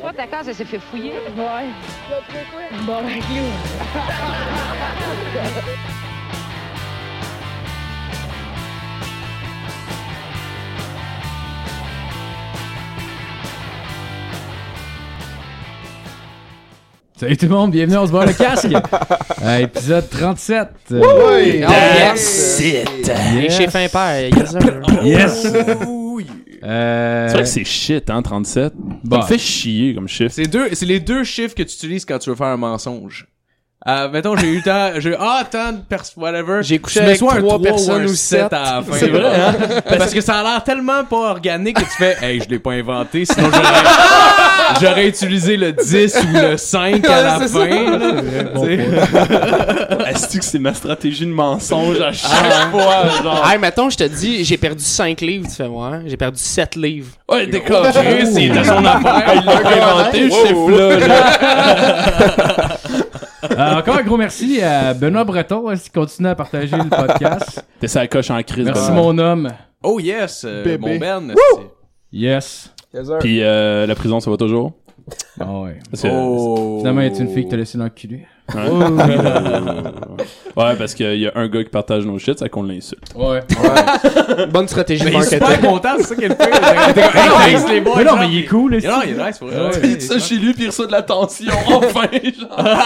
Toi, ta case, elle s'est fait fouiller. Ouais. Bon, ben, clou. Salut tout le monde, bienvenue, on se bat le casque. Euh, épisode 37. Euh, Oui! Oh, yes. yes. Chez fin père, yes sir. Yes! Euh, C'est vrai que c'est shit, hein, 37. Bon. Ça me fait chier comme chiffre. C'est deux, c'est les deux chiffres que tu utilises quand tu veux faire un mensonge. Euh, mettons, j'ai eu tant, j'ai eu, ah, tant de personnes, whatever. J'ai couché Tu mets avec soit un trois trois personnes un ou sept sept. à la fin, C'est vrai, là. hein? Parce que ça a l'air tellement pas organique que tu fais, hey, je l'ai pas inventé, sinon j'aurais, j'aurais utilisé le 10 ou le 5 à Ouais, la fin, c'est là. bon Tu sais. Est-ce que c'est ma stratégie de mensonge à chaque fois, genre? Hey, mettons, je te dis, j'ai perdu 5 livres, tu fais moi, j'ai perdu 7 livres. Ouais, décollé, c'est de son affaire. Oh. Il l'a inventé, je Wow. sais là, là. euh, encore un gros merci à Benoît Breton hein, qui continue à partager le podcast. T'es sa coche en crise, Merci ben. mon homme. Oh yes, euh, Bébé. mon Ben. Yes. Puis euh, la prison, ça va toujours? Ah ouais. Parce c'est- que- Oh. Finalement, est une fille qui t'a laissé dans le cul. Hein? ouais, parce qu'il y a un gars qui partage nos shit, c'est qu'on l'insulte. Ouais. Bonne stratégie de Mais il est marketing. super content, c'est ça qu'il fait. Il était comme, hey, thanks, les boys. Mais non, hein, mais il est cool. Il est- non, il est nice, pour vrai. Ouais. Ouais. chez lui, pis il reçoit de l'attention, enfin, genre.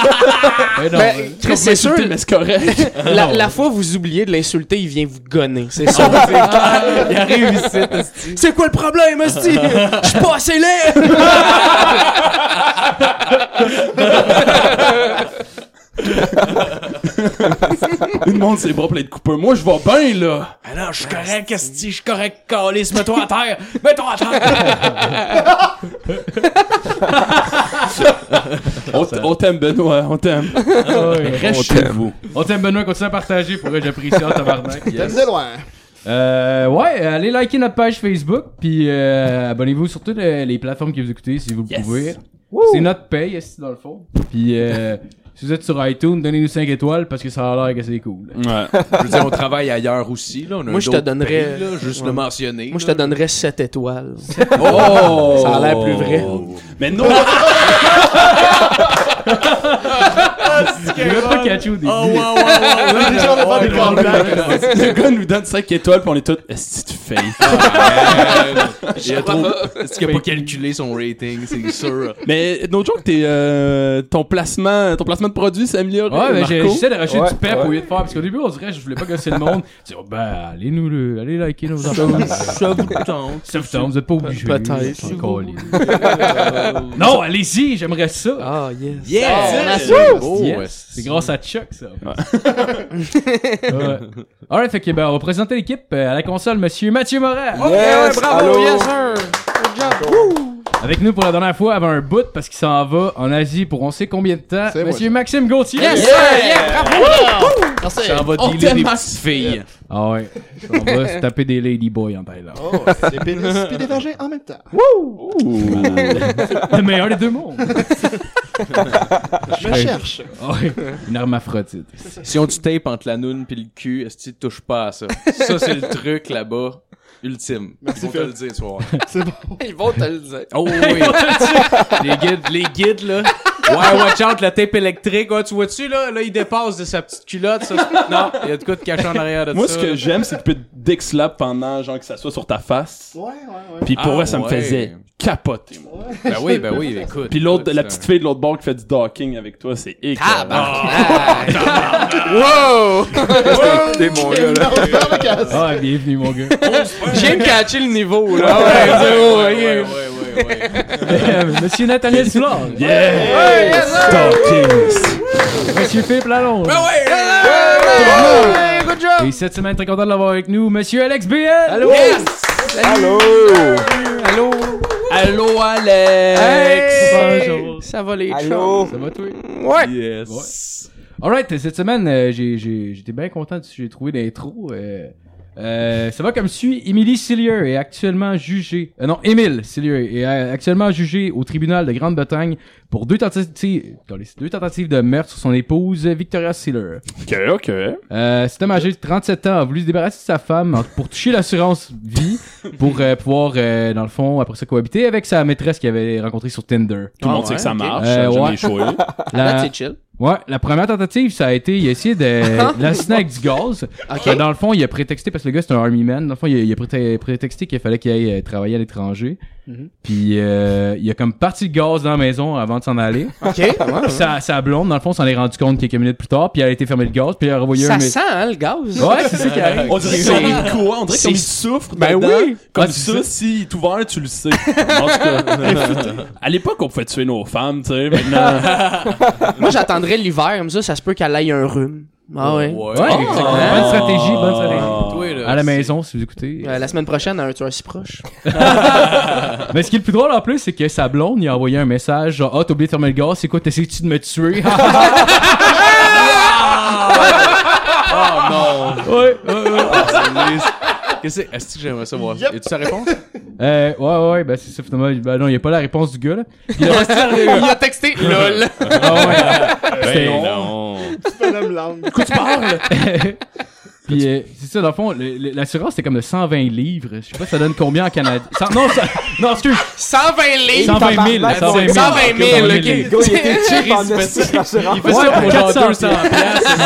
Mais non, Ben, Chris, c'est sûr, Ah, mais c'est correct. la, la fois vous oubliez de l'insulter, il vient vous gonner, c'est sûr. Ah, Il a réussi. c'est quoi le problème, hostie? Je suis pas assez laid! Tout le monde, c'est bras plein de coupeurs. Moi, je vais bien, là. Ah non, je suis correct, qu'est-ce que tu dis? Je suis correct, calice, mets-toi à terre! Mets-toi à terre! On t- on t'aime, Benoît, on t'aime. Ah ouais. Reste chez vous. On t'aime Benoît, continue à partager pour que j'apprécie en tabarnak. Yes. de loin. Euh, ouais, allez liker notre page Facebook, puis euh, abonnez-vous sur toutes les, les plateformes que vous écoutez si vous le Yes. pouvez. C'est notre paye, esti, dans le fond. Puis euh, si vous êtes sur iTunes, donnez-nous 5 étoiles parce que ça a l'air que c'est cool. Ouais. Je veux dire, on travaille ailleurs aussi, là. On a Moi, je te d'autres donnerais- pays, là, juste Ouais. le mentionner. Moi, je te là. donnerais 7 étoiles. Oh! Ça a l'air plus vrai. Mais non! Je vais pas catcher au début. Oh, ouais, ouais, ouais, ouais, ouais. Déjà, on va faire des Ouais, ouais, comebacks. ouais, ouais. Le gars nous donne 5 étoiles pis on est tous Est-ce que tu fais? Il a trop... Est-ce qu'il a pas calculé son rating, c'est sûr. Mais no joke, t'es, euh, ton placement ton placement de produit s'est amélioré. Ouais, mais Marco. j'ai- j'essaie d'arracher Ouais, du pep ouais. au lieu de faire, parce qu'au début, on dirait, je voulais pas gosser le monde. Je dis, oh, ben, allez nous le, allez liker nos enfants. Ça vous tente. Sauf que vous êtes pas obligés. Peut-être. C'est encore les- non, allez-y, j'aimerais ça. Ah, yes. Yes! Oh, Yes. ouais. C'est grâce à Chuck, ça. ouais. Alright, fait que, ben, on va présenter l'équipe euh, à la console, monsieur Mathieu Morin. Eh Yes, allô. Avec nous pour la dernière fois avant un bout parce qu'il s'en va en Asie pour on sait combien de temps. C'est moi, Monsieur Maxime Gauthier. Yes, Yeah. sir, yeah, bravo! Merci. Ça va On dealer t'aime, des ma petites filles. Ah ouais. On va se taper des ladyboys en Thaïlande. Oh, des pénis puis des vagins en même temps. Le meilleur des deux mondes. Je me cherche. Ah ouais. Une hermaphrodite. Si on du tape entre la noune pis le cul, est-ce que tu touches pas à ça? Ça, c'est le truc là-bas, ultime. Merci, Ils vont te le dire, ce soir. C'est bon. Ils vont te le dire. Oh oui, oui. les guides, les guides là. Ouais, watch out, la tape électrique. Ouais, tu vois-tu là, là il dépasse de sa petite culotte. Ça, c'est- non, il y a de quoi de caché en arrière de Moi, ça. ce que j'aime, c'est que tu peux te dick slap pendant genre que ça soit sur ta face. Ouais, ouais, ouais. Puis pour Ah, vrai, ça me ouais. faisait capoter. moi. Ben oui, ben oui, écoute. Puis l'autre, c'est la un- petite fille de l'autre bord qui fait du docking avec toi, c'est écœurant. Ah, Wow! T'es mon gars, là. Ah, bienvenue, mon gars. J'ai catché le niveau, là. Ouais, ouais, ouais, ouais, ouais. Euh, Monsieur Nathaniel Soulard. Yeah! Stockings! Monsieur Philippe Lalonde. Ah Et cette semaine, très content de l'avoir avec nous, Monsieur Alex BL. Allô. Allô! Allô? Allô, Alex! Bonjour. Ça va les Allô? Ça va, toi? Ouais! Yes! Alright, cette semaine, euh, j'ai- j'ai- j'étais bien content de j'ai trouvé l'intro. euh, Euh, ça va comme suit. Émilie Sillier est actuellement jugée. euh, non, Émile Sillier est euh, actuellement jugée au tribunal de Grande-Bretagne pour deux tentatives, deux tentatives de meurtre sur son épouse Victoria Sillier. Ok, ok. Euh, cet homme âgé de 37 ans a voulu se débarrasser de sa femme en- pour toucher l'assurance vie pour euh, pouvoir, euh, dans le fond, après ça cohabiter avec sa maîtresse qu'il avait rencontrée sur Tinder. Tout le Ah monde sait ouais, que ça ok. marche. Euh, j'ai ouais. jamais échoué. La- Là, c'est chill. Ouais, la première tentative, ça a été, il a essayé de l'assassiner avec du gaz. Ok. Euh, Dans le fond, il a prétexté, parce que le gars, c'est un army man, dans le fond, il a, il a préte- prétexté qu'il fallait qu'il aille euh, travailler à l'étranger. Mhm. Puis, euh, il a comme parti le gaz dans la maison avant de s'en aller. Ok. sa, sa blonde, dans le fond, s'en est rendu compte quelques minutes plus tard, puis elle a été fermer le gaz, puis elle a renvoyé un... Ça mais- sent, hein, le gaz? Ouais, c'est ça qui arrive. On dirait qu'ils ont mis de quoi? On dirait qu'ils ont mis du soufre Ben dedans. oui. Comme Ah, tu ça, sais. si tout ouvert, tu le sais. En tout cas, à l'époque, on pouvait tuer nos femmes, tu sais. Maintenant, Moi, j'attendrais l'hiver, comme ça, ça se peut qu'elle aille un rhume. Ah ouais. Ouais, exactement. Bonne stratégie, bonne stratégie. Toi, là, À la c'est- maison, si vous écoutez. Euh, la semaine prochaine, à un tueur si proche. Mais ce qui est le plus drôle en plus, c'est que sa blonde, il a envoyé un message genre, ah, t'as oublié de fermer le gaz, c'est quoi, t'essayes-tu de me tuer? Oh non! ouais, ouais, ouais. Ah, Qu'est-ce que est-ce que j'aimerais savoir? Yep. Y'a-tu sa réponse? Euh, ouais, ouais, ben c'est ça, finalement. Ben non, il n'y a pas la réponse du gars, là. Puis le reste, Il a texté LOL. ah ouais. C'était- non. Phenom langue. Puis euh, c'est ça, dans le fond, le- le- l'assurance, c'était comme de 120 livres. Je sais pas, ça donne combien en Canada? Cent- non, ça- non, excuse, 120 livres. 120 000. tabarnak, 120 000, 120 000, ok. livres. Gros, il était cheap en esti, par ce Il fait ça pour genre 400 200 piastres.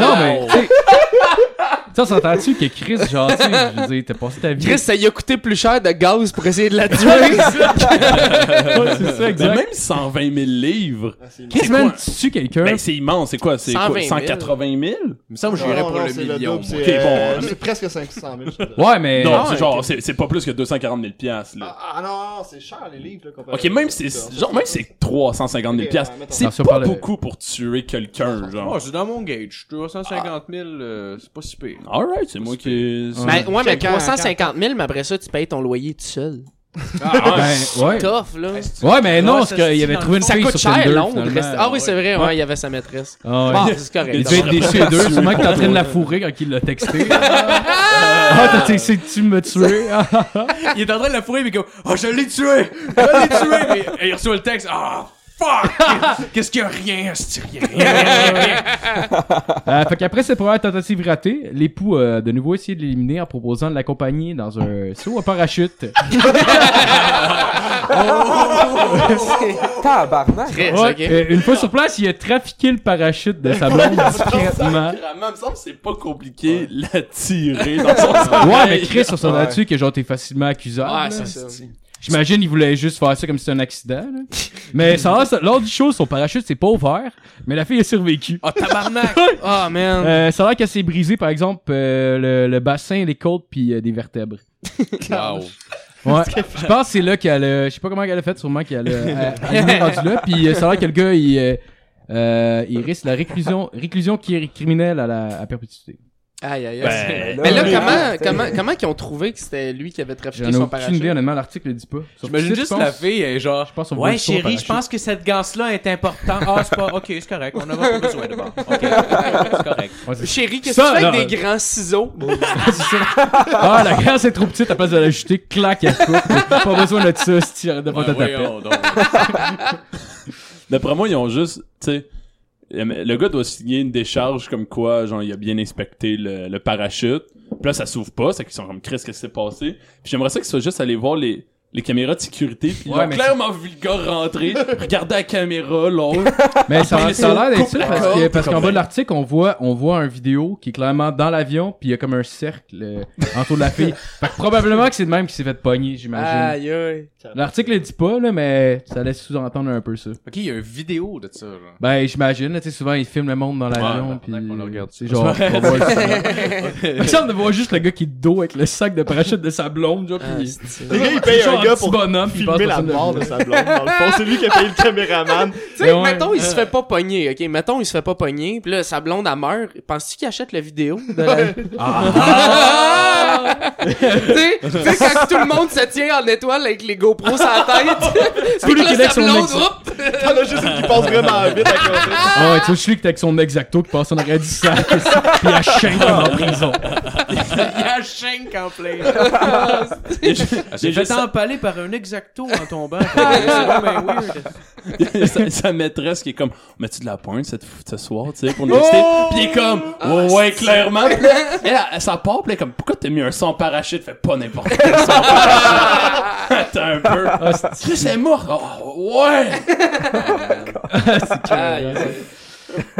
Non, mais, tu sais, tu sais, on s'entend-tu que Chris, genre, tu sais, je veux dire, t'as passé ta vie. Chris, ça lui a coûté plus cher de gaz pour essayer de la tuer. Ouais, c'est ça, Mais exact. Ben, même 120 000 livres. Chris, Ah, c'est man, quoi? tu tues quelqu'un. Ben, c'est immense. C'est quoi? C'est quoi? 120 000? 180 000? Il me semble que j'irais Non, pour non, le c'est million. double, moi. C'est euh, bon, c'est presque 500 000. je te dirais. Eh Ouais, mais. Non, c'est genre, c'est c'est pas plus que 240 000 piastres, là. Ah ah, non, non, c'est cher les livres. Là, comparé Ok, même à- si ça. Ah, c'est genre même si c'est 350 000 piastres, Ok, ouais, c'est mettons. pas Attention, parle- beaucoup pour tuer quelqu'un, Oh, genre. c'est dans mon gauge. 350 000, euh, c'est pas si pire. Alright, c'est moi qui. c'est- Ben, Mais Ben, ouais, mais Quelqu'un, 350 000, mais après ça, tu payes ton loyer tout seul. Ben, ouais. Tough, là. Ouais, mais non, Ouais, parce ça, qu'il c'est avait dans trouvé une Ça fille coûte sur cher, Tinder, Londres. finalement. rester- Ah oui, c'est vrai, Ouais. ouais, Bah, il y avait sa maîtresse. Ah, ouais. Bon, c'est correct. Il donc. devait être déçu les deux, sûrement que t'es en train de la fourrer quand il l'a texté. Ah, t'as essayé de me tuer. Ah, Il est en train de la fourrer, mais comme, oh, je l'ai tué! Je l'ai tué! Mais- Et il reçoit le texte, ah, fuck! Qu'est-ce qu'il y a? Rien, c'est rien. Euh, fait qu'après cette première tentative ratée, l'époux a de nouveau essayé de l'éliminer en proposant de l'accompagner dans Ah. un saut à parachute. Tabarnak. Yes, Ouais, Ah, ok. euh, une fois sur place, il a trafiqué le parachute de sa blonde discrètement. Vraiment, il me semble que c'est pas compliqué la tirer dans son sens. Ouais, mais Chris, on s'en là-dessus que genre t'es facilement accusable. Ah, Ouais, là. c'est ça. J'imagine il voulait juste faire ça comme si c'était un accident. là. mais ça, a l'air, ça- lors du show, son parachute s'est pas ouvert, mais la fille a survécu. Oh, tabarnak. Oh, man. Euh, ça a l'air qu'elle s'est brisée, par exemple, euh, le, le bassin, les côtes, puis euh, des vertèbres. Wow. Ouais. Je pense que c'est là qu'elle a... Je sais pas comment elle a fait, sûrement qu'elle a... elle- elle est rendue là. Puis euh, ça a l'air que le gars, il... euh, euh, il risque la réclusion, réclusion qui est criminelle à la à perpétuité. Aïe, aïe, aïe. Ben, Mais là, mais- comment, comment, comment ils ont trouvé que c'était lui qui avait J'en trafiqué ai son aucune idée, parachute? honnêtement, l'article le dit pas. Sur J'imagine le site, juste je pense- la fille, elle est genre, Je pense qu'on voit Ouais, le saut au chérie, je parachute. pense que cette ganse-là est importante. Ah, c'est pas. Ok, c'est correct. On en a pas besoin de bord. Ok, c'est correct. Ouais, c'est- Chérie, qu'est-ce que Ça, tu fais là. avec des grands ciseaux? Ah, la graisse est trop petite, à place de l'ajouter, clac, elle coupe. pas besoin de ça, si tu Ben arrêtes de pas te taper. ben, D'après moi, ils ont juste, tu sais, euh, le gars doit signer une décharge comme quoi, genre, il a bien inspecté le, le parachute. Puis là, ça s'ouvre pas, c'est qu'ils sont comme Chris, qu'est-ce qui s'est passé? Puis j'aimerais ça qu'ils soient juste allés voir les, les caméras de sécurité. Puis ils Ouais, ont mais clairement vu le gars rentrer, regarder la caméra, l'autre. Mais ça, ça a l'air d'être ça, parce que- corde, parce qu'en comme bas de ben. l'article, on voit, on voit un vidéo qui est clairement dans l'avion, puis il y a comme un cercle euh, autour de la fille. Fait que probablement que c'est le même qui s'est fait pogner, j'imagine. Aïe, aïe. L'article le dit pas, là, mais ça laisse sous-entendre un peu ça. Ok, il y a une vidéo de ça. Là. Ben, j'imagine, là, tu sais, souvent, ils filment le monde dans l'avion, Ouais, puis... pendant qu'on le regarde. C'est genre, on voit le Il me semble de voir juste le gars qui est de dos avec le sac de parachute de sa blonde, genre, Ah, puis... c'est- Le gars, il C'est paye genre un gars petit pour bonhomme, puis il passe filmer la personne de mort vie. de sa blonde. Dans le fond, c'est lui qui a payé le caméraman. Tu sais, Ouais. mettons, il se fait pas pogner, ok? Mettons, il se fait pas pogner, pis là, sa blonde, elle meurt. Penses-tu qu'il achète la vidéo? De la... Ah. tu sais, tu sais, quand tout le monde se tient en étoile avec les GoPros sur la tête, pis Tous les que là, Québec sa sont blonde, mixés. oups! T'en as juste une qui passe vraiment vite à côté. Ah ouais, tu vois, je suis que t'es avec son exacto qui passe en arrière du sac, pis il achète en prison. Il y a Shank en plein. Il y a ju- il y J'ai a fait juste sa- empaler par un exacto en tombant. C'est vraiment weird. il y a sa, sa maîtresse qui est comme mets-tu de la pointe cette, ce soir tu sais pour nous exciter? Puis il est comme ouais ouais clairement Puis là, elle, elle, s'en part puis elle est comme pourquoi t'as mis un son parachute fait pas n'importe quel son parachute. attends un peu Chris c'est mort oh, ouais Ah, Ah,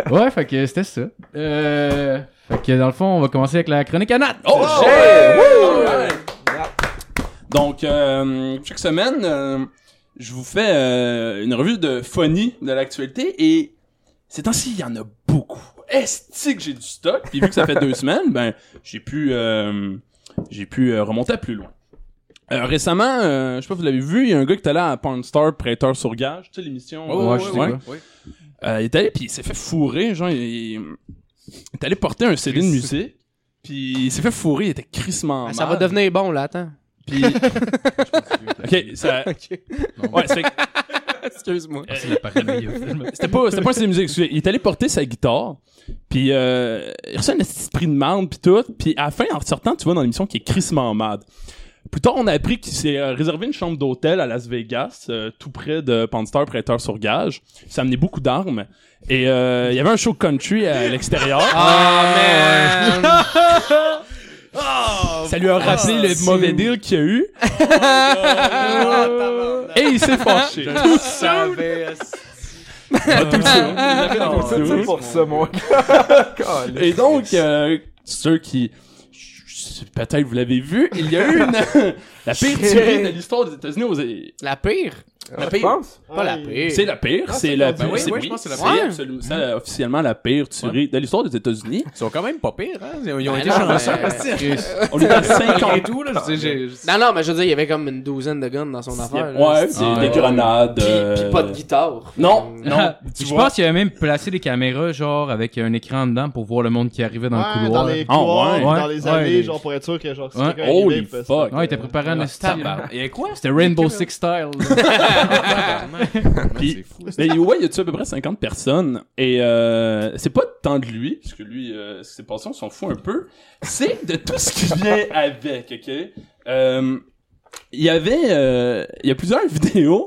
Ouais, fait que c'était ça. Euh, fait que dans le fond, on va commencer avec la chronique à Nat. Oh, shit! ouais! Ah, Woo! Donc, euh, chaque semaine, euh, je vous fais euh, une revue de phonie de l'actualité et ces temps-ci, il y en a beaucoup. Esti que j'ai du stock, puis vu que ça fait deux semaines, ben j'ai pu euh, j'ai pu euh, remonter à plus loin. Euh, récemment, euh, je sais pas si vous l'avez vu, il y a un gars qui est allé à Porn Star Prêteur sur gage, tu sais l'émission. Oh, ouais, je sais quoi. Euh, il est allé puis il s'est fait fourrer, genre il, il- il est allé porter un CD de musique, puis il s'est fait fourrer, il était Ah, crissement Ça va mal. devenir bon, là, attends. Puis. ok, ça. Ouais, c'est fait que, Excuse-moi. euh, c'était pas, c'était pas un style de musique. excusez. Il est allé porter sa guitare, puis euh, il reçoit un esprit de merde, puis tout. Puis à la fin, en sortant, tu vois dans l'émission qui est crissement mad. Plus tard, on a appris qu'il s'est euh, réservé une chambre d'hôtel à Las Vegas, euh, tout près de Panster Prêteur sur Gage. Il s'est amené beaucoup d'armes. Et euh, il y avait un show country à l'extérieur. Ah, man! Ça lui a rappelé le mauvais deal qu'il y a eu. Et il s'est fâché. Tout ça. Ah, tout ça. C'est pour ça, mon gars. Et donc, euh, ceux qui... Peut-être vous l'avez vu, il y a eu une... la pire tuerie de l'histoire des États-Unis. aux- La pire? La Je pire? pense. Pas la Aïe. pire. C'est la pire, c'est la pire. oui, c'est- oui, je pense que c'est la c'est pire. absolument- c'est la- officiellement la pire tuerie de l'histoire des États-Unis. Ils sont quand même pas pires, hein? Ils ont Ben été non, chanceux. mais- parce que- On est à Malgré 50 tout, là, je veux dire, j'ai- Non, non, mais je veux dire, il y avait comme une douzaine de guns dans son affaire. là. Ouais, c'est Ah, des ouais. grenades. Puis, euh, puis pas de guitare. Non, Euh, non. tu Ah, Je vois. pense qu'il avait même placé des caméras, genre, avec un écran dedans pour voir le monde qui arrivait dans le Ouais, couloir. dans les là. couloirs, ouais. dans les Ouais, allées, les- genre pour être sûr que genre si Ouais. quelqu'un est Holy libre, parce fuck. que- Ouais, il était préparé Ah, un style. Il y a quoi? C'était Rainbow Six Style. Puis- Mais ouais, il a tué à peu près 50 personnes. Et euh, c'est pas tant de lui, parce que lui, euh, ce qui s'est passé, on s'en fout un peu. C'est de tout ce qui vient avec, OK? Euh, Il y avait... euh, Il y a plusieurs vidéos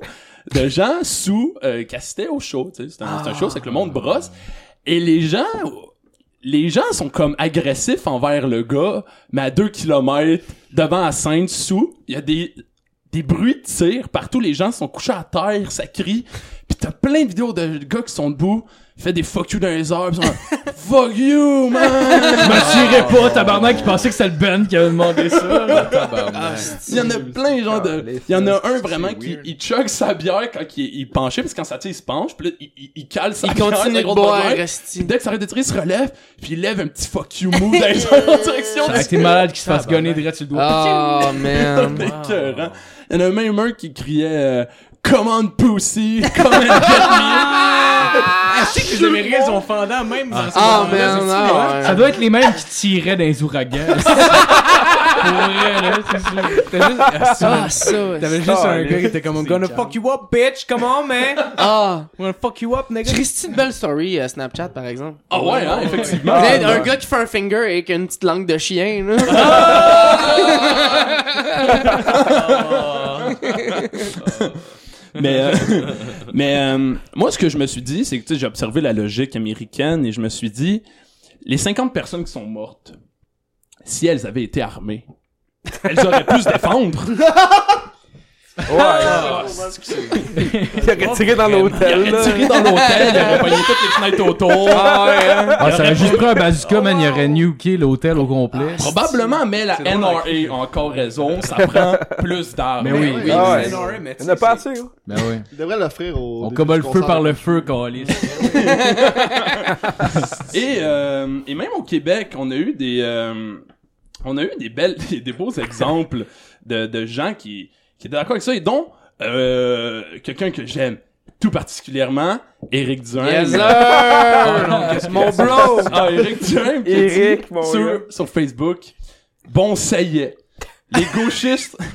de gens sous... Euh, qui assistaient au show, tu sais. C'est un, c'est un show, c'est que le monde brosse. Et les gens... Les gens sont comme agressifs envers le gars, mais à 2 kilomètres, devant la scène, sous, il y a des des bruits de tir partout, les gens sont couchés à terre, ça crie. Puis t'as plein de vidéos de gars qui sont debout, fait des fuck you dans les airs, pis ils sont là, fuck you, man! Je m'assurais pas, tabarnak, qui pensait que c'était le Ben qui avait demandé ça. Il y en a plein, genre de. Il y en a un vraiment qui il chug sa bière quand il, il penchait, parce que quand ça tire, il se penche, puis là, il, il, il cale sa Il bière. continue sa de grosse boire, bière. Puis Resti. dès que ça arrête de tirer, il se relève, puis il lève un petit fuck you move dans les airs en direction Ça a été malade qu'il se fasse gonner direct sur le doigt. Oh, man. Écœurant. hein. Il y en a même un qui criait euh, Come on, pussy! Come and get me! Ah, Je sais que les Américains sont fendants même dans ce Ah, moment-là, man, c'est- ah, Ça ouais. doit être les mêmes qui tiraient dans les ouragans. Pour vrai, là, c'est sûr. T'as juste- Ah, ça, Ah, ça. T'avais c'est- juste un gars qui était comme I'm gonna fuck you up, bitch, come on, man! I'm Ah. gonna fuck you up, nigga! Christy de belle story euh, Snapchat, par exemple. Ah ouais, hein, effectivement. Vous savez, un gars qui fait un finger avec une petite langue de chien, là. Ah! mais euh, mais euh, moi ce que je me suis dit c'est que tu sais, j'ai observé la logique américaine et je me suis dit les 50 personnes qui sont mortes si elles avaient été armées elles auraient pu se défendre Il a retiré dans l'hôtel, elles auraient tiré dans l'hôtel elles auraient pogné toutes les fenêtres autour Ah, ça a juste pris un bazooka, man. Il aurait nuké l'hôtel au complet. Ah, probablement mais la NRA a encore raison ça prend plus d'armes Mais oui. Ah ouais. C'est NRA, mais tu Il sais, n'a pas assez, gros. Ben oui. Il devrait l'offrir On au. début combat du le feu concert. par le feu, Calis. Et, euh, et même au Québec, on a eu des, euh, on a eu des belles, des, des beaux exemples de, de gens qui, qui étaient d'accord avec ça et dont euh, quelqu'un que j'aime tout particulièrement, Éric Duhem. Yes, Ah, qu'est-ce sir! que- Mon bro! Ah, Éric Duhem qui a dit Éric, mon gars. sur, sur Facebook, bon ça y est, les gauchistes.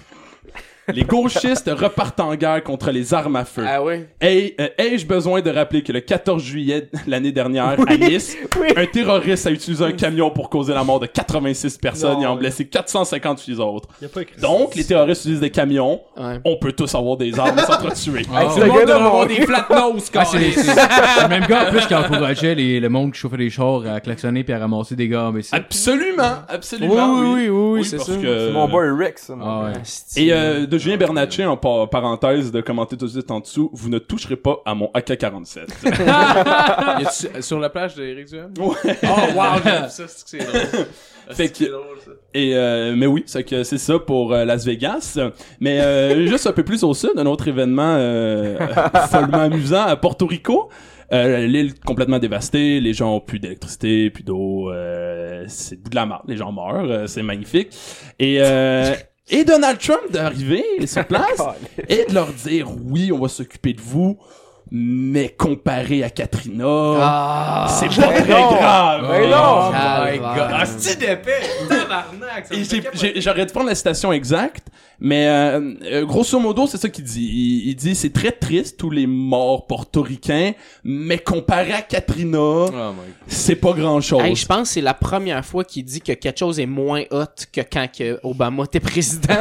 Les gauchistes repartent en guerre contre les armes à feu. Ah oui. Ai- euh, Ai-je besoin de rappeler que le 14 juillet l'année dernière, à Nice, un terroriste a utilisé un camion pour causer la mort de 86 personnes Non. et en blessé 458 autres. Il a pas écrit Donc, les terroristes utilisent des camions. Ouais. On peut tous avoir des armes sans s'entretuer. Ah, Tout gars le monde de doit avoir mon- des flat nose, Ah, quand c'est c'est- c'est le même gars en plus qui encourageait les, le monde qui chauffait les chars à klaxonner puis à ramasser des gars. Mais c'est... Absolument, absolument. oui, oui, oui, Oui, c'est parce ça. que- C'est mon boy Rick, ça. mon Ah, gars. ouais. Asti. Et euh, de Julien Bernatchez, en par- parenthèse, de commenter tout de suite en dessous, vous ne toucherez pas à mon AK-47. Y a-tu- Sur la plage d'Éric Duhem? Ouais. Oh, wow, j'aime ça, c'est que c'est drôle. Ah, Fait c'est que- drôle, ça. Et euh, mais oui, c'est que c'est ça pour euh, Las Vegas. Mais euh, juste un peu plus au sud, un autre événement euh, follement amusant à Porto Rico. Euh, l'île complètement dévastée, les gens ont plus d'électricité, plus d'eau, euh, c'est le bout de la merde, les gens meurent, euh, c'est magnifique. Et euh, et Donald Trump d'arriver sur place et de leur dire oui, on va s'occuper de vous, mais comparé à Katrina, Ah. c'est pas très non. grave. Mais non! Oh my Calvaire. god. Un petit d'épais, tabarnak. ça me Et fait j'ai- capoter. j'ai- J'aurais dû prendre la citation exacte, mais euh, euh, grosso modo, c'est ça qu'il dit. Il, il dit c'est très triste tous les morts portoricains, mais comparé à Katrina, Oh my god. c'est pas grand chose. Hey, je pense que c'est la première fois qu'il dit que quelque chose est moins hot que quand que Obama était président.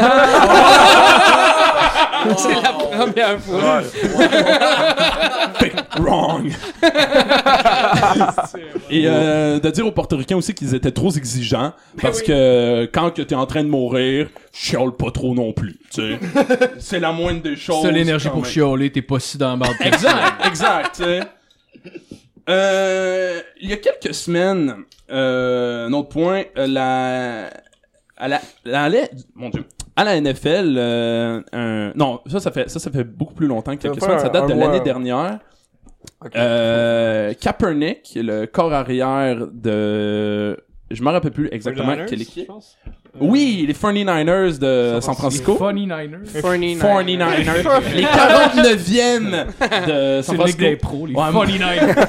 c'est la première fois. Wrong. Et euh, de dire aux portoricains aussi qu'ils étaient trop exigeants parce que euh, quand que t'es en train de mourir, chiale pas trop non plus. tu sais. c'est la moindre des choses. Seule énergie quand pour même. chialer, t'es pas si dans la barbe. Exact, exact. tu sais. Euh, il y a quelques semaines, euh, un autre point, euh, la, à la, la, la- mon Dieu, à la NFL, euh, un- non, ça, ça fait, ça, ça fait beaucoup plus longtemps que Ça quelques fait semaines, ça un- date de un mois. l'année dernière. Ok. Euh, Kaepernick, le corps arrière de, je me rappelle plus exactement quelle équipe. Euh. Oui, les 49ers de San Francisco. Funny Niners. 49ers. les 49e de C'est San le ligue Francisco. des pros, les Ouais, mais- 49ers.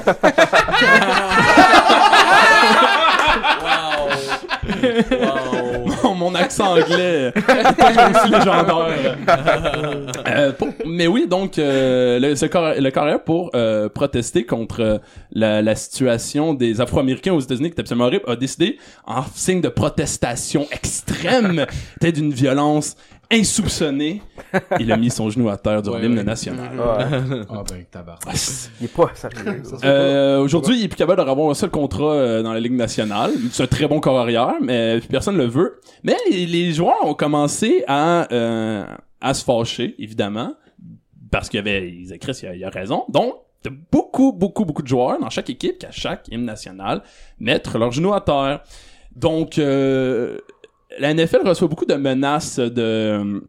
Mon- mon accent anglais est toujours aussi légendaire. Euh, pour- mais oui, donc euh, le, ce corps- le carré pour euh, protester contre euh, la, la situation des Afro-Américains aux États-Unis qui est absolument horrible a décidé en signe de protestation extrême, peut-être d'une violence insoupçonnée, il a mis son genou à terre durant Ouais, l'hymne ouais. national. Ouais. Ah ben, tabarnak. Il est pas sérieux. Euh, Aujourd'hui, il est plus capable de revoir un seul contrat euh, dans la Ligue nationale. C'est un très bon corps arrière, mais personne le veut. Mais les, les joueurs ont commencé à, euh, à se fâcher, évidemment, parce qu'il y avait, ils écrivent, il y a- il y a raison. Donc, t'as beaucoup, beaucoup, beaucoup de joueurs dans chaque équipe qui, à chaque hymne national, mettre leurs genoux à terre. Donc, euh, la NFL reçoit beaucoup de menaces de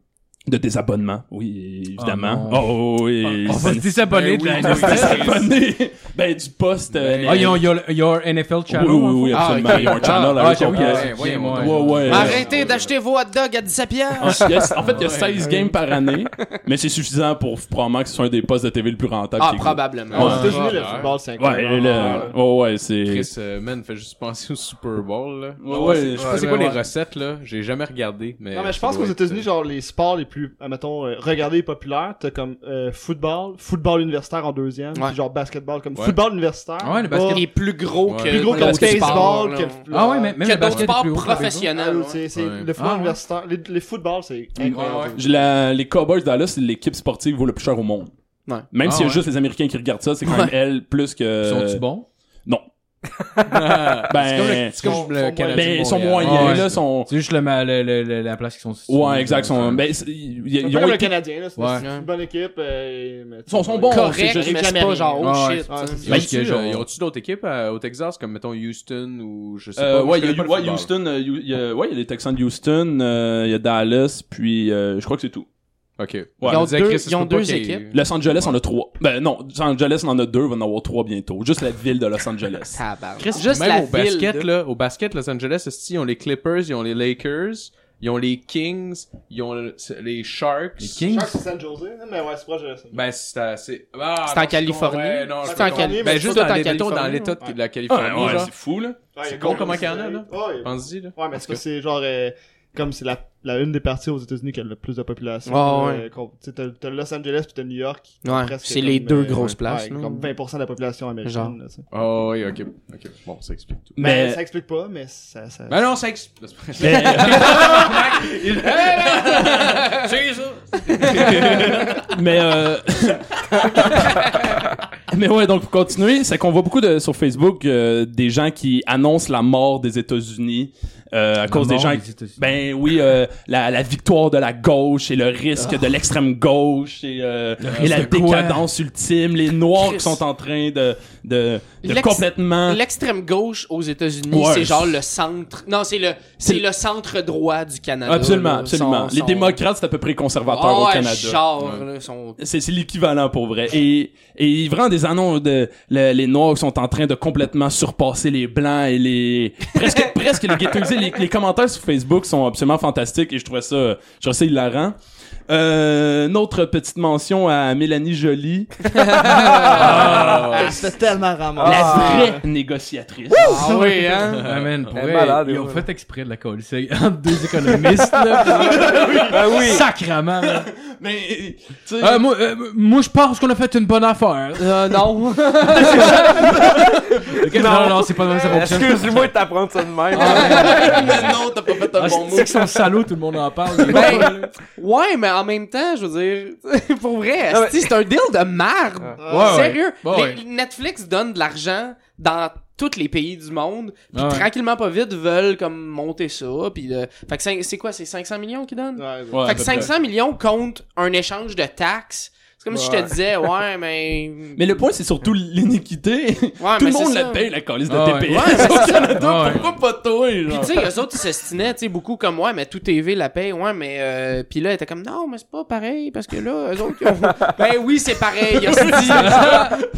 de désabonnement, oui, évidemment. Ah Oh, non. oui. On va se désabonner de la On va se désabonner, ben, du poste. euh, Ah, ils ont, ils ont, ils ont un NFL Oui, channel. hein? oui, oui, Ah, absolument. ok. Ils ont un channel Ah, avec j'avoue, leur il y a- PS. ouais, ouais, Ouais, ouais. ouais. Arrêtez d'acheter vos hot dogs à 17 piastres. Il y a- en fait, il y a 16 games par année, mais c'est suffisant pour probablement que ce soit un des postes de TV le plus rentable. Ah, qui existe. probablement. Aux États-Unis, le Ouais. football, c'est incroyable. Ouais, le- oh, ouais, c'est. Chris, euh, man, fait juste penser au Super Bowl, là. Ouais, ouais, je sais Je pas sais pas c'est Ah, c'est quoi ouais. les recettes, là. J'ai jamais regardé, mais. Non, mais je pense ça qu'aux doit être, États-Unis, euh, genre, les sports les plus, admettons, euh, regardés et populaires, t'as comme euh, football, football universitaire en deuxième, Ouais. puis genre basketball, comme Ouais. football universitaire. Ah ouais, le basket. Il est plus gros Ouais. que Plus gros que que le d'autres sports, baseball, là. que le- Ah ouais, mais même Que le d'autres basket est sports plus haut que le baseball. Ah, professionnels. non, c'est- c'est- Ouais. Le football Ah, ouais. universitaire, les, les footballs, c'est incroyable. Je- la- les Cowboys Dallas, c'est l'équipe sportive qui vaut le plus cher au monde. Ouais. Même Ah, s'il y a ouais. juste les Américains qui regardent ça, c'est quand même elle plus que. Sont-ils bons? Non. C'est comme le- Ben, c'est comme le Canadien. ben, ils sont Montréal. moyens, Ah, ouais. là, sont. C'est juste le, ma- le, le- le- la place qu'ils sont. Ouais, exact, sont. Ouais. Ben, c'est- ils, ils C'est un peu ont comme le été- Canadien, là, c'est Ouais. c'est une bonne équipe. euh, mais- Ils sont- sont bons. c'est Correct, juste- mais c'est jamais pas rien. genre, oh Ouais, shit. ouais, c'est tu sais. Ils Ben, ont-tu, ils- euh, ils ont-tu d'autres équipes euh, au Texas, comme mettons Houston ou je sais Euh, pas. ouais, il y a, je connais pas le ouais, football. Houston, euh, you- il y a- ouais, il y a les Texans de Houston, euh, il y a Dallas, puis euh, je crois que c'est tout. Ok. Ils Je ont disais, deux- Chris, ça se ils ont peut pas deux qu'il y ait- Los Angeles en a trois. Ben non, Los Angeles en a deux, va en avoir trois bientôt. Juste la ville de Los Angeles. Tabarnak. Chris, juste Même la au ville basket, de- là, au basket, Los Angeles, esti, ils ont les Clippers, ils ont les Lakers, ils ont les Kings, ils ont le- c'est- les Sharks. Les Je Kings? pense que c'est San Jose, hein, mais ouais, c'est proche de ça. Ben, c'est assez. Ah, C'est en non, Californie. ouais, non, je C'est peux en comprendre. Californie. Ben, juste dans, en les- mettons, Californie. dans l'état de ouais. la Californie, Ah, Ouais, ouais, genre. c'est fou, là. Ouais, il y a con Golden comment qu'il y en a, State. là. Ouais, Pense-y, là. Ouais, mais Parce c'est que- parce que c'est genre euh, comme c'est la, la une des parties aux États-Unis qui a le plus de population. Ah, ouais. euh, qu'on- tu sais, t'as- t'as Los Angeles puis t'as New York. qui Ouais, presque c'est les comme, deux euh, grosses ouais, places. là. comme 20% de la population Genre. américaine. Là, tu sais. Oh, oui, ok. Ok, bon, ça explique tout. Mais- mais... Bah, ça explique pas, mais ça. ça... Ben non, ça explique. Ben C'est ça. Mais euh... Mais ouais, donc pour continuer, c'est qu'on voit beaucoup de, sur Facebook euh, des gens qui annoncent la mort des États-Unis euh, à cause des mort gens des qui- États-Unis. ben oui, euh, la, la victoire de la gauche et le risque de l'extrême gauche et, euh, et la risque de quoi? décadence ultime, les noirs qui Chris. sont en train de de, de L'ex- complètement L'extrême gauche aux États-Unis, Ouais. c'est genre le centre. Non, c'est le c'est le centre droit du Canada. absolument là. absolument. Sont- Les sont- démocrates, c'est à peu près conservateur Ah au ouais, Canada. genre, là, sont- c'est c'est l'équivalent pour vrai et et vraiment des annonces de le- les noirs sont en train de complètement surpasser les blancs et les presque presque les ghettoiser les, les commentaires sur Facebook sont absolument fantastiques et je trouvais ça je trouvais ça hilarant euh, une autre petite mention à Mélanie Jolie Ah, c'était tellement ramassé. la Ah. vraie négociatrice Ah oui, hein? Ah, man, pour Elle est vrai, malade, ouais, ils ont ouais. fait exprès de la coller. C'est entre deux économistes, là. Ben oui. Sacrement, man. mais tu sais Euh, moi, euh, moi je pense qu'on a fait une bonne affaire. Euh, non. Ok, non, non, c'est pas de même, ça fonctionne. Excuse-moi de t'apprendre ça de même. Ah, Ah, non, t'as pas fait Ah, c'est- c'est que son salaud, tout le monde en parle. Ben, ouais, mais en même temps, je veux dire, pour vrai, Ah Non, mais- asti, c'est un deal de merde. ouais. Sérieux. Bah Ouais, Les- Netflix donne de l'argent dans tous les pays du monde, puis Ah Ouais. tranquillement pas vite veulent comme monter ça, puis euh, fait que cin- c'est quoi, c'est 500 millions qu'ils donnent? Ouais, ouais. Ouais, Ah, à fait que peu près. 500 millions contre un échange de taxes. C'est comme si je te Ouais. disais, ouais, mais... mais le point c'est surtout l'iniquité Ouais, tout mais le monde c'est la ça. paye la calice de Ah ouais. TPS Ouais, au Canada Ah ouais. pourquoi pas toi genre? Puis tu sais, eux autres, ils s'estinaient, tu sais, beaucoup comme, ouais, mais tout TV la paye, ouais, mais... Euh... Puis là, ils étaient comme, non, mais c'est pas pareil, parce que là, eux autres, ils ont... ben oui, c'est pareil, ils ont dit,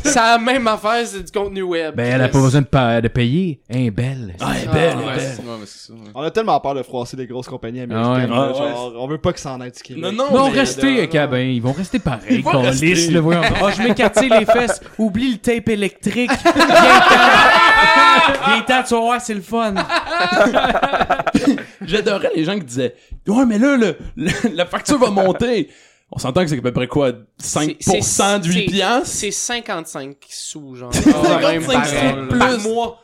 c'est la même affaire, c'est du contenu web. Ben, elle a pas besoin de, pa- de payer. Hein, belle. Ouais, Ben, belle, Ah, Ouais, belle. c'est- ouais, mais c'est ça. ouais. On a tellement peur de froisser des grosses compagnies américaines. Ah ouais. là, Ah ouais. genre, on veut pas que ça en aille du Québec. non non Ils vont mais- rester, euh, Cabin. Ils vont rester pareils. Ils vont rester. Calisse, le voyons. Ah, je m'écartille les fesses. Oublie le tape électrique. Viens temps. Viens temps, tu vas voir, c'est le fun. J'adorais les gens qui disaient Ouais, mais là, le, le- la facture va monter. On s'entend que c'est à peu près quoi 5% C'est- c'est- de 8 c'est- piastres C'est 55 sous, genre. Ah, Même 55 pareil. sous Par plus. mois.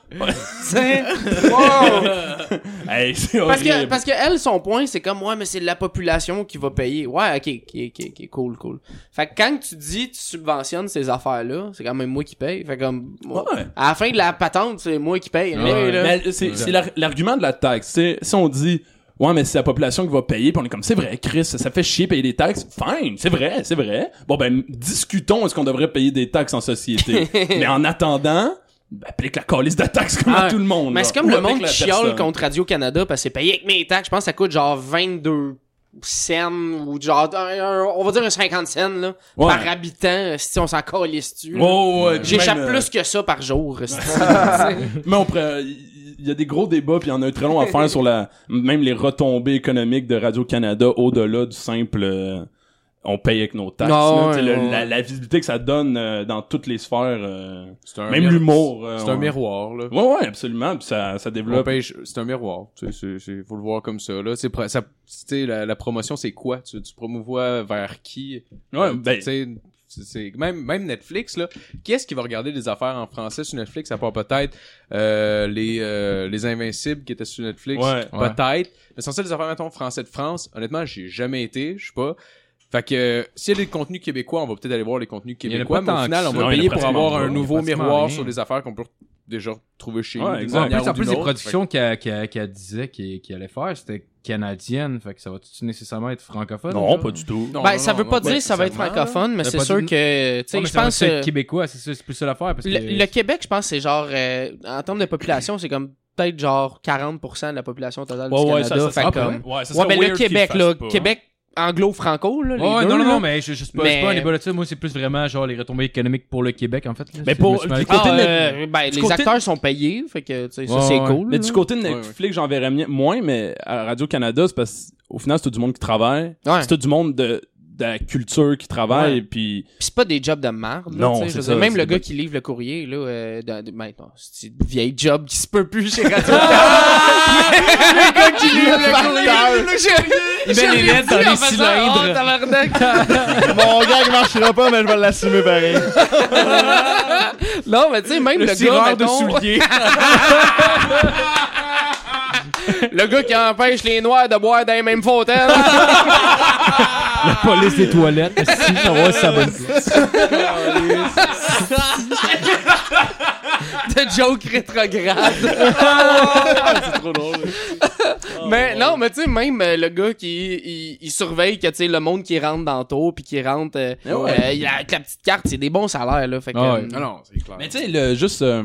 Hey, c'est Parce horrible. que, parce que elle, son point, c'est comme, ouais, mais c'est la population qui va payer. Ouais, ok, ok, ok, ok, cool, cool. Fait que quand tu dis, tu subventionnes ces affaires-là, c'est quand même moi qui paye. Fait comme, moi, Ouais. Ah à la fin de la patente, c'est moi qui paye. Mais Ouais. là, Mais c'est c'est l'ar- l'argument de la taxe. C'est- Si on dit Ouais, mais c'est la population qui va payer, puis on est comme C'est vrai, Chris, ça fait chier payer des taxes. Fine, c'est vrai, c'est vrai. Bon, ben, discutons est-ce qu'on devrait payer des taxes en société. mais en attendant, ben, applique la calice de taxes comme à Ouais. tout le monde. Mais là. c'est comme Ou le applique monde qui la chiale personne. contre Radio-Canada parce que c'est payé avec mes taxes. Je pense que ça coûte genre 22 cents ou genre, un- un- on va dire un 50 cents là, Ouais. par habitant si on s'en calisse-tu. là. Oh, ouais, puis J'échappe même, euh, plus que ça par jour. esti. Mais on pourrait- il y a des gros débats puis il y en a un très long à faire sur la même les retombées économiques de Radio Canada au-delà du simple euh, on paye avec nos taxes. Non, là. Tu sais, le- Ah, ouais, ouais. la, la visibilité que ça donne euh, dans toutes les sphères, euh, C'est un même miroir. l'humour. euh, C'est un on- miroir, là. Ouais ouais absolument puis ça ça On développe. paye- C'est un miroir. Tu sais, c'est- c'est- faut le voir comme ça, là. C'est pro- ça- tu sais, la, la promotion, c'est quoi? Tu, tu promouvois vers qui? Ouais Euh, ben tu sais, c'est- c'est- même, même Netflix, là. Qui est-ce qui va regarder des affaires en français sur Netflix? À part peut-être euh, les, euh, les Invincibles qui étaient sur Netflix. Ouais. Peut-être. Mais sans ça, les affaires, mettons, français de France, honnêtement, j'ai jamais été. Je sais pas. Fait que euh, s'il y a des contenus québécois, on va peut-être aller voir les contenus y en a pas québécois, mais tant au que final, ça. on Non, va il y en a payer pour pratiquement avoir un pas. nouveau Il y a pratiquement miroir rien. sur des affaires qu'on peut déjà retrouver chez Ouais, nous. d'une exact. En manière plus, en ou plus d'une les autre. productions qu'elle qu'elle- qu'elle disait qu'elle qu'elle allait faire, c'était canadienne. Fait que ça va tout nécessairement être francophone. non genre? pas du tout. Non, ben, non, ça non, veut non, pas non, dire que ça va être nécessairement, francophone, mais Ben, Mais c'est pas sûr du- que, tu Ouais, sais, mais je ça va pense, être euh, québécois, c'est ça, c'est plus ça l'affaire. Parce que le, le Québec, je pense, c'est genre, euh, en termes de population, c'est comme peut-être genre 40% de la population totale du Ouais ouais ça Canada. ça fait serait- comme- Ah, ouais, ça Ouais, serait ben weird le qu'ils Québec, fassent là, pas, hein. Québec anglo-franco, là, les Ouais, deux, non, non, là. non, mais je, je, c'est pas, Mais- c'est pas un débat là-dessus. Moi, c'est plus vraiment genre les retombées économiques pour le Québec, en fait. là. Mais Je pour- me suis mal- du Ah, côté de- euh, ben, du les côté- acteurs sont payés, fait que tu sais, ça Ouais, c'est ouais. cool. Mais là. du côté de Ouais, ouais. Netflix, j'en verrais mi- moins, mais à Radio-Canada, c'est parce qu'au final, c'est tout du monde qui travaille. Ouais. C'est tout du monde de, de de la culture qui travaille, puis Pis c'est pas des jobs de marde. là, Non, tu sais, c'est je veux ça, dire, Même c'est le des- gars qui livre le courrier, là, euh, dans- ben, non, c'est une vieille job qui se peut plus chez radio Le gars qui livre le courrier. là, j'ai- Il met j'ai les lettres dit dans en les faisant, cylindres. Oh, tabarnak. Mon gars, il marchera pas, mais je vais l'assumer pareil. Non, mais tu sais, même le, gars. tireur de mettons- souliers. le gars qui empêche les noirs de boire dans les mêmes fontaines. La police des toilettes. Si, ça va, ça va. de joke rétrograde. mais non, mais tu sais, même euh, le gars qui il, il surveille que tu sais le monde qui rentre dans le tour puis qui rentre euh, euh, il a- avec la petite carte, c'est des bons salaires là. Fait que, Ah ouais. euh, Non, non, c'est clair. Mais tu sais, le- juste. euh,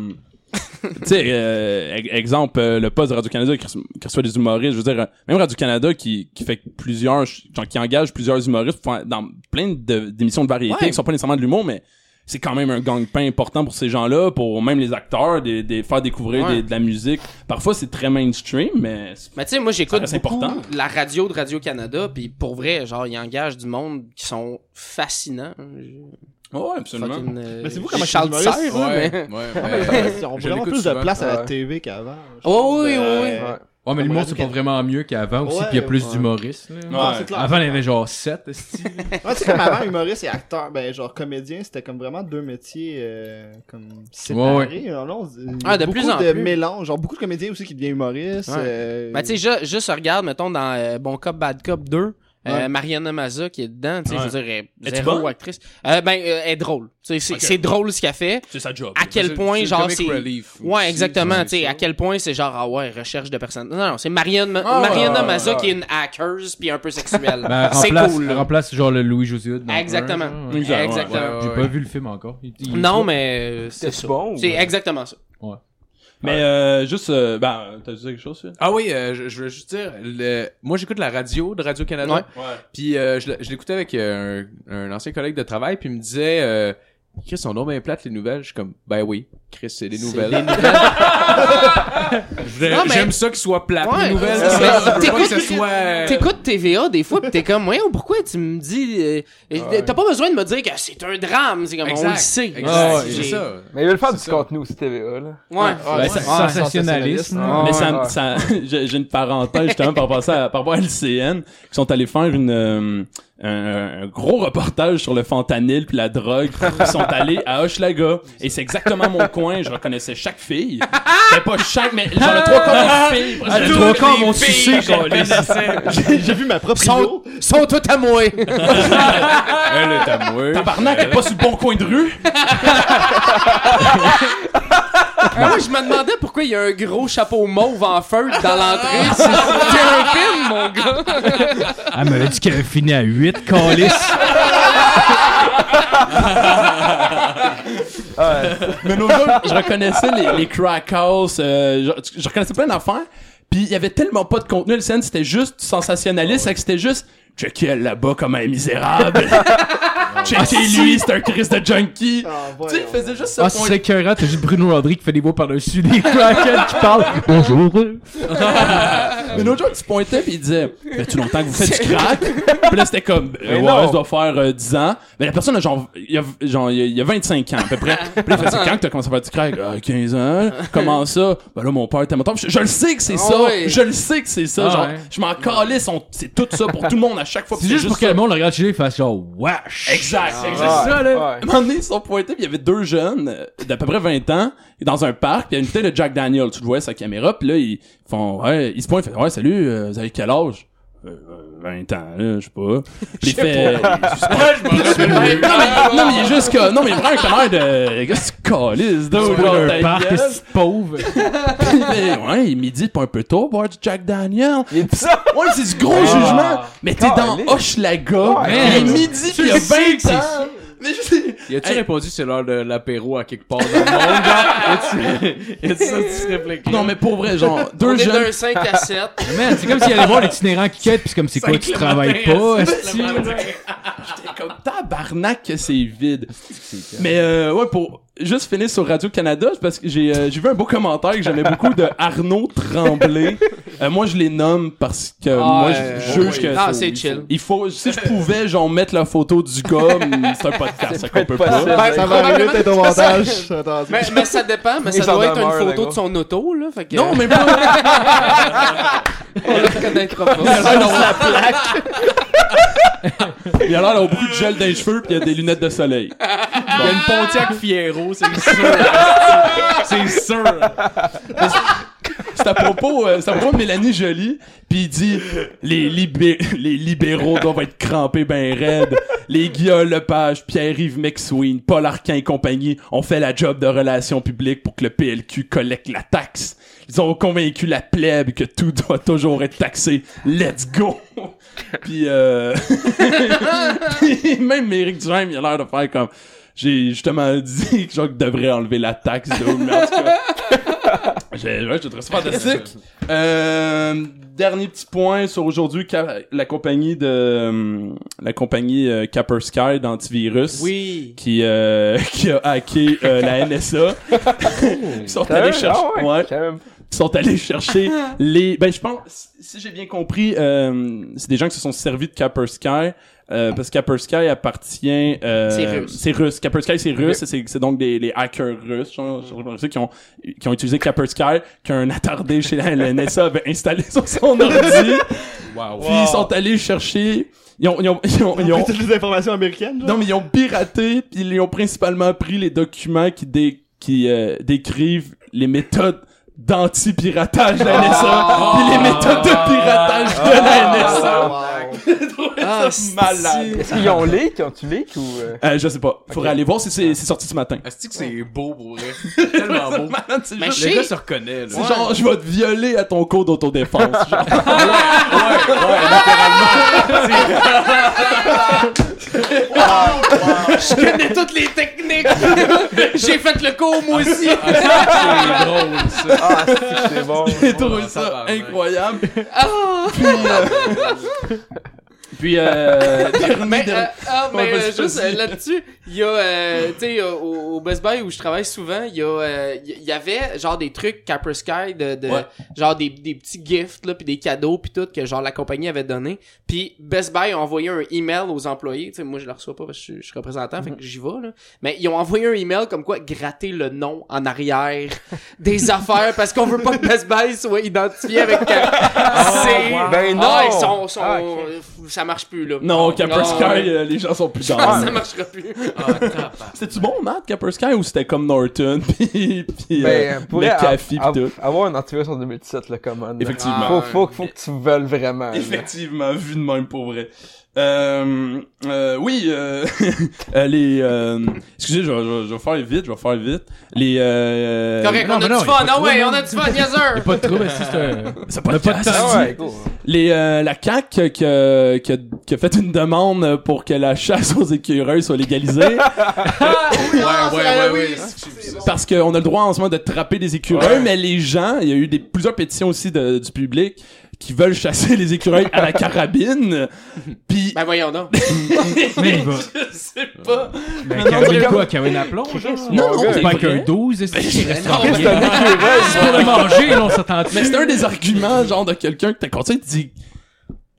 tu sais, euh, ex- exemple, euh, le poste de Radio-Canada qui, reço- qui reçoit des humoristes, je veux dire, euh, même Radio-Canada qui, qui fait plusieurs, ch- genre, qui engage plusieurs humoristes pour faire- dans plein de- d'émissions de, variété Ouais. qui sont pas nécessairement de l'humour, mais c'est quand même un gang-pain important pour ces gens-là, pour même les acteurs, des, des- faire découvrir Ouais. des- de la musique. Parfois, c'est très mainstream, mais c'est- Mais tu sais, moi j'écoute Ça reste beaucoup important. la radio de Radio Canada puis pour vrai, genre ils engagent du monde qui sont fascinants. ouais, absolument. Fucking, euh, Mais c'est vous comment Charles les humoristes- Serre, là, Ouais, mais- ouais, ouais. Ils ont Je vraiment l'écoute plus de souvent. place à la Ouais. TV qu'avant. je Oh, trouve. oui, oui, Euh, oui. Ouais, mais l'humour, c'est pas Ouais. vraiment mieux qu'avant aussi, Ouais, puis il y a plus ouais. d'humoristes. là. Non, Ouais. c'est clair. Avant, il y en avait genre 7. Ouais, c'est comme avant, humoriste et acteur, ben genre comédien, c'était comme vraiment deux métiers euh, comme séparés. Ouais, Non, non, c'est- il y a Ah, de beaucoup plus en de plus. mélange, genre beaucoup de comédiens aussi qui deviennent humoristes. Ouais. euh, Ben, tu sais, ju- juste regarde, mettons, dans euh, Bon Cop, Bad Cop 2, euh, Ouais. Mariana Maza qui est dedans, tu sais, Ouais. je veux dire, elle est Es-tu zéro bonne? actrice. Euh, ben, euh, elle est drôle. Tu sais, C'est Ok. c'est drôle ce qu'elle fait. C'est sa job. À quel point, genre, c'est... Ouais, exactement, tu sais, à quel point c'est genre, ah ouais, recherche de personnes. Non, non, c'est Marianne Ma- Ah ouais, Mariana ouais, ouais, Mazza ouais. qui est une hackeuse puis un peu sexuelle. Ben, c'est remplace, cool, elle là. remplace genre le Louis José. dans un, Exactement. genre, ouais. Exact, ouais, exactement. ouais, ouais. J'ai pas vu le film encore. Il- il- Non, mais euh, c'est C'est ça. bon. ou- C'est exactement ça. Mais euh, juste, euh, ben, t'as dit quelque chose, Phil? Ah oui, euh, je, je veux juste dire, le- moi j'écoute la radio de Radio-Canada, Ouais. puis euh, je, l'ai- je l'écoutais avec euh, un, un ancien collègue de travail, puis il me disait, euh, Chris, on nomme bien plate les nouvelles. Je suis comme, ben oui, Chris, c'est des nouvelles. Je- Non, mais- J'aime ça qu'il soit plate Ouais. les nouvelles, Ouais. mais je veux pas que T'écoutes- ce soit... euh, T'écoutes TVA des fois pis t'es comme voyons pourquoi tu me dis euh, euh, t'as pas besoin de me dire que c'est un drame c'est comme on le Exact, sait exact, Ouais, c'est Ah J'ai- ça. Mais ils veulent faire du ça. contenu aussi TVA, là. ouais, Ben, Ouais. c'est Ouais. sensationnaliste. Ah là. Ah, Mais Ouais, ça, ouais. ça- j'ai j'ai une parenthèse justement par rapport à, ça- par rapport à LCN, qui sont allés faire une, euh, un, un gros reportage sur le fentanyl puis la drogue. Ils sont allés à Hochelaga. Et c'est exactement mon coin. Je reconnaissais chaque fille. Mais pas chaque, mais genre le trois quarts des filles. Ah, les trois quarts m'ont sucé, câlisse. j'ai j'ai vu ma propre vidéo. sont tous à moi Elle est amoureuse. Tabarnak, t'es pas sur le bon coin de rue. moi Ah je me demandais pourquoi il y a un gros chapeau mauve en feu dans l'entrée c'est c'est un film mon gars Ah, mais dit qu'elle avait fini à 8, Calis. Mais nos gars, je reconnaissais les, les crack house, euh, je, je reconnaissais plein d'affaires. Puis il y avait tellement pas de contenu, le scène, c'était juste sensationnaliste, Ah fait que c'était juste checker elle là-bas comme un misérable. Ah, Checker lui, c'est un Christ de junkie. Ah, Tu sais, voyons. il faisait juste ce Ah, point. c'est écœurant, t'as juste Bruno Rodrigue qui fait des voix par-dessus des crackheads qui parlent. Bonjour. Mais l'autre jour, il se pointait puis il disait Mais tu longtemps que vous faites du crack Puis là, c'était comme euh, Ouais, non. ça doit faire euh, 10 ans. Mais la personne, a genre, il y a, genre, il y a- il y a 25 ans à peu près. Puis là, il fait C'est quand que t'as commencé à faire du crack Ah, 15 ans. Comment ça Ben là, mon père était moteur. Je, je le sais que c'est ça. ouais. Je le sais que c'est ça. Ah, genre, ouais. je m'en calisse. on- C'est tout ça pour tout le monde à chaque fois. C'est Puis juste pour que ça. le monde le regarde chez lui et fasse genre, wesh. Exact, Ah exact. Ouais, Ah, ça, là. ouais. À un moment donné, ils se sont pointés, puis il y avait deux jeunes euh, d'à peu près 20 ans dans un parc, puis il y a une bouteille de Jack Daniel, tu le voyais sa caméra, puis là ils font ouais, ils se pointent, ils font ouais, salut, euh, vous avez quel âge Euh, euh, 20 ans, là, je sais pas. Puis il fait non, mais il est juste que non, mais vraiment un connard de qu'est-ce que tu calisses C'est d'autre pour genre, un ta parc, gueule? c'est pauvre. Puis il fait, ouais, il midi c'est pas un peu tôt boire du Jack Daniel. Il dit ça. Ouais, mais c'est du gros jugement. Mais t'es dans Caliste. Hochelaga, Ouais, il est ouais. midi puis il y a 20 ans. Mais je sais- Y a-tu Hey. répondu c'est l'heure de l'apéro à quelque part dans le monde, genre? Y a-tu- Y a-tu ça qui se réfléchit? Non, mais pour vrai, genre, deux on est jeunes. d'un 5 à 7 Man, c'est comme s'il allait voir l'itinérant qui quête, pis c'est comme c'est quoi, Cinq tu le travailles matin, pas, cinq le esti? matin. J'étais comme tabarnak que c'est vide. Mais euh, ouais, pour juste finir sur Radio-Canada, c'est parce que j'ai euh, j'ai vu un beau commentaire que j'aimais beaucoup de Arnaud Tremblay. Euh, moi, je les nomme parce que moi, euh, je juge oui. que... Ah, c'est chill. Il faut, si je pouvais, genre, mettre la photo du gars, mais c'est un podcast, ça qu'on peut pas. possible. Ça va arriver peut-être au montage. Attention. Mais, mais ça dépend, mais Il ça s'en doit être demeure, une le photo gars. de son auto, là. Fait que, Non, mais pas... on le reconnaîtra pas. Il a l'air d'avoir beaucoup de gel dans les cheveux pis il a des lunettes de soleil. Il y a une Pontiac Fiero, c'est sûr. c'est sûr. C'est à propos, euh, c'est à propos de Mélanie Jolie pis il dit les, libé- les libéraux doivent être crampés ben raides. Les Guillaume Lepage, Pierre-Yves McSween, Paul Arquin et compagnie ont fait la job de relations publiques pour que le PLQ collecte la taxe. Ils ont convaincu la plèbe que tout doit toujours être taxé. Let's go! Puis, euh... Puis même Éric Duhem, il a l'air de faire comme... J'ai justement dit que Jacques devrait enlever la taxe. de- Mais en tout cas, j'ai- ouais, je trouve ça fantastique. Euh, dernier petit point sur aujourd'hui, ca- la compagnie de... euh, La compagnie euh, Capper Sky d'antivirus. Oui. Qui, euh, qui a hacké euh, la NSA. Ils sont allés chercher... ouais quand Ah, même. sont allés chercher les ben je pense si j'ai bien compris euh, c'est des gens qui se sont servis de Capper Sky euh, parce que Capper Sky appartient euh, C'est russe. c'est russe Capper Sky c'est russe et c'est c'est donc des les hackers russes genre, genre, ceux qui ont qui ont utilisé Capper Sky qu'un attardé chez la la NSA avait installé sur son ordi Wow. puis ils sont allés chercher ils ont ils ont ils ont, ils ont- toutes les informations américaines. genre. non, mais ils ont piraté, puis ils ont principalement pris les documents qui, dé- qui euh, décrivent les méthodes d'anti-piratage de la NSA, puis les méthodes de piratage de la NSA. Ah, Malade. Est-ce qu'ils ont leak? Ont-tu leak ou... euh? Euh, je sais pas. Faudrait aller voir si c'est c'est sorti ce matin. Est-ce que c'est beau pour vrai? C'est tellement beau. Malade, c'est Mais juste- chez- Le gars se reconnaît, là. c'est genre, je vais te violer à ton cours d'autodéfense. genre. je connais toutes les techniques. J'ai fait le cours, moi aussi. C'est drôle, ça. Ah, c'est que c'est bon. J'ai trouvé Ouais, ça tabarnak. incroyable. Ah. Puis, euh, puis euh, mais, dernier- euh, ah, Ouais, mais euh, vas-y, juste vas-y. euh, là-dessus, il y a, euh, tu sais, au, au Best Buy où je travaille souvent, il y a, euh, il y- il y avait genre des trucs Capper Sky de, de- Ouais. genre des, des petits gifts là, puis des cadeaux puis tout que genre la compagnie avait donné. Puis Best Buy a envoyé un email aux employés, tu sais, moi je le reçois pas parce que je, suis- je suis représentant, fait que j'y vais là. Mais ils ont envoyé un email comme quoi gratter le nom en arrière des affaires parce qu'on veut pas que Best Buy soit identifié avec. Ah, C'est- wow. Ben non. Ah, ils sont, sont- Ah, ok. ça marche plus là. non, Capper Non. Sky, euh, les gens sont plus dans. Ah, ça marchera plus. C'était-tu bon, Matt, Capper Sky, ou c'était comme Norton, pis, pis, euh, Ben, pourrait McAfee, pis tout? avoir un antivirus en 2017, le commande. Effectivement. Faut, faut, faut que tu veules Ah, vraiment. là. Effectivement, vu de même pour vrai. Euh, euh, oui, euh, euh, les... Euh, excusez, je, vais- je, vais- je vais faire vite, je vais faire vite. Les... Euh, Correct, non, on a mais du non, y a fun. pas de Ah ouais, problème. on a du fun, niaiseur. Pas de trouble, si c'est un... c'est on a pas de podcast. Ah ouais, cool. Les, euh, la CAQ qui a, qui, a, qui a fait une demande pour que la chasse aux écureuils soit légalisée. Ah, Ouais, c'est- ouais, ouais, oui, ouais. c'est- c'est- parce qu'on a le droit en ce moment de trapper des écureuils, mais les gens, il y a eu des, plusieurs pétitions aussi de- du public qui veulent chasser les écureuils à la carabine. Puis Ben voyons donc. Mais il va. je sais pas. Mais non, Kawin c'est- quoi? Kawin à plomb? genre? Non, non, hein? C'est c'est pas vrai. qu'un 12, est-ce que c'est Non, mais- C'est pour le manger, là, on s'entend-tu? Mais c'était un des arguments genre de quelqu'un que t'as content, il dit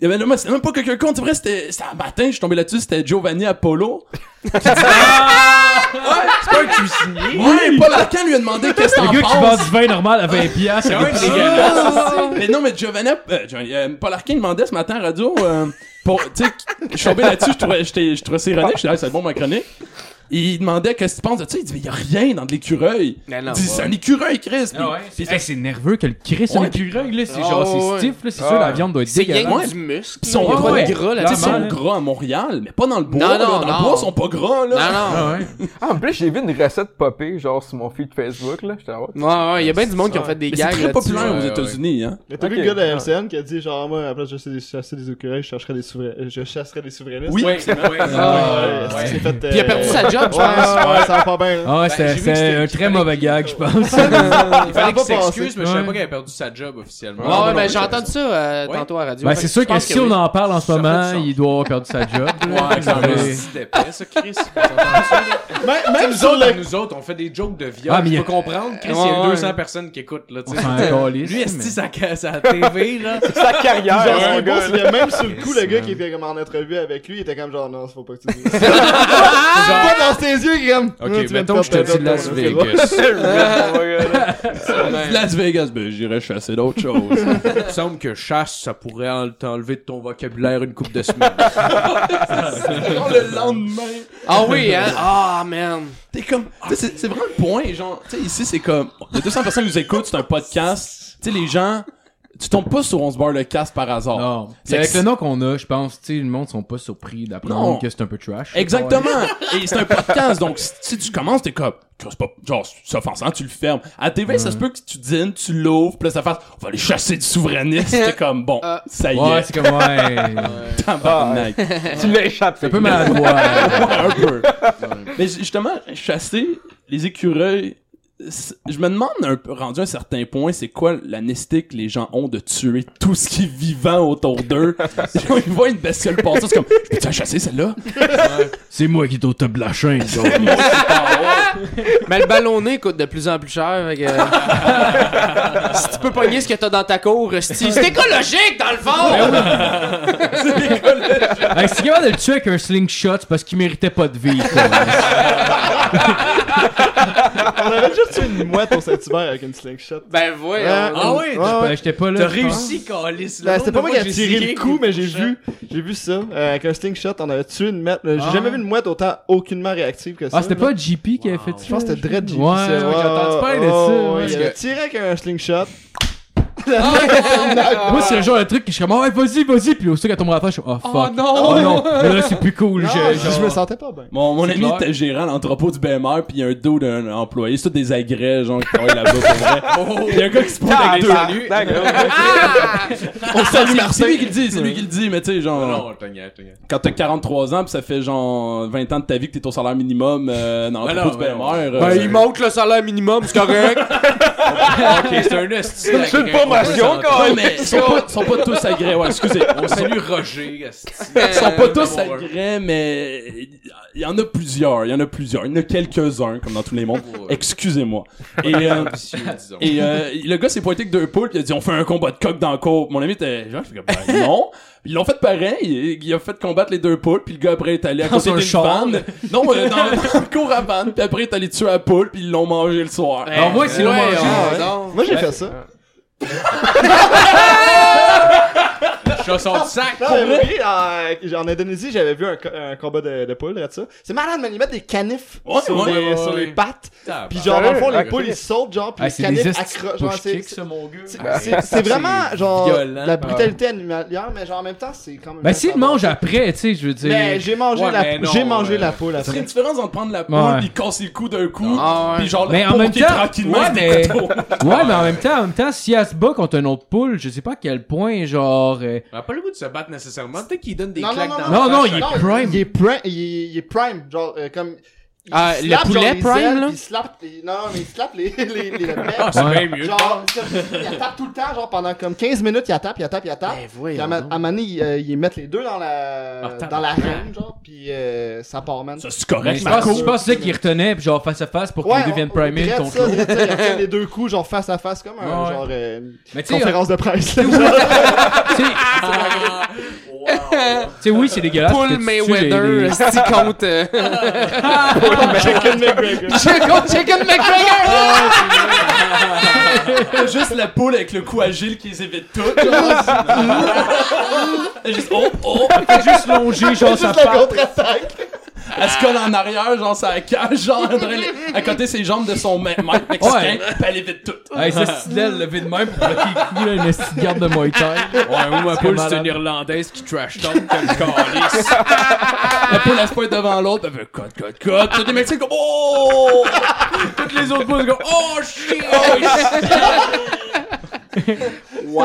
il y avait moi, c'était même pas quelqu'un con, c'est vrai, c'était c'était un matin, je suis tombé là-dessus, c'était Giovanni Apollo. Ah! ouais, c'est pas un cuisinier. Ouais, Paul Arcand lui a demandé qu'est-ce que t'en Le gars qui penses. vend du vin normal à 20 piastres, avec des gars. mais non, mais Giovanna, euh, Giovanni- euh, Paul Arquin demandait ce matin à radio, euh, pour, tu sais, je suis tombé là-dessus, je trouvais, j'étais- je trouvais ça ironique, je suis là, c'est bon ma chronique. Il demandait qu'est-ce que tu penses de ça, il dit, mais y a rien dans de l'écureuil. Mais Il non, dit, ouais. c'est un écureuil, Chris. Ah ouais, c'est- Hey, c'est nerveux que le Chris un Ouais. écureuil, là. C'est Ah genre, c'est ouais. stiff, là. C'est Ah sûr, la ouais. viande doit être C'est rien dégueulasse. que du muscle. Pis ils sont Il y a pas ouais. de gras Tu sais, ils là-dessus. sont Clairement. gras à Montréal, mais pas dans le bois. Non, là. non, dans le non. bois, ils sont pas gras, là. Non, Ah ouais. Ah, en plus, j'ai vu une recette popée, genre, sur mon feed Facebook, là. J'étais là, ouais. non. Ouais, ouais, il y a bien du monde qui ont fait des Mais c'est gags euh. très là-dessus. populaire aux ouais, États-Unis, hein. Mais t'as vu Ok. le gars de RCN qui a dit genre moi après je chasser des, chasser des écureuils, je chercherais des souverains, je chasserais des souverainistes. Oui. Ah, ouais, c'est- c'est fait. Puis il a perdu sa job, je Ouais, pense. ouais, ça va pas bien. là. Ah, ouais, Ben, c'était- j'ai vu que c'était c'était- un très mauvais gag, je pense. Il Ça a fallait pas qu'il s'excuse, passé. mais je savais Ouais. pas qu'elle avait perdu sa job officiellement. Ah, Ouais, ouais, mais j'ai entendu ça euh, Ouais. tantôt à la radio. Ben, Fait c'est sûr je que pense si on oui. en parle en ce Ça fait du moment, sens. il doit avoir perdu sa job. Ouais, c'est un Mais- petit d'épais, ça, Chris. On entend ça, là. Ah. Même, Même même nous sur autres, à le nous autres, on fait des jokes de viol. Ah, Ah, mais mais il y a- faut comprendre, Chris, Ouais, il y a ouais. 200 personnes qui écoutent, là, tu On s'en calisse, Lui, est-ce mais- sa ca- sa TV, là? Sa carrière, Genre, mon ce qui est beau, gars, c'est que même sur le coup, le gars man. qui était comme en entrevue avec lui, il était comme genre, non, faut pas que tu dises. C'est pas dans ses yeux, il est comme. Ah, tu viens Ok, de mettons que je te perdre ta dis job, Las c'est bon. Vegas. Las Vegas, ben j'irais chasser d'autres choses. Il me semble que chasse, ça pourrait en- t'enlever de ton vocabulaire une coupe de semaines. le lendemain. Ah oui, hein? Ah, man. T'es comme, tu sais, c'est c'est vraiment le point, genre, tu sais, ici, c'est comme, il y a 200 personnes qui nous écoutent, c'est un podcast, tu sais, les gens, tu tombes pas sur On se barre le casque par hasard. Non. C'est avec que- le nom qu'on a, je pense, tu sais, le monde sont pas surpris Non. d'apprendre que c'est un peu trash. Exactement. Et c'est un podcast, donc si- si tu commences, t'es comme, c'est pas, genre, c'est offensant, tu le fermes. À la TV, ça se peut que tu dînes, tu l'ouvres, puis là, ça fasse, on va aller chasser du souverainiste. T'es comme, bon, Ah. ça y est, Ouais, c'est comme, ouais. tabarnak. tu l'as échappé. C'est un peu maladroit. Ouais, un peu. Mais ju- justement, chasser les écureuils, c'est- je me demande un peu, rendu à un certain point, c'est quoi la nécessité que les gens ont de tuer tout ce qui est vivant autour d'eux. Genre, Ils voient une bestiole passer, c'est comme, je peux-tu la chasser celle-là? C'est moi qui est au top de la chaîne, donc. Mais le ballonné coûte de plus en plus cher. fait que- si tu peux pogner ce que t'as dans ta cour, c'est c'est écologique dans le Ben fond! Hey, si capable de le tuer avec un slingshot, c'est parce qu'il méritait pas de vivre. quoi. On avait déjà tué une mouette au Saint-Hubert avec une slingshot. Ben voyons. ah ouais, t'as- ouais. Ben, J'étais pas là. t'as je pense. réussi, Calis. Ben, c'était pas moi qui a tiré le coup, mais j'ai vu, j'ai vu ça, euh, avec un slingshot, on avait tué une mouette, euh, j'ai Ah. jamais vu une mouette autant aucunement réactive que ça. Ah, c'était là. pas JP qui avait fait ça. Je pense que c'était Dread Ouais, J'ai ouais, vu ça. j'ai entendu parler de ouais, ça, ouais, ouais. Il avait tiré avec un slingshot. Moi, c'est le genre de truc que je suis comme, Ah, ouais, vas-y, vas-y, puis aussitôt qu'elle tombera à terre, je suis, oh fuck. Oh non! Oh non! Mais là, c'est plus cool, Non, je- je genre- me sentais pas bien. Mon, mon ami clair. était gérant à l'entrepôt du BMR, puis il y a un dos d'un employé, c'est tous des agrès, genre, qui travaillent là-bas, pour vrai. Il y a un gars qui se pointe avec deux Ah, lui. d'accord. Ah, On salue Martin. C'est lui qui le dit, c'est lui qui le dit, mais tu sais, genre... Non, Ah, t'inquiète, t'inquiète. quand t'as 43 ans pis ça fait genre 20 ans de ta vie que t'es au salaire minimum euh, dans Ben l'entrepôt non, du ben BMR euh, Ben, il monte le salaire minimum, c'est correct. Ah, Ok, c'est un esti. C'est une promotion, quand Oh, Ouais, même. mais ils sont pas, ils sont pas tous agrés, ouais, excusez. On salue Roger, esti. Euh, Ils sont pas tous Amoureux. agrés, mais il y en a plusieurs, il y en a plusieurs, il y en a quelques-uns, comme dans tous les mondes. Ouais. Excusez-moi. Et, euh, Ambitieux, disons. et euh, le gars s'est pointé avec deux poules, pis il a dit on fait un combat de coq dans le cours. Mon ami était genre, je fais comme, ben, non. Ils l'ont fait pareil, il a fait combattre les deux poules, puis le gars après est allé à côté Oh, un d'une char. vanne. Non, euh, dans, dans le cours à vanne, puis après il est allé tuer la poule, puis ils l'ont mangé le soir. Eh, Alors, moi, c'est le Ouais, manger. ah, Ouais. non. Moi, j'ai fait ça. Chasson de sac. Non, mais oui, euh, en Indonésie, j'avais vu un, co- un combat de, de poules, là, ça. C'est malade, mais ils mettent des canifs Ouais, sur, ouais, les, ouais, sur ouais. les pattes. Tabarnak. Puis genre, dans le fond, les Sérieux? poules, ils sautent, genre, puis Ah, les c'est des canifs estis accrochent. genre, push c'est- kicks, ça, mon gars. c'est- c'est- C'est vraiment, genre, violent. Ah. la brutalité animalière, mais genre, en même temps, c'est quand même... Ben, s'il mange après, tu sais, je veux dire. Mais j'ai mangé Ouais, mais la, non, j'ai mangé euh, la poule Ça serait après. une différence entre prendre la poule Ouais. pis casser le cou d'un coup, Ah ouais. pis genre Mais la en même poquer temps- tranquillement Ouais, avec mais- des couteaux. Ouais, mais en même temps, en même temps, si elle se bat contre un autre poule, je sais pas à quel point, genre. euh, On a pas le goût de se battre nécessairement. Peut-être qu'il donne des Non, non, claques non, dans Non, le non, face. il est prime. Il est prime, il est, il est prime, genre, euh, comme... il Ah, le slappe, poulet genre, les prime, ailes, là? puis Il slappe, les- non, mais il slappe les, les, les becs. Ah, c'est Ouais. bien mieux. Genre, il attaque tout le temps, genre pendant comme 15 minutes, il attaque, il attaque, il attaque. Ben, Puis voyons à, ma- à donc. un moment donné, ils, euh, ils mettent les deux dans Ah, la, tabarnak. dans la reine, genre, puis euh, ça part, man. Ça, c'est ben, correct, je Marco. pense, je pense que c'est ça qu'il retenait, puis genre face à face pour qu'ils deviennent on- on primés dirait contre ça, l'autre. dirait ça, il retient les deux coups, genre face à face, comme un, Ouais. genre, euh, une Mais tu sais, euh, conférence de presse. tu sais, Ah. tu sais, oui, c'est dégueulasse. parce que Paul tu tues les- les- Mayweather, c'est compte. euh, Chicken McGregor. contre Chicken McGregor! juste la poule avec le cou agile qui les évite toutes. genre. juste, oh, oh, juste longer, genre, ça Juste la part. contre-attaque. elle se colle en arrière, genre, ça cage, genre, en train de- à côté ses jambes de son mec mexicain, Ouais. pis elle évite toutes. Hey, ça, c'est de levé de même pour bloquer le cou, là, une petite garde de Muay Thai. Ouais, ou ma poule, c'est malade. une Irlandaise qui trash talk comme Calis. La poule, elle se pointe devant l'autre, elle fait cut, cut, cut. Tous les mexicains comme, oh! Toutes les autres poules, comme, oh shit! Wow!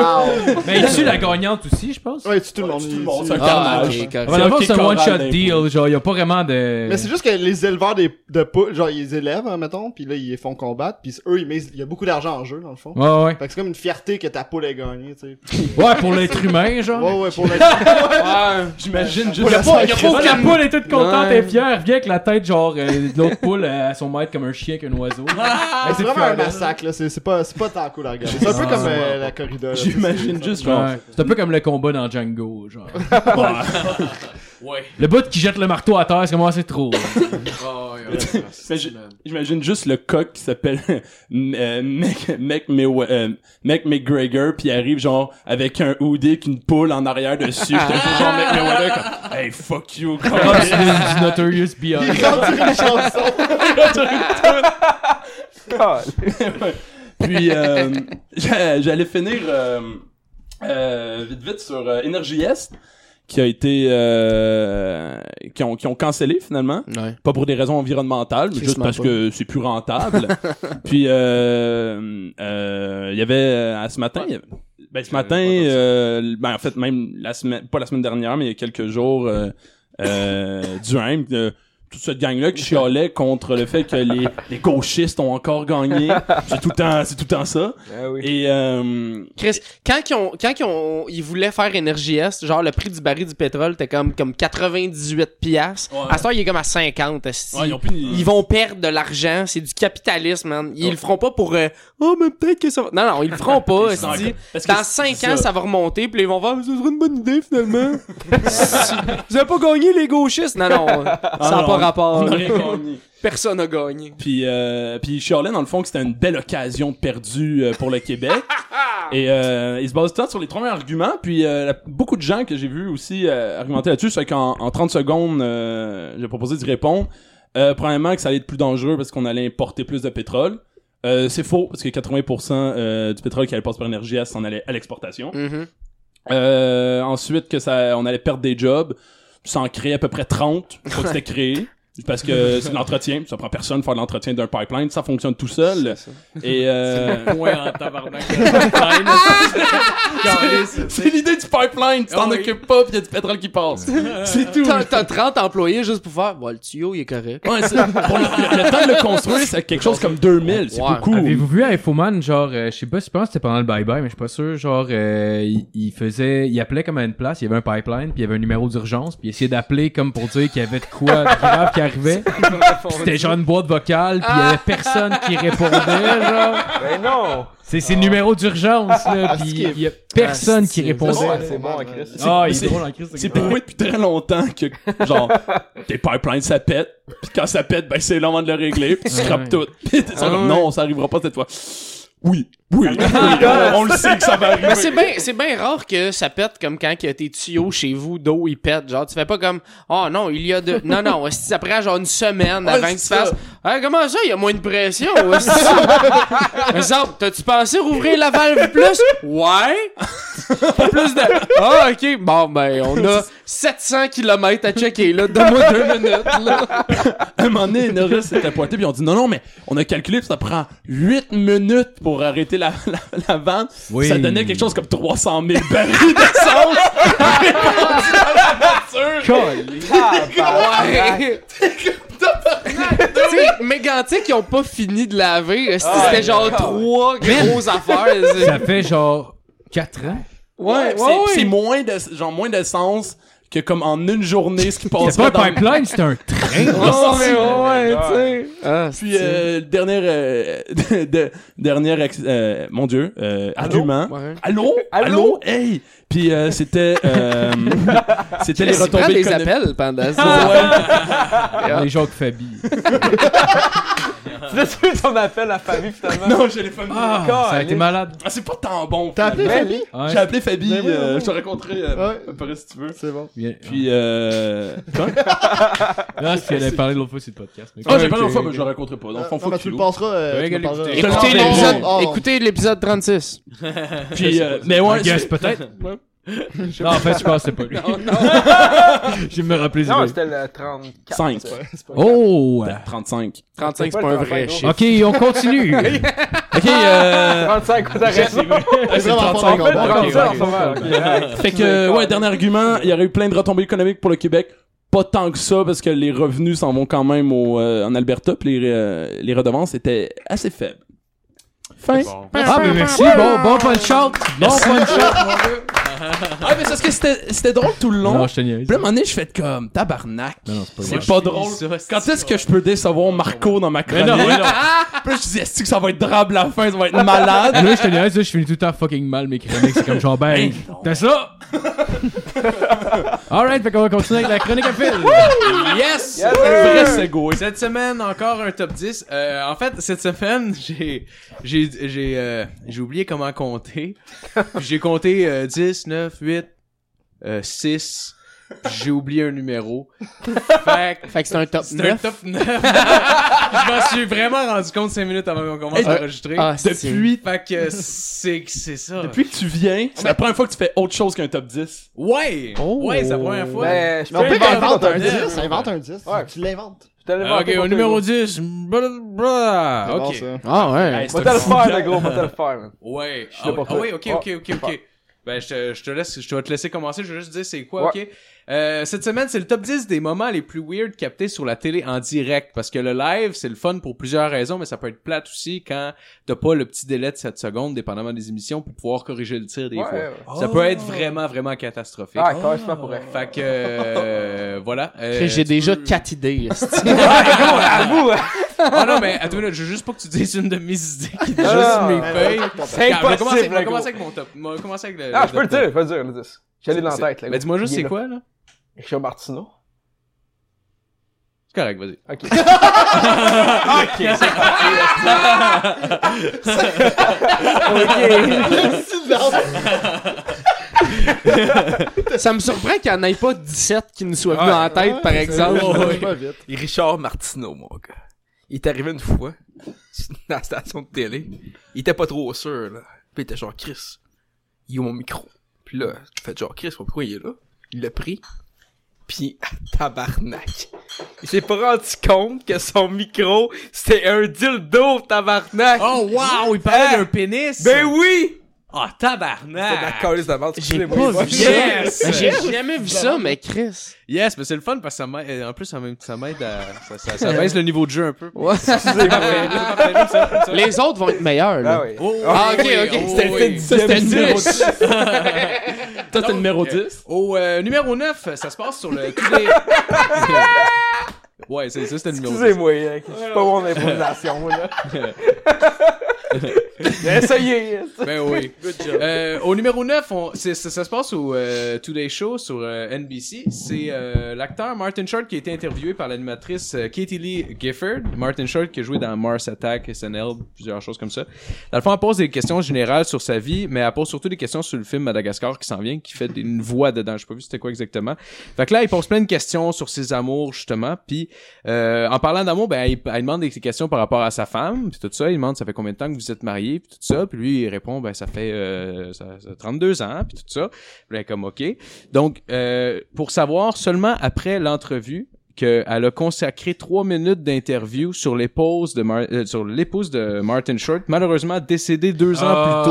Mais il tue la gagnante aussi, je pense. Ouais, tu tout le monde. tout le monde, tu- c'est un Ah, carnage. ok, correct. Ouais, dans le fond, C'est c'est un un kick one-shot oral d'impôt. deal. Genre, y a pas vraiment de. Mais c'est juste que les éleveurs des, de poules, genre, ils les élèvent, hein, mettons, puis là, ils les font combattre, puis eux, ils misent, il y a beaucoup d'argent en jeu, dans le fond. Ouais, ouais. Fait que c'est comme une fierté que ta poule ait gagné, tu sais. Ouais, pour l'être humain, genre. Ouais, ouais, pour la... J'imagine juste. Pour la pas- y a pas Oh, la aucun- poule est toute contente Ouais. et fière, vient avec la tête, genre, euh, de l'autre poule euh, à son maître comme un chien qu'un oiseau. c'est vraiment un massacre, là. C'est c'est pas, c'est pas tant cool à regarder. C'est un peu Ah, comme ouais. euh, la corrida. là. J'imagine juste genre. Ouais. C'est un peu comme le combat dans Django, genre. Ouais. Le bout qui jette le marteau à terre, c'est comment c'est trop. Ah Oh, ouais, Mais je- J'imagine juste le coq qui s'appelle euh, Mec Mec Mewe- euh, Mec McGregor puis il arrive genre avec un hoodie avec une poule en arrière dessus. J'étais un peu genre Mec Mayweather comme hey fuck you gros. Ah, C'est du Notorious B.I. Il chante sur une chanson. Puis euh, j'a- j'allais finir euh, euh, vite vite sur euh, Energy Est qui a été euh, qui ont qui ont cancellé finalement. Ouais. pas pour des raisons environnementales, mais juste Tristement parce pas. que c'est plus rentable. Puis euh, euh, il y avait euh, ce matin, il y avait- ben, ce matin, euh, ben en fait même la semaine, pas la semaine dernière, mais il y a quelques jours, euh, euh, Duhaime, euh, toute cette gang-là qui chialait contre le fait que les, les gauchistes ont encore gagné. C'est tout le temps, c'est tout le temps ça. Ah oui. Et euh, Chris, quand ils ont, quand ils ont, ils voulaient faire énergie Est, genre le prix du baril du pétrole était comme, comme 98 piastres. Ouais. À ce temps, il est comme à 50. esti. ouais, ils ont plus une- Ils vont perdre de l'argent, c'est du capitalisme, man. Ils le feront pas pour euh, oh mais peut-être que ça va. Non non, ils le feront pas. Ils sont esti. encore- parce que Dans 5 c'est ans, ça va remonter, puis ils vont voir, ce serait une bonne idée finalement. Vous avez pas gagné les gauchistes Non Ah non, ça n'a non, pas on- rapport. on aurait gagné. Personne n'a gagné. Puis, euh, puis Charlet, dans le fond, que c'était une belle occasion de perdue euh, pour le Québec. et euh, il se base tout le temps sur les trois meilleurs arguments. Puis euh, la- beaucoup de gens que j'ai vu aussi euh, argumenter là-dessus, c'est qu'en en 30 secondes, euh, j'ai proposé d'y répondre. Euh, premièrement, que ça allait être plus dangereux parce qu'on allait importer plus de pétrole. Euh, c'est faux, parce que 80% euh, du pétrole qui allait passer par l'énergie, elle s'en allait à l'exportation. Mhm. Euh, ensuite que ça on allait perdre des jobs, s'en créer à peu près 30, je crois que c'était créé parce que c'est de l'entretien, ça prend personne de faire de l'entretien d'un pipeline, ça fonctionne tout seul et euh, ouais, en tabarnak. c'est l'idée du pipeline, tu t'en Oui. occupes pas, puis il y a du pétrole qui passe. c'est tout. Euh, T'as t'as 30 employés juste pour faire, bon, le tuyau il est correct. Ouais, c'est- pour le, le temps de le construire, c'est quelque chose comme 2000, c'est Ouais. beaucoup. Avez-vous vu à Infoman, genre, euh, je sais pas si je pense que c'était pendant le bye-bye, mais je suis pas sûr, genre, euh, il, il faisait, il appelait comme à une place, il y avait un pipeline, puis il y avait un numéro d'urgence, puis il essayait d'appeler comme pour dire qu'il y avait de quoi de grave qui arrivait. Puis C'était genre une boîte vocale, puis il y avait Ah. personne qui répondait, genre. Ben non! C'est ses numéros d'urgence, Ah, là, puis il y a personne qui c'est- répondait. Ouais, c'est bon, hein, Chris. Ah, il c'est- est drôle en crise, ce C'est gars. prouvé depuis très longtemps que, genre, tes pipelines, ça pète. Puis quand ça pète, ben, c'est le moment de le régler. Puis tu scrapes tout. Puis t'es genre comme, non, ça arrivera pas cette fois. Oui, oui, oui, on, on le sait que ça va arriver. Mais c'est bien c'est bien rare que ça pète comme quand que tes tuyaux chez vous d'eau ils pètent genre tu fais pas comme oh non il y a de non non esti, ça prend genre une semaine avant que tu c'est ça. fasses Hein, comment ça il y a moins de pression esti? Mais ça t'as-tu pensé rouvrir la valve plus ouais plus de ah ok bon ben on a 700 km à checker là donne-moi deux minutes là un moment donné, Norris s'était pointé, puis on dit, non, non, mais on a calculé, puis ça prend 8 minutes pour arrêter la, la, la vente. Oui. Ça donnait quelque chose comme 300 000 barils d'essence. J'ai répondu dans la voiture. Ah, ben Ouais. Tu sais, Mégantic, ils ont pas fini de laver. esti, C'était genre trois grosses affaires. esti. Ça fait genre 4 ans. Ouais, c'est- c'est moins de, genre, moins d'essence que comme en une journée, ce qui passe C'est pas un pipeline, c'est un train. Oh, mais ouais, tu sais. Puis euh, dernière euh, de- de- dernière ex- euh, mon dieu euh, argument Ouais. allô allô hey puis euh, c'était euh, c'était les Ah! Tu prends retombées des économiques appels pendant ça. Ouais. Les gens que Fabi. Tu l'as tué ton appel à Fabi, finalement. non je l'ai pas mis. Ah, Encore, ça a été les- malade. Ah, c'est pas tant bon T'as appelé finalement. Fabi? Ouais. j'ai appelé Fabi Ben oui, euh, oui, oui. je te raconterai euh, Ouais. après si tu veux C'est bon. Bien. puis euh... quoi? Ah, si elle avait parlé l'autre fois, c'est le podcast. mais- ah j'ai pas Ok, l'autre fois ok. mais je le raconterai pas donc Non, faut mais que Ah, tu tu le loues. passeras. euh, Ouais, tu me gars, parleras. l'écoutez. Je te Écoutez l'enverrai. l'épisode, Oh, oh. écoutez l'épisode 36. puis euh, mais Ouais, ouais guess, peut-être. Non, en fait, je pense que c'est pas lui. Oh, non. Je me rappelle. Non, c'était le 34. 5. C'est pas- Oh! 35. 35, c'est pas pas un le vrai travail, non. chiffre. Ok, on continue. Ok, euh... 35, on t'arrête. Ah, C'est vraiment pas On fait le un combat. 35 en ce moment. ok. Fait que, euh, ouais, dernier argument, il y aurait eu plein de retombées économiques pour le Québec. Pas tant que ça, parce que les revenus s'en vont quand même au, euh, en Alberta, puis les, euh, les redevances étaient assez faibles. Fin. Ah, ben merci, bon, bon punch out. Bon punch out. Ah, mais c'est parce que c'était c'était drôle tout le long. Non, je te niaise. Puis là, à un moment donné, je fais comme tabarnak. Non, non, c'est pas vrai. C'est pas drôle. Quand est-ce que je peux décevoir Marco dans ma chronique? Puis là, je dis, est-ce que ça va être drôle la fin? Ça va être malade? Là, je te niaise, là, je finis tout le temps fucking mal mes chroniques. C'est comme genre, ben, t'as ça? Alright, fait qu'on va continuer avec la chronique à fil. Yes! Yes, Vrai sir. segway. Cette semaine, encore un top 10. Euh, en fait, cette semaine, j'ai j'ai j'ai euh, j'ai oublié comment compter. Puis J'ai compté euh, 10, 9, 8, euh, 6. Puis J'ai oublié un numéro. Fait que Fait que c'est un top c'est un 9. top 9. Je m'en suis vraiment rendu compte 5 minutes avant qu'on commence à Euh, enregistrer. ah, c'est- Depuis, fait que c'est que c'est ça. Depuis que tu viens, c'est la première fois que tu fais autre chose qu'un top 10. Ouais! Oh. Ouais, c'est la première fois. Ben, je Mais on peut peux inventer inventer un ton 10. 10, invente un 10. Ouais. Tu l'inventes. Je te l'ai inventé Ah, ok, pour au toi, numéro gros. 10. C'est Blablabla. bon, Ok. ça. Ah ouais. Hey, c'est Va un te le fou faire, plan. le gros, va te le faire. man. Ouais. là Ah, ouais. pour Ah ça. ouais, ok, Ah, ok, ok, ok. Ben, je te, je te laisse, je vais te laisser commencer, je vais juste dire c'est quoi, Ouais. ok? Euh, cette semaine, c'est le top 10 des moments les plus weird captés sur la télé en direct. Parce que le live, c'est le fun pour plusieurs raisons, mais ça peut être plate aussi quand t'as pas le petit délai de 7 secondes, dépendamment des émissions, pour pouvoir corriger le tir des Ouais, fois. ouais. Ça peut être vraiment, vraiment catastrophique. Ah, carrément pour elle. Fait que, euh, voilà. Euh, J'ai tu déjà peux- 4 idées. esti. Avoue, hein. Ah non, mais attends, une minute, je veux juste pas que tu dises une de mes idées qui est Non, déjà sur non, mes Ah, non, feuilles. C'est Regarde, on va commencer- impossible, On va le gros. commencer avec mon top. On va commencer avec le. Ah, le je peux le top top. dire, je peux le dire, le 10. J'allais dans la C'est- tête, là. Ben, dis-moi juste, Il est c'est là. quoi, là? Richard Martineau. C'est correct, vas-y. Ok. ça me surprend qu'il n'y en ait pas 17 qui nous soient venus en tête, par exemple. C'est pas vite. Et Richard Martineau, mon gars. Il est arrivé une fois, dans la station de télé. Il était pas trop sûr, là. Puis il était genre, Chris, il est mon micro. Puis là, tu fais genre, Chris, pourquoi il est là? Il l'a pris. Puis, tabarnak. Il s'est pas rendu compte que son micro, c'était un dildo, tabarnak. Oh, wow! Il parlait d'un pénis! ben oui! Oh, C'est de la tabarnak! calice de merde, Ah, J'ai excusez-moi. pas vu Yes! ça. J'ai jamais vu ça, mais Chris. Yes, mais c'est le fun parce que ça m'aide. En plus, ça m'aide ça m'aide à. Ça, ça, ça baisse le niveau de jeu un peu. Les autres vont être meilleurs, Ah là. oui. Ah, ok, ok. C'était le fait Ça, c'était le numéro numéro 10. Toi, t'es Donc, le numéro euh, 10. Au euh, numéro 9, ça se passe sur le. tous les- ouais, c'est ça, c'était le numéro 10. Excusez-moi, hein, que je suis pas bon en improvisation, moi, là. J'ai essayé. hein. Ben oui. Euh, au numéro 9, on, c'est- ça, ça se passe au euh, Today Show sur euh, NBC. C'est euh, l'acteur Martin Short qui a été interviewé par l'animatrice euh, Katie Lee Gifford. Martin Short qui a joué dans Mars Attack, SNL, plusieurs choses comme ça. Dans le fond, elle pose des questions générales sur sa vie, mais elle pose surtout des questions sur le film Madagascar qui s'en vient, qui fait une voix dedans. Je sais pas vu c'était quoi exactement. Fait que là, il pose plein de questions sur ses amours, justement. Puis, euh, en parlant d'amour, ben, il, elle demande des questions par rapport à sa femme, puis tout ça. Il demande, ça fait combien de temps que vous êtes mariés, puis tout ça. Puis lui, il répond, ben, ça fait euh, ça- ça- 32 ans, puis tout ça. Puis là, elle est comme, OK. Donc, euh, pour savoir, seulement après l'entrevue, qu'elle a consacré trois minutes d'interview sur l'épouse de Mar- euh, sur l'épouse de Martin Short, malheureusement décédée deux ans Ah. Ah. plus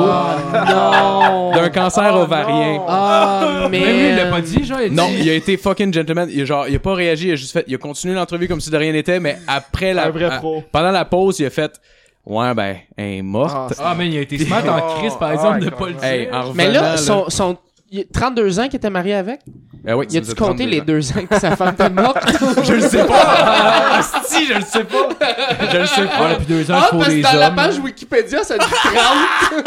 tôt Non! d'un cancer ovarien. Ah, mais. Même Oh, lui, il l'a pas dit, genre, il a dit- Non, il a été fucking gentleman. Il a genre, il a pas réagi, il a juste fait, il a continué l'entrevue comme si de rien n'était, mais après la, Ah. Un vrai à- pro. pendant la pause, il a fait, ouais ben, elle est Ah, morte. c'est- Ah, mais il a été smart en crise, par Ah, exemple, de ouais, pas le dire. Hey, en Mais revenant, là, son, son- il y a 32 ans qu'il était marié avec, Ah oui, il ça a-tu faisait 32 compté les ans. deux ans que sa femme était morte? Je le sais Ah, pas. si, je le sais pas. Je le sais Ah, pas. depuis deux ans, Ah, je parce fous que des dans la hommes. page Wikipédia, ça dit 30.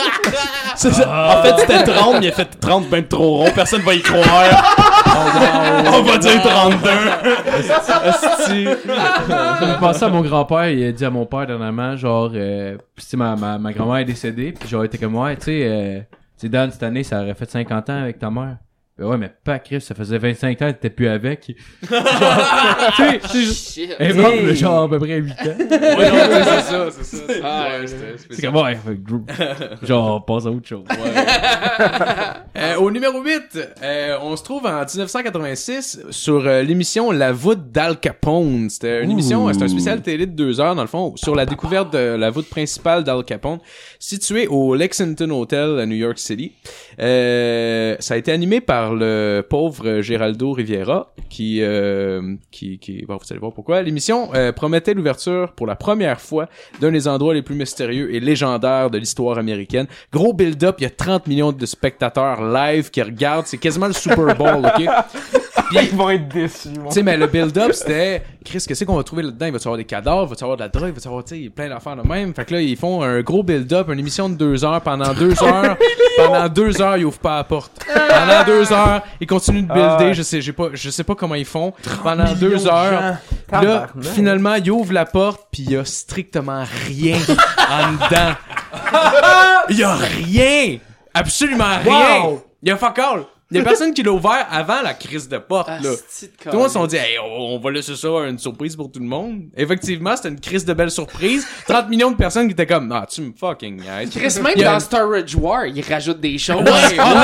C'est ça. Ah. En fait, c'était 30, mais il a fait 30 ben trop rond. Personne va y croire. Oh, On va dire 32. Ça me fait penser à mon grand-père, il a dit à mon père dernièrement, genre, euh, pis tu sais, ma, ma, ma grand-mère est décédée, pis j'aurais été comme, ouais, tu sais, euh, tu sais, Dan, cette année, ça aurait fait 50 ans avec ta mère. Ben ouais, mais pas Chris, ça faisait 25 ans que t'étais plus avec. Genre, tu sais, c'est juste- Shit. elle est morte, mais genre, à peu près 8 ans. Ouais, non, c'est ça, c'est ça. c'est- Ah, ouais, c'était- c'était- C'est comme, ouais, fait que Drew- genre, on passe à autre chose. Euh, au numéro 8, euh, on se trouve en 1986 sur euh, l'émission La voûte d'Al Capone. C'était une émission, euh, c'est un spécial télé de deux heures dans le fond, sur la découverte de la voûte principale d'Al Capone, située au Lexington Hotel à New York City. Euh, ça a été animé par le pauvre Geraldo Riviera, qui, euh, qui, qui bon, vous allez voir pourquoi. L'émission euh, promettait l'ouverture pour la première fois d'un des endroits les plus mystérieux et légendaires de l'histoire américaine. Gros build-up, il y a 30 millions de spectateurs live qui regardent, c'est quasiment le Super Bowl, ok? Ils vont être déçus, mon tu sais, mais le build-up, c'était, Chris, qu'est-ce qu'on va trouver là-dedans? Il va y avoir des cadavres, il va y avoir de la drogue, il va y avoir, tu sais, plein d'affaires de même. Fait que là, ils font un gros build-up, une émission de deux heures. Pendant deux heures, pendant deux heures, ils ouvrent pas la porte. Pendant deux heures, ils continuent de builder, Ah. je sais, j'ai pas, je sais pas comment ils font. Pendant deux heures, là, Tabarnak. finalement, ils ouvrent la porte, puis il y a strictement rien en dedans. Il y a rien! Absolument rien! Il y a fuck all! Il y a personne qui l'a ouvert avant la crise de porte, Ah, là. c'est de Tout le monde s'est dit, hey, on on va laisser ça à une surprise pour tout le monde. Effectivement, c'était une crise de belle surprise. 30 millions de personnes qui étaient comme, ah, tu me fucking niaises. Chris, même Il y a- dans Storage War, il rajoute des choses. Justement,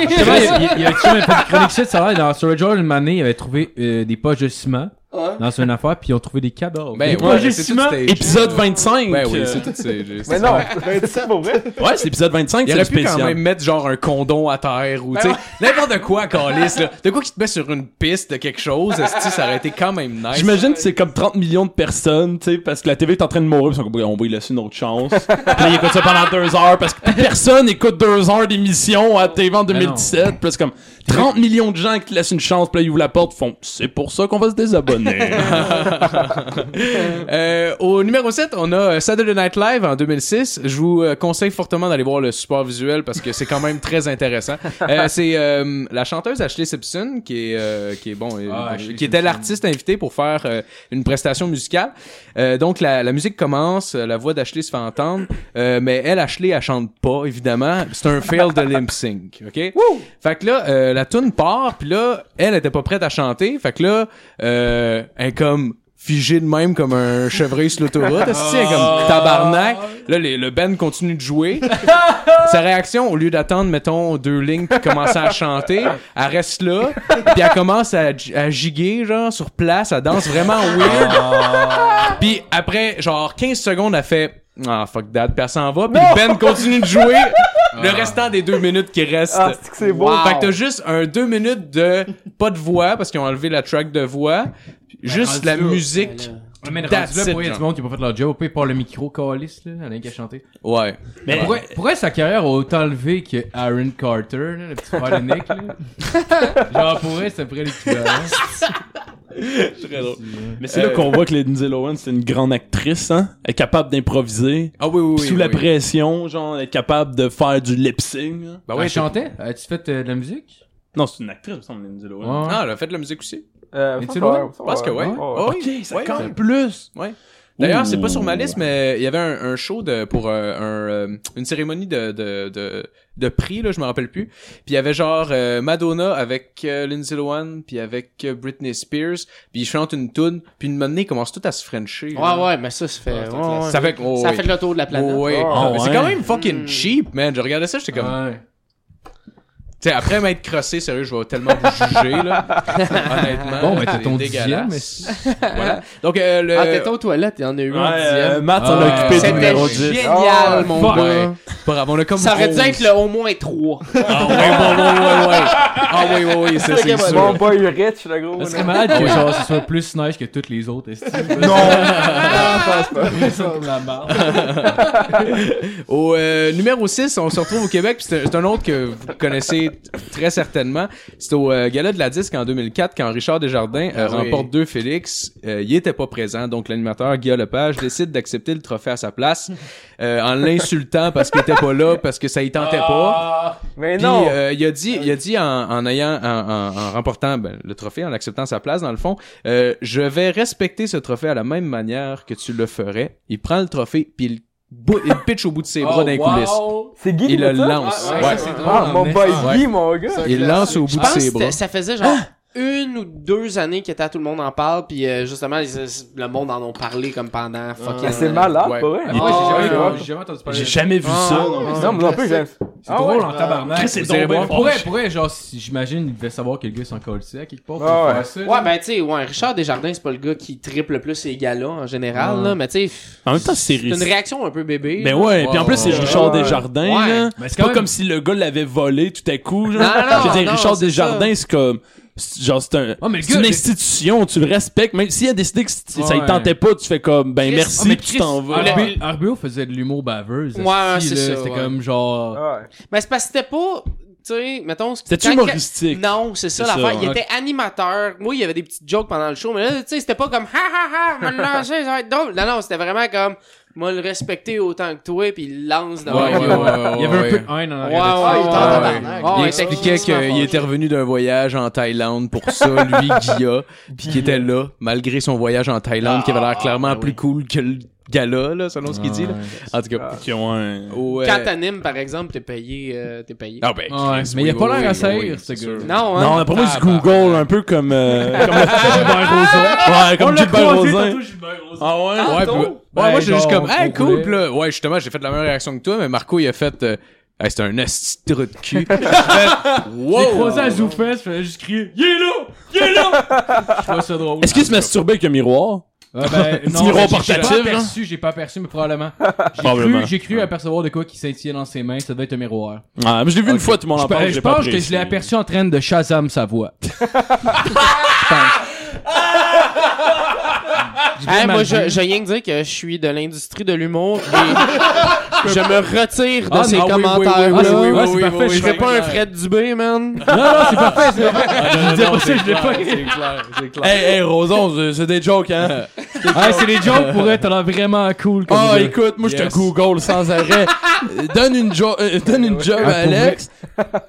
il, il, il avait toujours fait une chronique shit, ça a l'air, dans Storage Hall, une année, il avait trouvé euh, des poches de ciment Ouais. dans une affaire, puis ils ont trouvé des cadavres. Ben des ouais, poches de c'est tout ciment. stagé. Épisode 25! Ben oui, euh, c'est tout stagé. Mais non, ben, c'est pour vrai. Ouais, c'est l'épisode 25, Il c'est aurait le pu quand même spécial. mettre genre un condom à Ben terre ou tu sais n'importe quoi Calis là de quoi qui te met sur une piste de quelque chose esti, ça aurait été quand même nice J'imagine que c'est comme 30 millions de personnes, tu sais, parce que la TV est en train de mourir, ils sont comme, on va y laisser une autre chance. Puis là, ils écoutent ça pendant deux heures, parce que plus personne écoute deux heures d'émission à TV en 2017. Puis là, c'est comme 30 millions de gens qui te laissent une chance, puis là, ils ouvrent la porte, font, c'est pour ça qu'on va se désabonner. Euh, au numéro 7, on a euh, Saturday Night Live en 2006. Je vous euh, conseille fortement d'aller voir le support visuel parce que c'est quand même très intéressant. Euh, c'est euh, la chanteuse Ashley Simpson qui est euh, qui est bon euh, Ah, Ashley qui était l'artiste invité pour faire euh, une prestation musicale. Euh, donc la, la musique commence, euh, la voix d'Ashley se fait entendre, euh, mais elle Ashley elle chante pas évidemment, c'est un fail de lip sync, OK Fait que là euh, la tune part puis là elle était pas prête à chanter, fait que là euh, elle est comme figée de même comme un chevreuil sur l'autoroute, Ah. esti, elle est comme tabarnak. Là les- le band continue de jouer. Sa réaction au lieu d'attendre mettons deux lignes puis commencer à chanter, elle reste là, puis elle commence à, gi- à giguer genre sur place, elle danse vraiment weird. Ah. Puis après, genre 15 secondes, elle fait Ah fuck that, puis elle s'en va, puis Ben continue de jouer le restant des deux minutes qui restent. Ah, c'est que c'est beau. Fait que t'as juste un deux minutes de pas de voix parce qu'ils ont enlevé la track de voix, juste rendu la là, musique. Ouais, mais rendu That's là, it, pour il y a du genre. monde qui a pas fait leur job, puis par le micro, Calis, là, elle a rien qu'à chanter. Ouais. Mais Pourquoi, pourquoi sa carrière a autant levé que Aaron Carter, là, le petit frère de Nick, là? Genre, pour vrai, c'est après l'équivalent. Mais c'est là qu'on voit que Lindsay Lohan, c'est une grande actrice, hein. Elle est capable d'improviser. Ah oui oui puis oui. sous oui. la pression, genre, elle est capable de faire du lip-sync. hein. Ah Bah ouais, ouais, chante. chantais? As-tu fait euh, de la musique? Non, c'est une actrice, il me semble, Lindsay Lohan. Ouais. Ah, elle a fait de la musique aussi. Euh, Mais tu ça, l'as? ouais, ça, Parce que ouais. Oh, oui. Ok, ça Ouais, compte. ouais. plus. Ouais. D'ailleurs, c'est Ouh. pas sur ma liste, mais il y avait un, un show de, pour euh, un, euh, une cérémonie de, de, de, de prix, là, je me rappelle plus. Puis il y avait genre euh, Madonna avec euh, Lindsay Lohan, puis avec euh, Britney Spears, puis ils chantent une tune, puis une moment donné, ils commencent tout à se frencher. là. Ouais, ouais, mais ça, ça fait. ouais, ouais. Ça fait que... oh, Ça oui. fait le tour de la planète. Oh, oui. Ah. Ah, Mais C'est ouais. quand même fucking Hmm. cheap, man. Je regardais ça, j'étais comme... Ouais. Tu sais, après m'être crossé, sérieux, je vais tellement vous juger, là. Honnêtement. Bon, ben, t'as c'est ton dégueulasse. dixième, mais... Voilà. Donc, euh, le... Ah, t'étais aux toilettes, il y en a eu Ouais, un euh, dixième. Matt s'en Ah, a occupé c'était du numéro 10. génial, Ah, mon fuck. gars. Ouais. Pas grave, on a comme Ça aurait dû onze. être le au moins trois. Ah ouais, ouais, ouais, ouais, ouais. Ah oui, oui, oui, c'est c'est sûr. Mon boy rich, le gros. Ça serait là. malade que genre, ce soit plus nice que toutes les autres, est-ce Non, je pense pas. comme la barre. Au euh, numéro 6, on se retrouve au Québec, puis c'est un- c'est un autre que vous connaissez très certainement. C'est au euh, Gala de la Disque en 2004, quand Richard Desjardins euh, Ah oui. remporte deux Félix. Euh, il était pas présent, donc l'animateur Guillaume Lepage décide d'accepter le trophée à sa place euh, en l'insultant parce qu'il était pas là, parce que ça y tentait Ah! pas. Mais Puis, non. euh, il a dit, il a dit en, en ayant, en, en- en remportant ben, le trophée, en acceptant sa place dans le fond, euh, je vais respecter ce trophée à la même manière que tu le ferais. Il prend le trophée puis il bou- il pitch au bout de Oh, ses Oh, bras d'un coulisses. C'est Guy qui Il le fait ça? lance. Ouais, Ouais. c'est drôle. Ah, hein, mon Ouais. boy Ouais. Guy, mon gars. Il lance au Je bout de pense que ses bras. Ah! c'était- ça faisait genre une ou deux années qu'il était à tout le monde en parle, puis euh, justement, les- le monde en ont parlé comme pendant fucking. Ah, C'est malade, Ouais. pas vrai? Ah, Moi, moi, j'ai Ah, ouais, jamais- ouais. j'ai jamais entendu parler J'ai de- jamais vu Ah, ça. ouais. Non, mais non plus, j'aime. C'est Ah drôle hein. ouais. en tabarnak. Chris, c'est Vous donc irez bien voir. fort. Pourrait, pourrait, genre, si- j'imagine, il devait savoir que le gars s'en colissait à quelque part. pour Ah ouais. faire ça, Ouais, là. ben tu sais, ouais, Richard Desjardins, c'est pas le gars qui triple le plus ses gars-là en général, Ouais. là, mais tu sais, Ah. En même temps, c'est c'est une risqué. réaction un peu bébé. Ben là. ouais, puis en plus, ouais, c'est Richard ouais. Desjardins, Ouais. là. Mais c'est C'est quand pas même- comme si le gars l'avait volé tout à coup, genre. Non, non, Je veux dire, non, Richard c'est Desjardins, c'est comme... c'est- Genre, c'est un... Ah, mais le C'est gars, une mais- institution, tu le respectes. Même s'il a décidé que c- ça Ouais. y tentait pas, tu fais comme, ben Chris- merci, Ah, mais puis tu Chris- t'en vas. Ah, RB- RBO faisait de l'humour baveuse. Ouais, asti, c'est là. ça, C'était ouais. comme genre. Ah, Ouais. Mais c'est parce que c'était pas, tu sais, mettons... C'était-tu quand- humoristique? Non, c'est ça C'est ça, l'affaire. Il ouais. était animateur. Moi, il y avait des petites jokes pendant le show, mais là, tu sais, c'était pas comme « Ha, ha, ha, je vais le lancer, ça va être drôle. » Non, non, c'était vraiment comme « Moi, le respecter autant que toi, puis il lance dans Ah, Ouais, ouais, la ouais, gueule. ouais, Il y avait un peu de haine en Ah, Ouais, arrière ouais, de ça. ouais, il ouais, t'en ouais. tabarnak. Ah, Il ouais, expliquait c'est vraiment qu'il était fâché. revenu d'un voyage en Thaïlande pour ça, lui, Guilla, puis qu'il était là, malgré son voyage en Thaïlande, qui avait Ah, l'air clairement plus cool que le gala, là, selon ce qu'il dit. Là. En tout cas, Qui ont un... au, euh, Quand t'animes, par exemple, t'es payé. euh, t'es payé. Ah ben, Chris, Ouais, mais oui, il a oui, pas oui, l'air à oui, saillir, oui, ce sûr. gars. Non, hein? Non, mais pour moi, c'est Google, un peu comme, euh, comme le Gilbert Rozon. Ouais, comme Gilbert Rozon. Ah ouais? Ouais, Tantôt. puis- Ben, ouais, moi, j'ai juste genre, comme, hey, on cool, voulait- pis là. Ouais, justement, j'ai fait la même réaction que toi, mais Marco, il a fait, euh, hey, c'est un asti de trou de cul. J'ai fait, J'ai wow! croisé à Zoufest, fallait juste crier Il est là Il est là Je trouve ça drôle. Est-ce qu'il se masturbait avec un miroir? Ah ben, Petit non, miroir j'ai- portatif, J'ai là. Ah, pas aperçu, j'ai pas aperçu, mais probablement. J'ai Probablement. cru, j'ai cru apercevoir de quoi qui scintillait dans ses mains, ça devait être un miroir. Ah, mais je l'ai vu une fois, tout le monde en Je, parle. je l'ai pas pense que je apprécié. l'ai aperçu en train de Shazam sa voix. Je pense. Hey, moi, je, J'ai je viens de dire que je suis de l'industrie de l'humour et je me retire de Ah, ces non, oui, oui, commentaires-là. oui, Ah, oui, oui, oui, c'est oui, parfait, oui, je oui, serais oui, pas un oui. Fred Dubé, man. dit pas ça, je l'ai pas dit. Hey, hey, Roson, c'est- c'est des jokes, hein? Ah, c'est des jokes pour être alors vraiment cool comme Ah, gars. écoute, moi, je Yes. te Google sans arrêt. Euh, donne une, jo- euh, donne une job à Ah, pour Alex,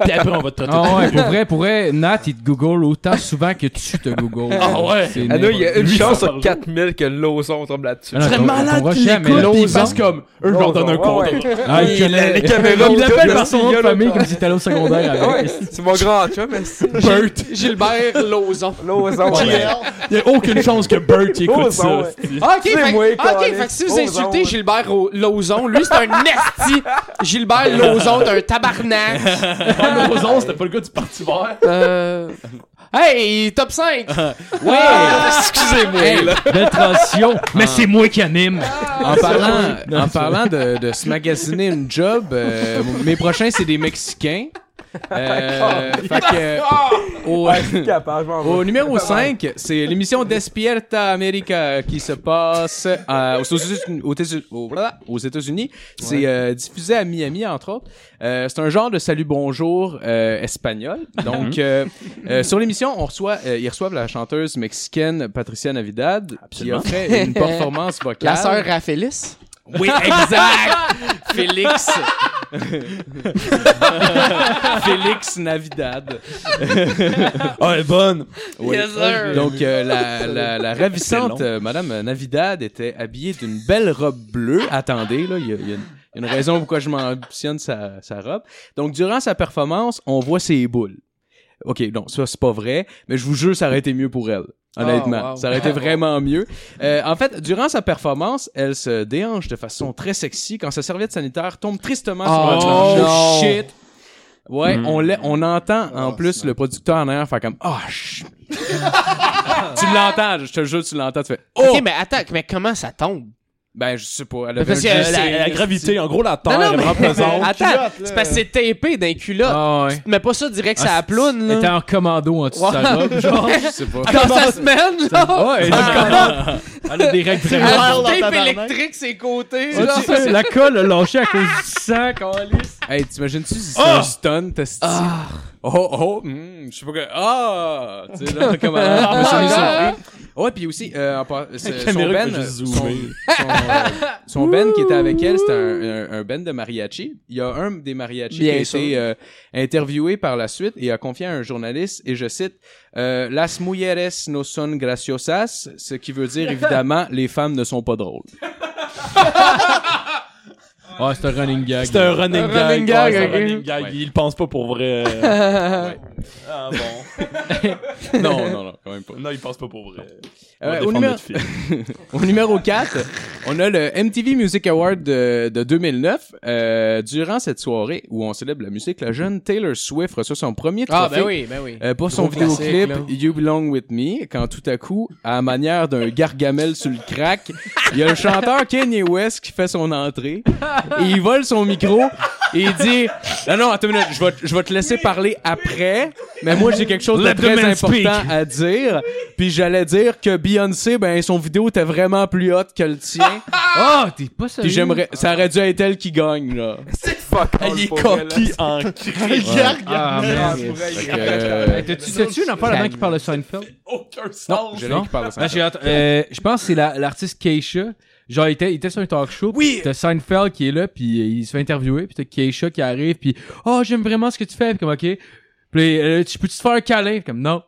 puis après, on va te traiter. Ah ouais, pour vrai, pour vrai, Nat, il te google autant souvent que tu te google. Ah ouais. C'est Ah non, il y a une n'importe- chance par sur jour. 4000 que l'ozon tombe là-dessus. Ah non, Très on- on malade comprend qu'il jamais, écoute, là. puis il fasse comme, eux, je leur donne un Lozon, compte. ouais, Ah, il connaît- les caméras, Il tout, l'appelle là, par son nom de gueule, famille là. comme si t'allais au secondaire Ah Ouais, avec. c'est mon grand tu vois, mais c'est Bert. Gilbert Lozon. Lozon. Ouais. Il y a aucune chance que Bert il écoute Lozon, ça. ouais. Ah, ok, C'est fait, moi, ok, Colin. fait que si vous Lozon, insultez ouais. Gilbert Ro- Lozon, lui, c'est un esti. Gilbert Lozon, t'es un tabarnak. Ah, Roson, c'était pas le gars du Parti vert. Euh... Hey, top 5! Excusez-moi, là. Belle transition. Ah. Mais c'est moi qui anime. Ah. En parlant, en parlant de, de se magasiner une job, euh, mes prochains, c'est des Mexicains. Euh, fait que, au, Capable, je m'en vais. Au numéro 5, c'est l'émission Despierta America qui se passe euh, aux États-Unis. aux États- aux- voilà, aux États-Unis. C'est euh, diffusé à Miami, entre autres. Euh, c'est un genre de salut bonjour euh, espagnol. Mhm. Donc, euh, euh, sur l'émission, on reçoit, euh, ils reçoivent la chanteuse mexicaine Patricia Navidad Absolument. qui a fait une performance vocale. La sœur Raphélis? Oui, exact. Félix. Félix Navidad. Ah, elle est bonne. Oui. Yes, sir. Donc, euh, la, la, la ravissante C'était euh, Madame Navidad était habillée d'une belle robe bleue. Attendez, là, il y a, il y a une, il y a une raison pourquoi je mentionne sa, sa robe. Donc, durant sa performance, on voit ses boules. OK, non, ça, c'est pas vrai, mais je vous jure, ça aurait été mieux pour elle. Honnêtement, Oh, wow. ça aurait été vraiment mieux. Euh, en fait, durant sa performance, elle se déhanche de façon très sexy quand sa serviette sanitaire tombe tristement sur Oh, le plancher. non. Ah, shit! Ouais, Mm. on, l'a- on entend en Oh, plus snap. le producteur en arrière faire comme « Ah, ch- tu l'entends, je te jure, tu l'entends, tu fais Oh! Ah! Ok, mais attends, mais comment ça tombe? Ben, je sais pas, elle avait Parce un que geste- c'est- La, la gravité, en gros, la terre non, est vraiment mais- présente. Attends, culotte, là. c'est parce que c'est tapé d'un culotte. Ah ouais. Tu mets pas ça direct sur la ploune, Elle était là. en commando en dessous de sa Ouais. robe, genre. Ah, Je sais pas. Dans sa semaine, Ah, là. Ouais, elle a des règles Elle très Ah, a dans du tape ta électrique ses côtés, Ah, là. tu sais, La colle a lâché à cause du sang, câlisse. Hey, t'imagines-tu si Ah! c'est un stun, t'as Oh, oh, hmm, je sais pas que... Ah! Tu sais, là, comme elle elle s'est mise Ah. sur- Ouais, puis aussi, euh, en par- c'est- son caméra Ben, qui va juste son, zoomer. son, euh, son Ben qui était avec elle, c'était un, un, un Ben de mariachi. Il y a un des mariachi Bien qui a sûr. été euh, interviewé par la suite et a confié à un journaliste, et je cite, euh, Las mujeres no son graciosas », ce qui veut dire, évidemment, « Les femmes ne sont pas drôles ». Ah, c'est un running gag. C'est un running Un gag. running ouais, gag, c'est un ok. running gag. Ouais. Il le pense pas pour vrai. euh. Ah bon. Non, non, non, quand même pas. Non, il pense pas pour vrai. On va Euh, au, défendre numéro, notre fille. au numéro 4, on a le MTV Music Award de, de 2009. Euh, durant cette soirée où on célèbre la musique, la jeune Taylor Swift reçoit son premier trophée Ah, ben oui, ben oui. Euh, pour son Gros classique, vidéoclip là. You Belong With Me, quand tout à coup, à manière d'un gargamel sur le crack, il y a le chanteur Kanye West qui fait son entrée et il vole son micro et il dit Non, non, attends une minute, je vais, je vais te laisser parler après, mais moi j'ai quelque chose de Let the très man important speak. à dire. Puis j'allais dire que Beyoncé, ben son vidéo était vraiment plus haute que le tien. Ah, t'es pas sérieux. Puis j'aimerais, ça aurait dû être elle qui gagne, là. Fuck all, Il est pour vrai, là. coquille en crise. Ah, merde. Fait que, euh, T'as-tu une affaire là-dedans qui parle de Seinfeld? Aucun sens. non, j'ai rien qui parle de ça. Ben, j'ai hâte- euh, je pense que c'est la- l'artiste Keisha. Genre, il était, il était sur un talk show. Oui! T'as Seinfeld qui est là, puis euh, il se fait interviewer, puis t'as Keisha qui arrive, puis « Oh, j'aime vraiment ce que tu fais! » Puis comme, OK. Puis euh, tu peux-tu te faire un câlin? Puis comme, non.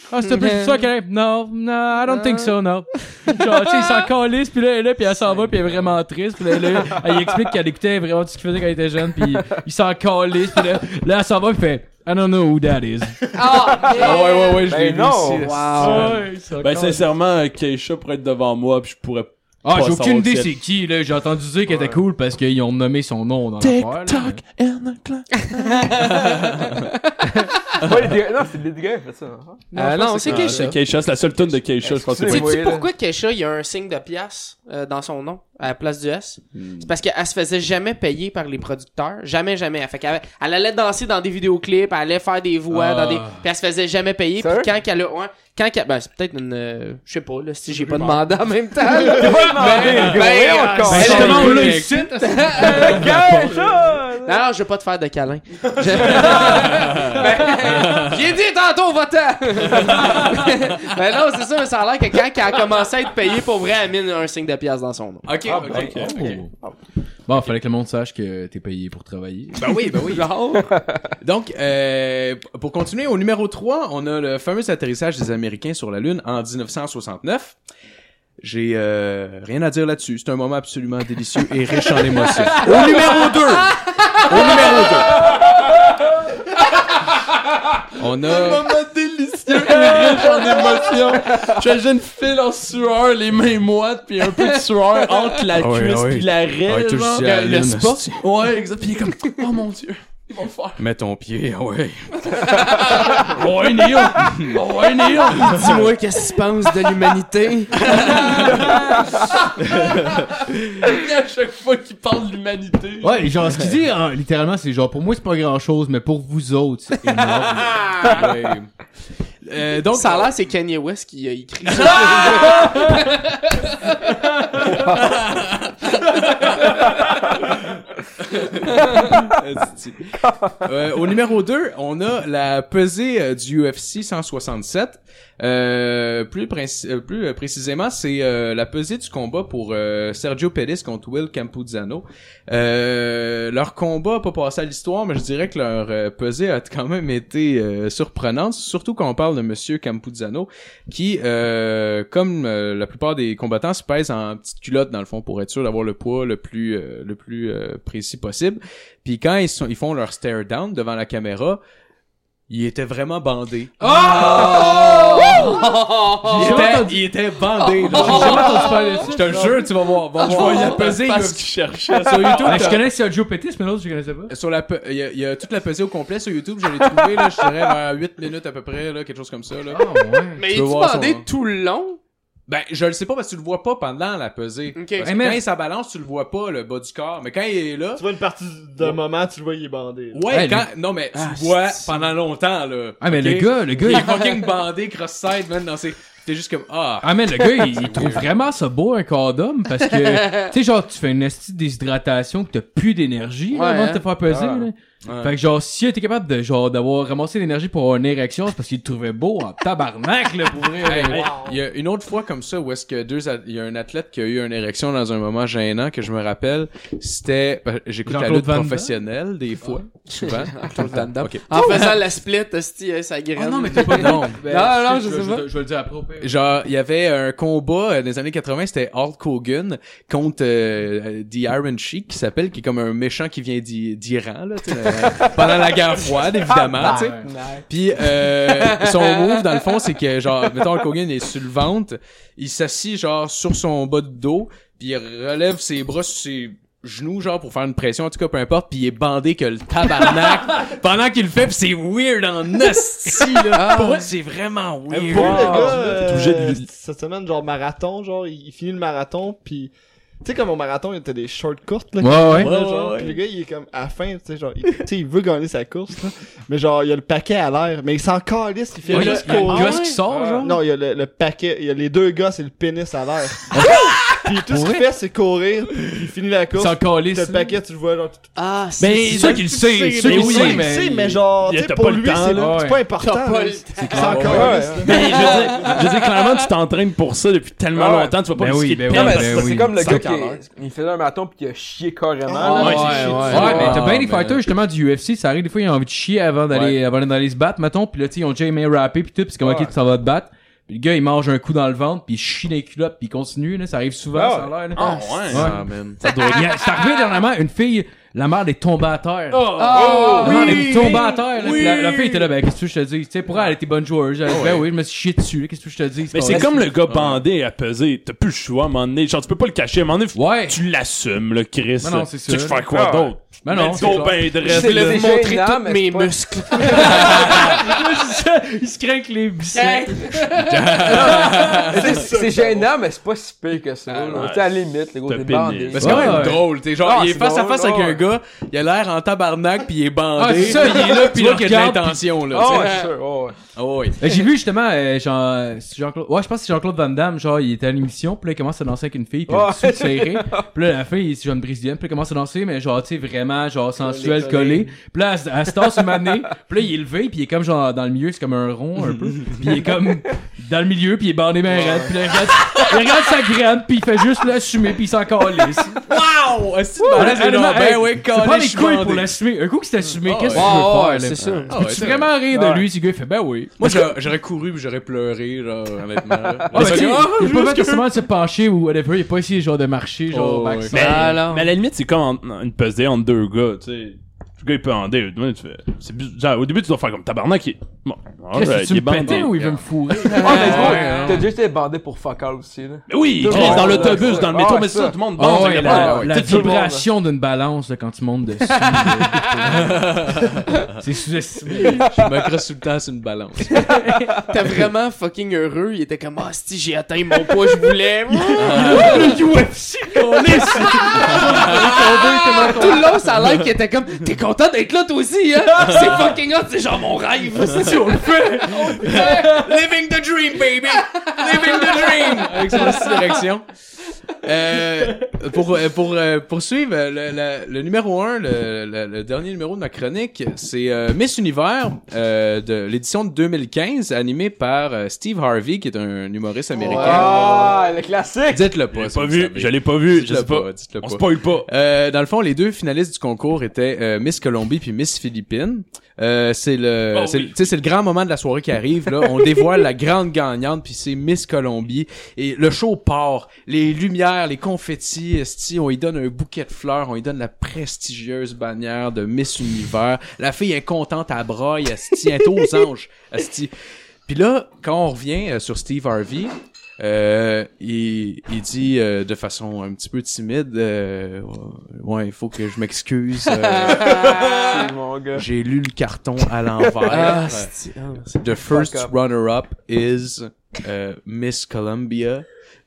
« Ah, s'il te plaît, tu te fais un câlin? »« Non, non, I don't think so, no. » Genre, tu sais, il s'en calisse, puis là, elle est là, puis elle s'en va, puis elle est vraiment triste. Puis là, là, elle lui explique qu'elle écoutait vraiment tout ce qu'il faisait quand elle était jeune, puis il s'en calisse, puis là, là, elle s'en va, puis fait « I don't know who that is. Ah, Ah ouais, ouais, ouais, je Ben l'ai vu non. ici. Ouais, il s'en Ben calisse. sincèrement, euh, Keisha pourrait être devant moi puis je pourrais Ah, Pas j'ai aucune savoir idée qui elle- c'est qui, là. J'ai entendu dire qu'elle était cool parce qu'ils ont nommé son nom dans l'affaire. là. Ouais, Lady Gaga- Non, c'est Lady Gaga qui fait ça. hein. Ah, non, c'est Ah, Keisha. c'est Keisha, c'est la seule tune de Keisha, je pense que Excusez-moi. c'est pas- voyez, Sais-tu là. pourquoi Kesha, il y a un signe de pièce euh, dans son nom, à la place du S? C'est parce qu'elle se faisait jamais payer par les producteurs. Jamais, jamais. Fait qu'elle elle allait danser dans des vidéoclips, elle allait faire des voix, Ah. dans des... Puis elle se faisait jamais payer. Puis Sérieux? quand qu'elle a... ouais, quand qu'elle... Ben, c'est peut-être une... euh, je sais pas, là, si j'ai pas demandé en même temps. là. T'es pas demandé, Ben, le gars, ben, voyons, euh, con. c'est- Elle est Justement, c'est- là, c'est- ici, t'as- Gaga! Non, non, je vais pas te faire de câlin. Je- Ben, J'ai dit tantôt, va-t'en! ben non, c'est ça, mais ça a l'air que quand elle a commencé à être payée, pour vrai, elle mine un signe de pièce dans son nom. Ok, ok, Oh. ok. Bon, fallait que le monde sache que t'es payé pour travailler. Ben oui, ben oui. Donc, euh, pour continuer, au numéro 3, on a le fameux atterrissage des Américains sur la Lune en 1969. J'ai euh, rien à dire là-dessus. C'est un moment absolument délicieux et riche en émotions. Au numéro 2! Au numéro 2! On a... J'ai une jeune fille en sueur, les mains moites, puis un peu de sueur entre Ah la ouais, cuisse ouais. puis la raie, Ouais, tout genre. aussi à la le lune, spot. aussi. Ouais, exact. Puis il est comme, oh mon dieu, ils vont le faire. Mets ton pied, ah ouais. Ouais, Néo! Ouais, Néo! Dis-moi qu'est-ce que tu penses de l'humanité. à chaque fois qu'il parle de l'humanité. Ouais, genre, ce qu'il dit, hein, littéralement, c'est genre, pour moi, c'est pas grand-chose, mais pour vous autres, c'est énorme. Ouais. Euh, donc, Ça a l'air, c'est Kanye West qui a écrit ça. Esti. Euh, au numéro 2, on a la pesée euh, du UFC 167. Euh, plus princi- euh, plus euh, précisément, c'est euh, la pesée du combat pour euh, Sergio Pettis contre Will Campuzano. Euh, leur combat a pas passé à l'histoire, mais je dirais que leur euh, pesée a quand même été euh, surprenante, surtout quand on parle de Monsieur Campuzano, qui, euh, comme euh, la plupart des combattants, se pèse en petite culotte dans le fond pour être sûr d'avoir le poids le plus euh, le plus euh, précis possible. Puis quand ils, sont, ils font leur stare down devant la caméra, il était vraiment bandé. Il Ah! J'ai était, entendu- il était bandé. là. J'ai jamais entendu parler de ça. Ah, Je te le jure, tu vas voir. Va Je voir. voyais peser parce Parce qu'il cherchait. que sur YouTube, Ben, je t'as- connais Sergio Pettis, mais l'autre, je connaissais pas. sur la pe- il y, a, il y a toute la pesée au complet sur YouTube. Je l'ai trouvé, là, je dirais, vers 8 minutes à peu près, là, quelque chose comme ça. Là. Ah, ouais. Mais Tu il peux est voir bandé son- tout le long? Ben, je le sais pas parce que tu le vois pas pendant la pesée. Ok. Parce que Hey, man. quand il s'abalance, tu le vois pas, le bas du corps. Mais quand il est là... Tu vois une partie d'un moment, tu le vois, il est bandé. là. Ouais, Hey, quand... Non, mais tu le vois pendant longtemps, là. Ah, mais Ok? le gars, le gars, Il est il... fucking bandé, cross-side, man, dans ses... T'es juste comme... Ah, Ah, mais le gars, il, il trouve vraiment ça beau, un corps d'homme, parce que, tu sais, genre, tu fais une esti de déshydratation, que t'as plus d'énergie, là, Ouais, avant de hein. te faire peser, Ah. là. Fait que genre, si était capable de genre d'avoir ramassé l'énergie pour avoir une érection, c'est parce qu'il le trouvait beau en tabarnak, là, pour vrai. Hey, Il y a une autre fois comme ça où est-ce que deux ath- il y a un athlète qui a eu une érection dans un moment gênant que je me rappelle, c'était ben, j'écoute la Jean-Claude lutte Van Damme? professionnelle des fois, souvent. Ok. En faisant la split, hostie, hein, ça graine. pas Ah, non. Non, non, je sais vais- pas. vais- ben, Je vais le dire après au pire. Genre, il y avait un combat euh, dans les années 80, c'était Hulk Hogan contre euh, euh, The Iron Sheik, qui s'appelle, qui est comme un méchant qui vient d'I- d'Iran, là, tu sais, euh, pendant la guerre froide, évidemment, tu sais. Puis euh, son move, dans le fond, c'est que, genre, mettons, Hulk Hogan est sur le ventre, il s'assit, genre, sur son bas de dos, puis il relève ses bras sur ses genoux, genre, pour faire une pression, en tout cas, peu importe, puis il est bandé que le tabarnak pendant qu'il le fait, puis c'est weird en hostie, là. Pour eux, c'est vraiment weird. Pour le gars, t'es euh, obligé de lui- cette semaine, genre marathon, genre, il, il finit le marathon, puis tu sais, comme au marathon, il était des shorts courtes, là. Ouais, ouais. là, genre, puis le gars, il est comme à la fin, tu sais, genre, il, tu sais, il veut gagner sa course, là, mais genre, il a le paquet à l'air, mais il s'en calisse, il fait Ouais, juste il y a le courir. gosse qui sort, genre? Non, il y a le, le paquet, il y a les deux gosses et le pénis à l'air. Ah! puis tout ce qu'il fait, c'est courir, puis il finit la course, Sans coller. t'as le paquet, tu le vois, genre, Ah, c'est Ben, c'est sûr qu'il le sait, c'est sûr Mais qu'il le oui, sait, il mais. sait, mais genre, il- tu sais, t'as pour pas le lui, temps, c'est là. c'est pas important. T'as pas là. le temps. Ah, C'est encore. Ben, je veux dire, je veux dire, clairement, tu t'entraînes pour ça depuis tellement Ah ouais. longtemps, tu vas pas Ben risquer oui, de ben oui, Non, mais perdre. c'est ben oui. c'est comme le gars Cinq qui à l'heure. il faisait un marathon pis il a chié Ah, carrément. là. ouais, c'est chier Ouais, dessus. mais t'as bien ouais, des fighters justement du UFC, ça arrive des fois ils ont envie de chier avant d'aller avant d'aller se battre, mettons, puis là tu sais ils ont déjà aimé rapper puis tout, puis c'est comme Ouais. ok tu s'en vas te battre. Puis le gars il mange un coup dans le ventre, puis il chie les culottes, puis il continue là, ça arrive souvent Ah ça a l'air. là. Ah, Ouais. ouais. Ça doit bien. C'est arrivé dernièrement une fille, la mère est tombée à terre. Oh! Ah, La oui. mère est tombée à terre, là, puis la, la fille était là, ben qu'est-ce que je te dis, tu sais pour elle elle était bonne joueuse, elle, ben oui je me suis chié dessus, là, qu'est-ce que je te dis. Mais c'est comme le gars bandé à peser. T'as plus le choix à un moment donné. Genre, tu peux pas le cacher à un moment donné. faut- Ouais. Tu l'assumes, le Chris. Non, non, c'est Tu veux sûr. faire quoi Ah ouais. d'autre? Ben non, Mets c'est ton clair. bain Je dresse. C'est voulais le vous montrer gênant, tous mais mes c'est pas- muscles. il se craint que les Hey, C'est- C'est gênant, mais c'est pas si pire que ça. là. ouais. Tu sais, à la limite, le gars, T'as t'es pénis. bandé. Mais c'est quand Ouais, même ouais. drôle, t'es genre, Ah, il est c'est face à drôle, face avec ouais. un gars, il a l'air en tabarnak pis il est bandé. Ah, c'est ça, il est là, puis tu il vois qu'il y a regarde, de l'intention, là, Ah, tu sais. ouais, c'est sûr, ouais, ouais. Ah oui. Euh, J'ai vu justement euh, Jean euh, c'est Jean-Claude ouais je pense que c'est Jean-Claude Van Damme genre il était à l'émission puis là il commence à danser avec une fille puis Ouais. il se serré puis là la fille c'est jeune brésilienne puis là, il commence à danser mais genre tu sais vraiment genre sensuel collé puis là elle se- elle se tasse une année puis là il est levé puis il est comme genre dans le milieu c'est comme un rond un peu puis il est comme dans le milieu puis il est bandé ben raide puis là il regarde, il regarde sa graine puis il fait juste l'assumer puis il s'en calisse Wow! Est-ce que tu Honnêtement, c'est genre, hey, ben ouais, c'est pas calé, les je suis couilles bandé. pour l'assumer un coup que c'est assumé Ah qu'est-ce que ouais. tu veux Ah, faire ouais, là? c'est sûr. Ah ouais, Peux-tu c'est vrai. vraiment rire Ouais. de lui si le gars il fait ben oui Moi, j'a- j'aurais couru pis j'aurais pleuré, genre, honnêtement. là. Ah, mais Parce tu que- sais, Ah, il a pas fait juste forcément de se pencher ou whatever, il a pas essayé genre de marcher, genre Oh, backside. ouais. Mais, Ah, non. mais à la limite, c'est comme en- une pesée entre deux gars, tu sais. Le gars, il peut en dé. Tu fais... c'est bizarre. Genre, au début, tu dois faire comme tabarnak. Il... Bon, Qu'est-ce que alright, tu il est me pétais bandé. ou il veut me fourrer? hein. Ah, mais toi, ouais, T'as déjà été bandé pour fuck all aussi, là. Mais oui, Tout Chris, le monde, dans là, l'autobus, ça. dans le métro, Ah, mais ouais, ça, ça. tout le monde Ah bande. ouais, c'est la, comme- la tout le monde, vibration d'une balance là, quand tu montes dessus. là. c'est sous-estimé. Je me crosse tout le temps sur une balance. T'es vraiment fucking heureux. Il était comme, ah, si j'ai atteint mon poids, je voulais. Tout le long, ça a l'air qu'il était comme, t'es content d'être là, toi aussi, hein? C'est fucking hot, c'est genre mon rêve. C'est sûr, on le fait. Living the dream, baby. Living the dream. avec son style d'érection. Euh, pour euh, pour euh, poursuivre euh, le, le- le numéro 1, le, le- le dernier numéro de ma chronique, c'est euh, Miss Univers euh, de l'édition de 2015 animée par euh, Steve Harvey qui est un humoriste américain. Ah, le classique! Dites-le Je pas. l'ai si pas vous vu, savez. je l'ai pas vu, je Dites-le sais pas. pas, dites-le On pas. spoil pas. Euh, dans le fond, les deux finalistes du concours étaient euh, Miss Colombie puis Miss Philippines. Euh, c'est le, Oh c'est oui. le- tu sais, c'est le grand moment de la soirée qui arrive. Là, on dévoile la grande gagnante puis c'est Miss Colombie et le show part. Les lumières, les confettis, esti, on lui donne un bouquet de fleurs, on lui donne la prestigieuse bannière de Miss Univers. La fille est contente à broye, esti, elle est aux anges, esti. Puis là, quand on revient euh, sur Steve Harvey, euh, il, il dit euh, de façon un petit peu timide, euh, ouais, il faut que je m'excuse. euh, Ah, mon gars. Ah, J'ai lu le carton à l'envers. c'est The first Fuck up. runner-up is euh, Miss Columbia,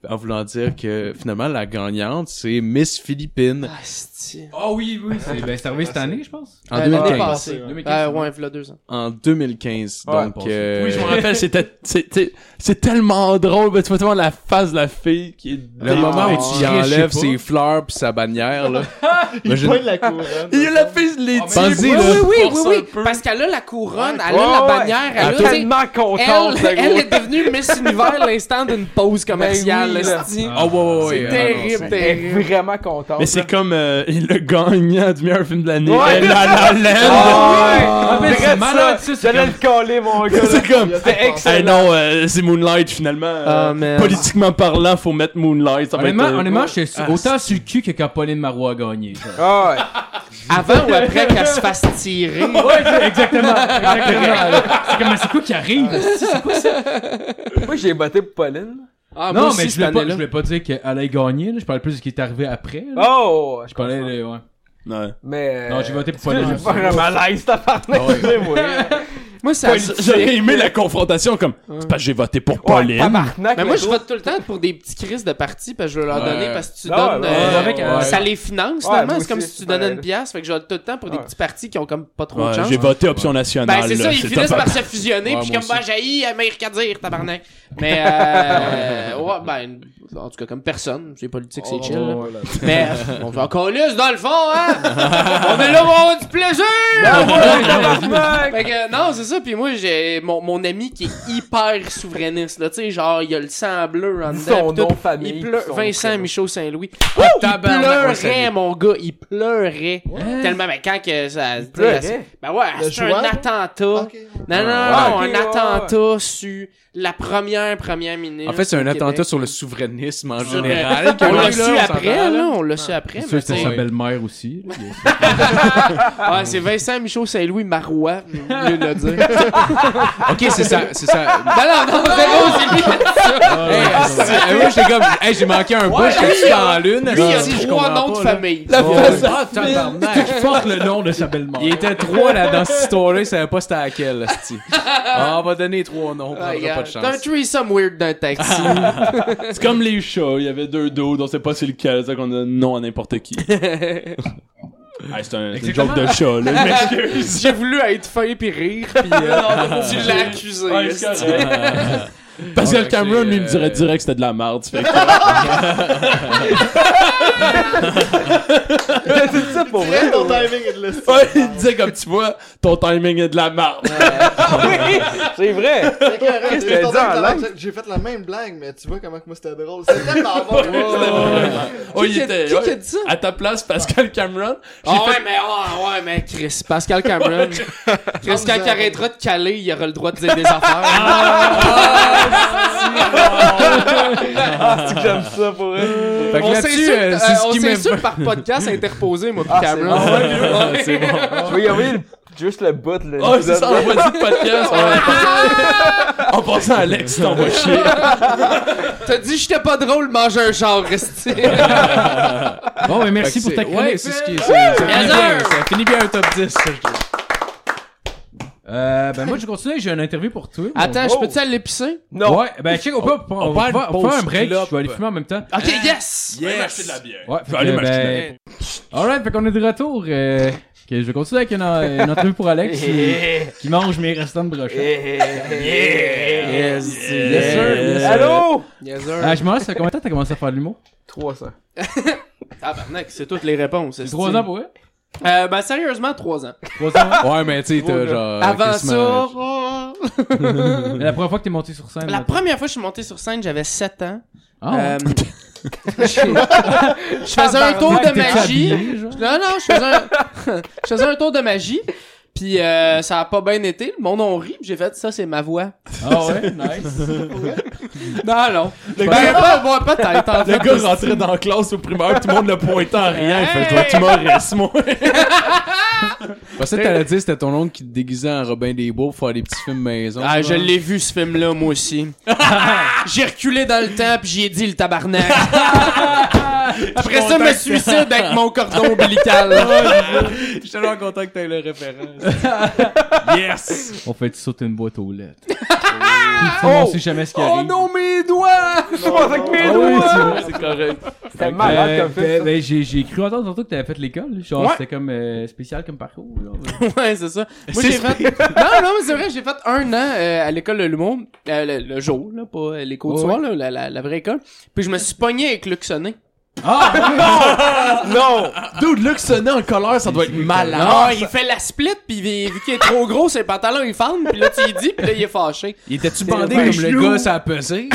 en voulant dire que finalement la gagnante c'est Miss Philippines. Asti. Ah oui, oui, c'est ben, c'est arrivé cette année, je pense. En Euh, L'année 2015. passée. 2015, Ah ouais, v'là deux ans. En 2015. Ouais, donc, passé. euh, Oui, je me rappelle, c'était, c'était, c'est tellement drôle, ben, tu vois tellement la face de la fille qui est le Ah, moment où il je sais enlève pas. ses fleurs pis sa bannière, là. Imagine- Pas de la couronne. Il y a la fille de l'éthique. Pensez, Ah, Oui, là. oui, oui, force un oui, peu. oui. Parce qu'elle a la couronne, elle a Ouais, la ouais. bannière, elle a, Elle est tu sais, tellement contente, elle, la elle grosse. est devenue Miss Univers l'instant d'une pause commerciale. Ben oui, là. esti. Ah, ouais, ouais, ouais, c'est ah, non, terrible, Elle est terrible. vraiment contente. Mais c'est comme euh, il le gagnant du meilleur film de l'année. Ouais. Elle La La Land. Ah, mais ouais! c'est Regarde ça! malade, ça, c'est J'allais le coller, mon gars! C'est comme. C'était Hey, excellent! non, euh, c'est Moonlight finalement. euh, Ah, man. Politiquement parlant, faut mettre Moonlight. Ça va Honnêtement, être, euh, honnêtement, j'étais su- autant sur le cul que quand Pauline Marois a gagné. Ah Avant ou après qu'elle se fasse tirer. ouais, exactement. exactement. c'est comme, mais c'est quoi qui arrive? ouais. Moi, j'ai voté pour Pauline. Ah, moi non, aussi, mais je cette voulais, pas, je année-là. voulais pas dire qu'elle allait gagner. là. Je parlais plus de ce qui est arrivé après. là. Ah! Oh! Je parlais de... Ouais. Ouais. Mais. Non, j'ai voté pour Pauline. Pauline. Ah, Je vais faire un malaise, t'as parlé. Moi, ça Ah, J'aurais aimé la confrontation comme. C'est parce que j'ai voté pour Pauline. Tabarnak, Mais le moi, je gros. vote tout le temps pour des petits crises de parti parce que je veux leur Ouais. donner parce que tu Ouais, donnes. ouais, euh, ouais, ouais. Ça les finance, Ouais, finalement. moi C'est comme aussi, si tu c'est donnais pareil. une pièce. Fait que je vote tout le temps pour des Ouais. petits partis qui ont comme pas trop Ouais, de chance. j'ai voté option nationale. Ben, c'est ça, là, ils c'est finissent top. par se fusionner, Ouais, puis moi comme, ben, j'ai à meilleur qu'à dire, tabarnak. Mais, euh, ouais, ben, en tout cas, comme personne, c'est politique, c'est chill, là. Mais, on fait encore lisse, dans le fond, hein! on est là pour avoir du plaisir! Ah, Ben Fait que, non, c'est ça, puis moi, j'ai mon, mon ami qui est hyper souverainiste, là, tu sais, genre, il a le sang bleu en dedans. Son puis tout. nom de famille, Il pleure, puis son Vincent prénom. Michaud Saint-Louis. il tabarnak, on le salue. pleurait, mon gars, il pleurait. Tellement, mais quand que ça... tu sais, pleurait? Ben ouais, Le c'est un joueur, là? attentat. Ok. Non, non, non, Ah, non, ok, un ouais, attentat sur la première première ministre. En fait, c'est un du attentat Québec. sur le souverainisme en Sur- général. On l'a Ouais, su là, on après, s'entend, là, on l'a su après. C'est sûr mais que c'était tu sa sais. belle-mère aussi. là. Ah, c'est Vincent Michaud Saint-Louis Marois, je vais mieux le dire. Ok, c'est ça, c'est ça. non, non, non, zéro, c'est lui. Ah, moi, j'étais comme, hey, j'ai manqué un bout, j'étais dans lune. Lui, il si, a je trois noms comprends de pas, là. famille. Ah, tabarnak. Qui porte le nom de sa belle-mère. Il était trois là, dans cette histoire-là, il savait pas c'était à quelle, là, c'ti. Ah, on va donner trois noms, on Ah, prendra pas regarde, de T'as un chance. Ah. threesome weird d'un taxi. C'est comme les chats, il y avait deux dos, on sait pas c'est lequel, c'est qu'on donne nom à n'importe qui. Ah, c'est un, c'est une joke de chat, là. Mais je m'excuse. J'ai voulu être fin pis rire, pis euh, tu l'as accusé. Ouais, esti. c'est correct. Parce que Ouais, le Cameron, c'est, lui, me euh, dirait direct que c'était de la merde. Fait que, C'est ça pour vrai? Vrai, ton timing est de l'esti. ouais, il disait comme tu vois, ton timing est de la merde. C'est vrai! C'est correct, Qu'est-ce j'ai que ton t'as dit en timing de la live? merde. J'ai fait la même blague, mais tu vois comment que moi c'était drôle. C'était tellement bon. Oh, il Qui était. qui ouais. a dit ça? À ta place, Pascal Cameron. Ah J'ai fait- ouais, mais, ah ouais, mais Chris, Pascal Cameron. Chris, quand il arrêtera de caler, il aura le droit de dire des affaires. Ah, c'est que j'aime ça pour vrai! Fait que on là-dessus, s'insulte euh, euh, c'est ce on qui m'aime. s'insulte par podcast interposé, moi, pis Cameron. Ouais. C'est bon. Je vais y envoyer le- juste le bout, là. Oh, c'est ça, on voit du podcast. ouais. En passant, Alex, t'envoies chier. T'as dit, j'étais pas drôle, mange un char, resté. Bon, mais merci Fait pour que ta c'est- chronique. Ouais, c'est ce qui est. c'est- Ça finit Yes, bien, sir. ça finit bien un top 10, ça, je trouve. Euh, ben moi, je continue. J'ai une interview pour toi. mon Attends, gars. je peux-tu aller l'épicer? Non! Ouais, ben check, on peut, on, on va faire- va aller faire un pause break. clope. Je vais aller fumer en même temps. Ok, yes! Je vais m'acheter de la bière. Ouais, fait Je vais aller que, m'acheter de la bière. ben... Alright, fait qu'on est de retour. Euh... ok, je vais continuer avec une, euh, une entrevue pour Eh, Alex qui, qui mange mes restants de brochette. Yes, eh, Yes, sir. Yes, sir. Allô? Yes, sir. Ah, je me demande, ça fait combien de temps t'as commencé à faire de l'humour? 300. Tabarnak, c'est toutes les réponses. esti. Trois ans pour vrai? Euh, ben, sérieusement, trois ans. Trois ans. Ouais, mais tu sais, t'as Euh, genre. euh, Avant ça, quasiment- Mais la première fois que t'es monté sur scène. la là, première fois que je suis monté sur scène, j'avais 7 ans. Ah, ouais. Euh, je je faisais un tour de T'étais magie. habillé, genre? Non, non, je faisais un, je faisais un tour de magie. Puis euh, ça a pas bien été. Le monde on ri. puis J'ai fait ça, c'est ma voix. Ah ouais, nice. Non, non. Ben, pas, ouais, peut-être. en Le fait. gars rentrait dans la classe au primaire, tout le monde le pointait en rien. Il fait, toi, tu m'aurais, moi. Je pensais que t'allais dire c'était ton oncle qui te déguisait en Robin des Bois pour faire des petits films maison. Ah, je l'ai vu ce film-là, moi aussi. j'ai reculé dans le temps, puis j'y ai dit le tabarnak. Après ça, me suicide avec mon cordon ombilical. Je suis tellement content que t'aies le référent. Yes! On fait sauter une boîte aux lettres. Puis, finalement, on sait jamais ce Oh, Oh qui arrive. mes doigts! Je pense avec mes Ah oui, doigts! c'est vrai. C'est correct. C'était malade Euh, comme ben, film. ben, j'ai, j'ai cru entendre tantôt que t'avais fait l'école. Genre, Ouais. c'était comme euh, spécial comme parcours. genre. Ouais, c'est ça. Moi, j'ai fait... Non, non, mais c'est vrai, j'ai fait un an euh, à l'école de l'humour, euh, le, le jour, là, pas euh, l'école du Ouais, soir, là, la, la, la vraie école. Puis je me suis pogné avec Luc Sonnet. Non! Dude, Luc Sonnet en colère, ça doit être malade. Ah, il fait la split, puis il- vu qu'il est trop gros, ses pantalons, ils fendent, puis là, tu y dis, puis là, il est fâché. Il était-tu bandé Ben, comme chelou. le gars, ça a pesé?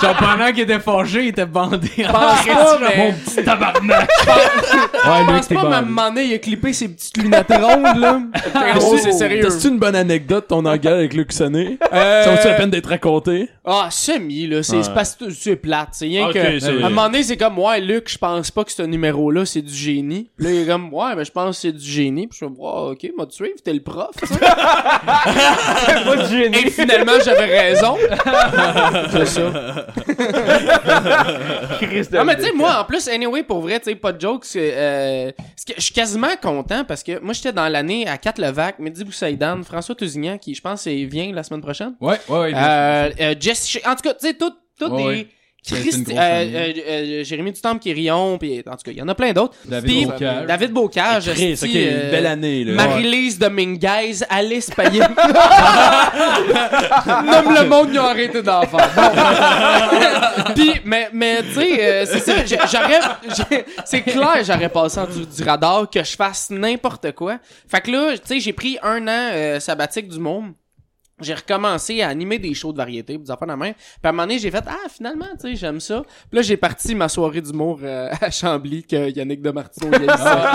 Genre, pendant qu'il était fâché, il était bandé. Je pense Ah, pas, Ah, mais... petit tabarnak! Ouais, Je Luc, pense t'es pas, mais à un bon. moment donné, il a clippé ses petites lunettes rondes, là. Oh, Fait gros, c'est sérieux. T'as-tu une bonne anecdote, ton engueule avec Luc Sonnet? Ça vaut-tu la peine d'être raconté? Ah, semi, là. C'est Ouais. c'est parce que c'est plate. C'est rien Ok, que. c'est À vrai. un moment donné, c'est comme, ouais, Luc, je pense pas que ce numéro-là, c'est du génie. Puis là, il est comme, ouais, mais je pense que c'est du génie. Puis je suis comme, ouais, ok, moi, tu suivre, t'es le prof. tu sais. Pas de Et génie. finalement, j'avais raison. c'est ça. Christ de Non, Ah, mais vie. tu sais, moi, en plus, anyway, pour vrai, tu sais, pas de joke, c'est, euh, ce que- je suis quasiment content parce que moi, j'étais dans l'année à 4 Levac, Mehdi Boussaïdan, François Tousignan, qui, je pense, il vient la semaine prochaine. Ouais, ouais, ouais. Euh, euh, Jess, Sh- en tout cas, tu sais, tout, tout Ouais, des. ouais. C'est une Christ, grosse euh, famille. euh, euh, Jérémy Dutombe qui est Rion, puis en tout cas, il y en a plein d'autres. David Puis, Bocage. David Bocage, Chris, esti, ok, une euh, belle année, là. Marie-Lise Dominguez, Alice Payet. Nomme le monde qui a arrêté d'enfant. Bon. Puis, mais, mais tu sais, euh, c'est ça, j'ai- j'aurais, j'ai- c'est clair, j'aurais passé en dessous du radar que je fasse n'importe quoi. Fait que là, tu sais, j'ai pris un an euh, sabbatique du monde. J'ai recommencé à animer des shows de variété, des enfants de la main. Puis à un moment donné, j'ai fait ah finalement, tu sais, j'aime ça. Puis là, j'ai parti ma soirée d'humour euh, à Chambly que Yannick Demartino il a dit ça.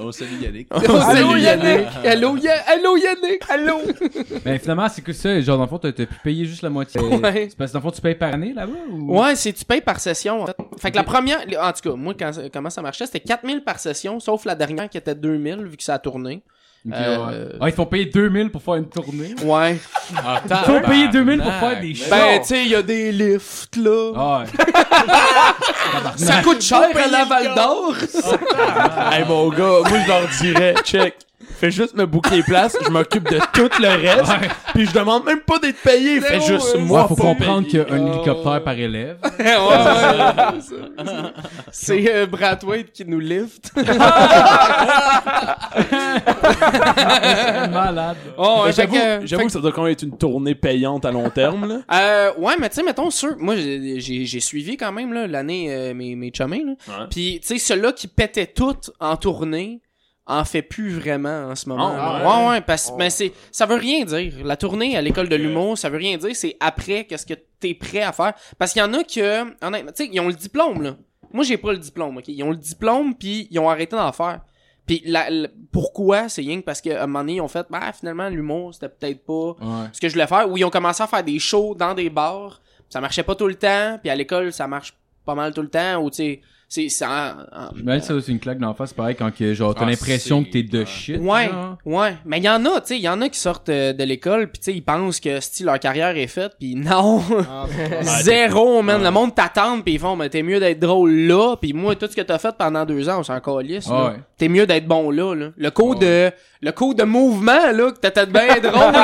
On salue Yannick. Allô Yannick! Allô, Ya- Allô Yannick! Allô! Ben, finalement, c'est que ça. Genre, dans le fond, t'as t'as pu payer juste la moitié. Ouais. C'est parce que dans le fond, tu payes par année là-bas ou. Ouais, c'est tu payes par session. en fait. Fait que la première, en tout cas, moi, quand, comment ça marchait, c'était 4000 par session, sauf la dernière qui était 2000, vu que ça a tourné. Ok, Euh, ouais. Ah, ils te font payer 2000 pour faire une tournée. Ouais. Ah, Ils te font payer 2000 pour faire des shows. Ben, tu sais, il y a des lifts, là. Ah, ouais. Ah. Ça coûte cher à la Val d'Or! Hey, mon gars, moi, je leur dirais, check. Fais juste me booker les places, je m'occupe de tout le reste, puis je demande même pas d'être payé, fais Zéro, juste euh, moi Ouais, faut pas comprendre qu'il payer. y a un hélicoptère par élève. Ouais, ouais, ouais. C'est euh, Brad Wade qui nous lift. Malade. Oh, Mais fait J'avoue, que- j'avoue que ça doit quand même être une tournée payante à long terme, Euh, là. ouais, mais tu sais, mettons, ceux, moi, j'ai- j'ai j'ai suivi quand même, là, l'année, euh, mes, mes chummés, là. Ouais. Puis, tu sais, ceux-là qui pétaient toutes en tournée, en fait plus vraiment en ce moment. Ah, ouais, ouais, parce que c'est ça veut rien dire. La tournée à l'école de l'humour, ça veut rien dire, c'est après qu'est-ce que t'es prêt à faire parce qu'il y en a que honnêtement, tu sais, ils ont le diplôme là. Moi, j'ai pas le diplôme, OK, ils ont le diplôme puis ils ont arrêté d'en faire. Puis la, la- pourquoi c'est rien que parce qu'à un moment donné, ils ont fait bah finalement l'humour, c'était peut-être pas Ouais. ce que je voulais faire où ils ont commencé à faire des shows dans des bars ça marchait pas tout le temps puis à l'école ça marche pas mal tout le temps ou tu sais c'est c'est en- en- Ben, ça, c'est une claque d'en face, pareil, quand que, genre, t'as Ah, l'impression c'est- que t'es de shit. ouais genre. ouais mais il y en a tu sais il y en a qui sortent euh, de l'école puis tu sais ils pensent que si leur carrière est faite puis non Ah, c'est pas- zéro man le monde t'attend puis ils font mais t'es mieux d'être drôle là puis moi tout ce que t'as fait pendant deux ans on s'en calisse là. Ah ouais. t'es mieux d'être bon là, là. le coup de le coup de mouvement là que t'étais bien drôle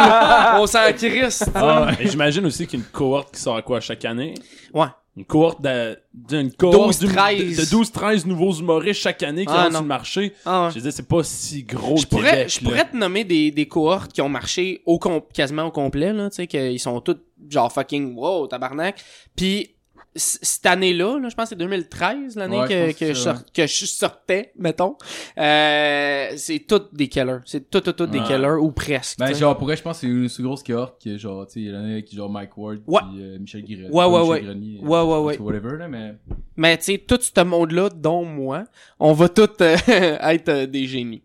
on s'en crisse tu sais. Ah, et J'imagine aussi qu'il y a une cohorte qui sort à quoi chaque année? ouais Une cohorte de, d'une cohorte 12, 13. de 12-13 nouveaux humoristes chaque année qui Ah, rentrent non. sur le marché. Ah ouais. Je veux dire, c'est pas si gros Je le pourrais, Québec, je là. pourrais te nommer des, des cohortes qui ont marché au com- quasiment au complet, là, tu sais, qu'ils sont tous genre fucking wow, tabarnak. Puis c- cette année-là, là, je pense que c'est 2013, l'année Ouais, je que, pense que que, je c'est sor- ça, que je sortais, mettons. Euh, c'est toutes des killers. C'est tout, tout, tout des Ouais. killers, ou presque. Ben, tu sais. genre, pour vrai, je pense que c'est une sous grosse cohorte que, genre, tu sais, il y en a qui, genre, Mike Ward, Ouais. puis euh, Michel Guirel. Ouais, pas ouais, Michel ouais. Grenier, Ouais, ouais, euh, ouais. Whatever, là, mais. Mais tu sais, tout ce monde-là, dont moi, on va tous euh, être euh, des génies.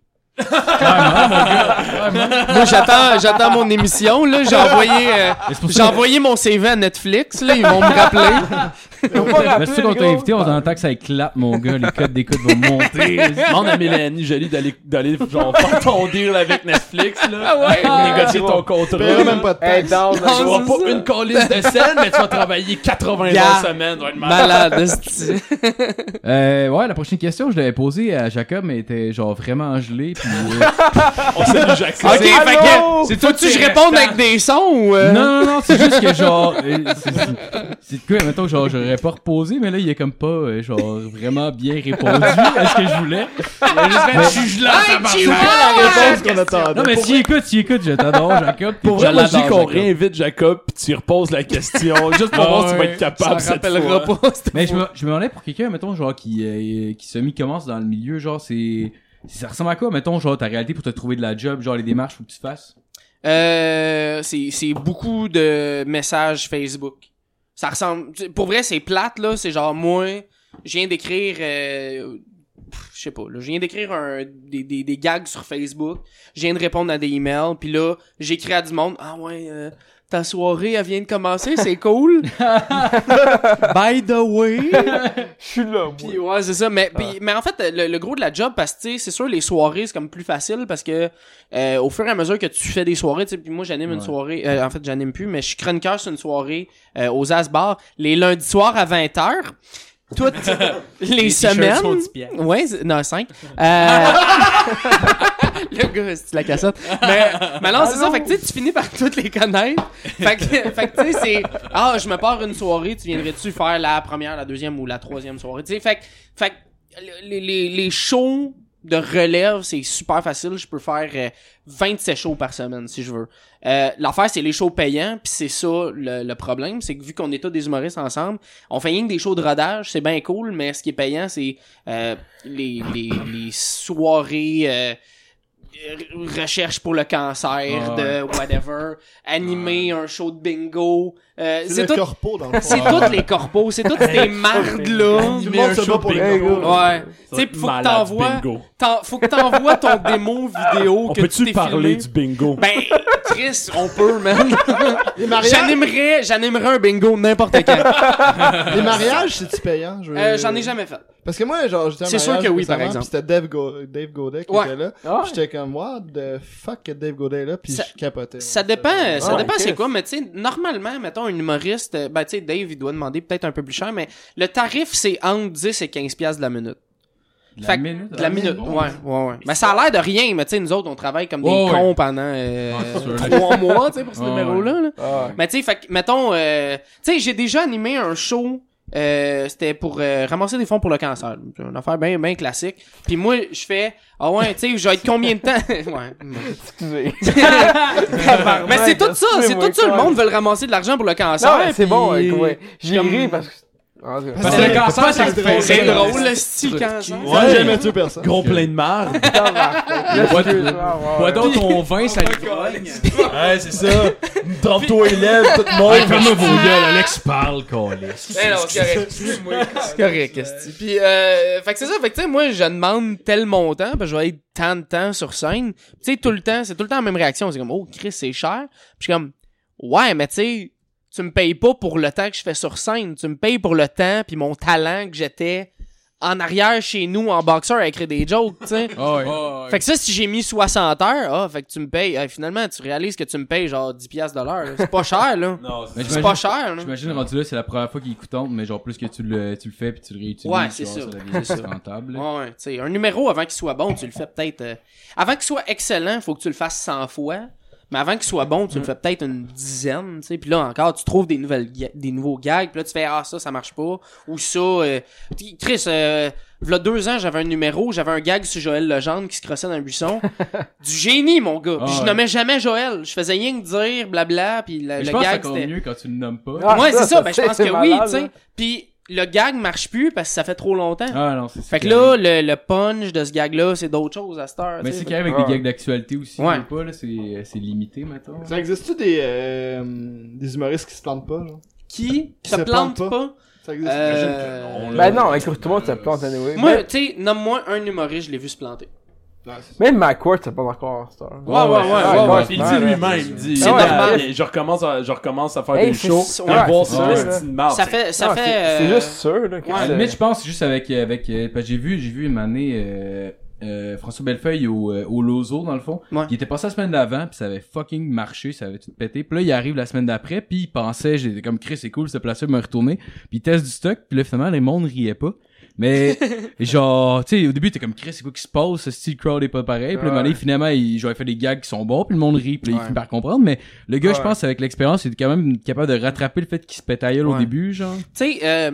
Moi, j'attends, j'attends mon émission, là. J'ai envoyé, euh, Mais c'est pour j'ai ça que- envoyé mon CV à Netflix, là. Ils vont me rappeler. Mais c'est sûr qu'on t'a invité, on se donne un temps que ça éclate, mon gars. Les codes d'écoute vont monter. Demande à Mélanie Jolie d'aller, d'aller, genre, faire ton deal avec Netflix, là. Ah ouais? Négocier ton contrat. paierai même pas de Hey, taxes. down, Tu là, auras pas une colline de scène, mais tu vas travailler 80 Yeah. heures semaine. tu vas être malade. Malade, c'est Euh, ouais, la prochaine question, je l'avais posée à Jacob, mais elle était genre vraiment gelée. Puis, euh, On sait du Jackson. Ok, fait que. C'est Faut-tu que je réponde avec des sons ou. euh? Non, non, non, c'est juste que genre. euh, c'est- c'est- C'est quoi, mettons, genre, j'aurais pas reposé, mais là, il est comme pas, euh, genre, vraiment bien répondu à ce que je voulais. la réponse qu'on attendait. Non, mais si écoute, si écoute, je t'adore, Jacob. Pour Je moi, je dis qu'on réinvite Jacob, pis tu reposes la question, juste pour voir si tu vas être capable Ça cette rappellera fois. pas. c'était- Mais je me, je me demandais pour quelqu'un, mettons, genre, qui, euh, qui semi-commence dans le milieu, genre, c'est. Ça ressemble à quoi, mettons, genre, ta réalité pour te trouver de la job, genre, les démarches faut que tu fasses? Euh, c'est c'est beaucoup de messages Facebook. Ça ressemble. tu- Pour vrai, c'est plate, là. C'est genre, moi, je viens d'écrire. euh, pff, je sais pas, là. Je viens d'écrire un- des, des, des gags sur Facebook. Je viens de répondre à des emails. Puis là, j'écris à du monde. Ah ouais, euh, ta soirée, elle vient de commencer. C'est cool. By the way. je suis là, moi. Puis ouais, Ah. c'est ça. Mais, puis- mais en fait, le, le gros de la job, parce que tu sais, c'est sûr, les soirées, c'est comme plus facile parce que euh, au fur et à mesure que tu fais des soirées, tu sais, puis moi j'anime une soirée, euh, en fait j'anime plus, mais je suis chroniqueur sur une soirée euh, aux Asbars les lundis soirs à 20h. Toutes les, semaines. Ouais, c'est- non, 5. Euh... le gars, c'est la cassette. Mais, mais non, c'est ça. Fait que tu sais, tu finis par toutes les connaître. Fait que, fait que, tu sais, c'est Ah, je me pars une soirée, tu viendrais-tu faire la première, la deuxième ou la troisième soirée? Tu sais, fait que, fait que les, les, les shows de relève, c'est super facile. Je peux faire euh, 27 shows par semaine si je veux. Euh, L'affaire, c'est les shows payants, puis c'est ça le, le problème. C'est que vu qu'on est tous des humoristes ensemble, on fait rien que des shows de rodage, c'est bien cool, mais ce qui est payant, c'est euh, les, les, les soirées. euh, re- recherche pour le cancer de whatever animer un show de bingo euh, C'est c'est le tout corpo dans le c'est fond. toutes les corpos, c'est toutes ces mardes là. Tout le monde se bat pour les bingo. corpos. Ouais. Tu sais, faut que Malade t'envoies, bingo. t'en- faut que t'envoies ton démo vidéo On que tu peut-tu t'es parler filmé. du bingo? Ben, Chris, on peut, man. Les mariages, J'animerais, j'animerais un bingo n'importe quand. les mariages c'est-tu payant? Je veux- Euh, J'en ai jamais fait. Parce que moi, genre, j'étais à un C'est sûr mariage que oui, par récemment, exemple. pis c'était Dave, Go- Dave Godet qui Ouais. était là. pis Ah ouais. J'étais comme, what the fuck que Dave Godet est là, pis Ça- je capotais. Ça Ah, dépend, ça Ouais, dépend c'est Chris. quoi, mais tu sais, normalement, mettons, un humoriste, euh, ben tu sais, Dave, il doit demander peut-être un peu plus cher, mais le tarif, c'est entre 10 et 15 piastres de la minute. De Fait que- minute. Ah, hein? De la minute, ouais, ouais, ouais. Mais ça a l'air de rien, mais tu sais, nous autres, on travaille comme des Ouais, ouais. cons pendant euh, Ouais, c'est sûr, là. trois mois, tu sais, pour ce Ouais, numéro-là. là. Ah, Mais tu sais, fait que, mettons, euh, tu sais, j'ai déjà animé un show. euh, c'était pour euh, ramasser des fonds pour le cancer. C'est Une affaire bien bien classique. Puis moi, je fais Ah ouais, tu sais, je vais être combien de temps Ouais. excusez. mais c'est tout ça, c'est Excusez-moi, tout ça. Le Carl. monde veut le ramasser de l'argent pour le cancer. Non, mais c'est puis- bon, ouais, ouais. J'ai ri parce que. Ah, En tout cas. Parce que le cancer, c'est C'est drôle, le style cancer. J'ai jamais tué personne. Gros plein de marde. Bois de Bois donc ton vin, Oh ça te cogne. Ouais, c'est ça. Trempe-toi les lèvres, tout le monde. Ferme vos gueules, Alex parle, câlisse. Mais Ben non, c'est correct. Excuse-moi. C'est correct, esti. Puis, euh, fait que c'est ça. Fait que, tu sais, moi, je demande tel montant, parce que je vais être tant de temps sur scène. Tu sais, tout le temps, c'est tout le temps la même réaction. C'est comme, oh, Chris, c'est cher. Puis, je suis comme, ouais, mais tu sais, tu me payes pas pour le temps que je fais sur scène. Tu me payes pour le temps, puis mon talent que j'étais en arrière chez nous, en boxeur, à écrire des jokes, tu sais. Ah ouais. Fait que ça, si j'ai mis 60 heures, ah, fait que tu me payes, eh, finalement, tu réalises que tu me payes genre 10 piastres de l'heure. là. C'est pas cher, là. Non, Mais C'est pas j'imagine, cher, là. j'imagine rendu là, c'est la première fois qu'il est coûtante, mais genre plus que tu le, tu le fais puis tu le réutilises. Ouais, c'est genre, ça. devient C'est plus ça. rentable. Ouais, ouais, tu sais, un numéro avant qu'il soit bon, tu le fais peut-être. euh, avant qu'il soit excellent, faut que tu le fasses 100 fois. Mais avant qu'il soit bon, tu Mm. le fais peut-être une dizaine, tu sais. Puis là encore, tu trouves des nouvelles, ga- des nouveaux gags. Puis là, tu fais ah ça, ça marche pas. Ou ça. euh, Puis Chris, euh, v'là deux ans, j'avais un numéro, j'avais un gag sur Joël Legendre qui se crossait dans un buisson. du génie, mon gars. Puis Ah, je ouais. nommais jamais Joël. Je faisais rien que dire blabla. Puis la- Mais le je pense que c'est gag encore c'était. mieux quand tu le nommes pas. Ah, ouais, ça, c'est ça. ça, Ben je pense c'est que oui, malade, tu sais. là. Puis le gag marche plus parce que ça fait trop longtemps. Ah non, c'est Fait que là, le, le punch de ce gag-là, c'est d'autres choses à cette heure. Mais tu c'est sais. qu'il arrive avec Ouais. des gags d'actualité aussi, Ouais. ou pas, là, c'est c'est limité, maintenant. Ça existe-tu des, euh, des humoristes qui se plantent pas, genre? Qui Qui se se plante plante pas? Ça existe? Euh, Ben non, écoute, tout le monde se plante anyway. Moi, tu sais, nomme-moi un humoriste, je l'ai vu se planter. Même McWord, ça parle encore en star. Ouais, ouais, ouais. ouais, ouais, ouais. ouais. Il dit lui-même, il dit, C'est Ah ouais, normal. allez, je recommence à, je recommence à faire Hey, des c'est shows, sûr, et à ouais, voir c'est ça, sûr, là. c'est une marde. Ça fait, ça Ah, Non, fait. c'est- C'est euh, juste sûr, là. que ouais. À la c'est- limite, Ah, je pense juste avec avec euh, parce que j'ai vu j'ai vu une année euh, euh, François Bellefeuille au euh, au Lozo dans le fond. Ouais. Il était passé la semaine d'avant puis ça avait fucking marché, ça avait tout pété. Puis là il arrive la semaine d'après puis il pensait j'étais comme Chris c'est cool ce placement me retourner puis il teste du stock puis là finalement les mondes riaient pas. Mais genre tu sais au début t'es comme Chris c'est quoi qui se passe si le crowd est pas pareil puis là, un moment donné, finalement il j'aurais fait des gags qui sont bons puis le monde rit puis là, il finit par comprendre mais le gars je Ouais. pense avec l'expérience il est quand même capable de rattraper le fait qu'il se pète à gueule au Ouais. début genre. Tu sais, euh,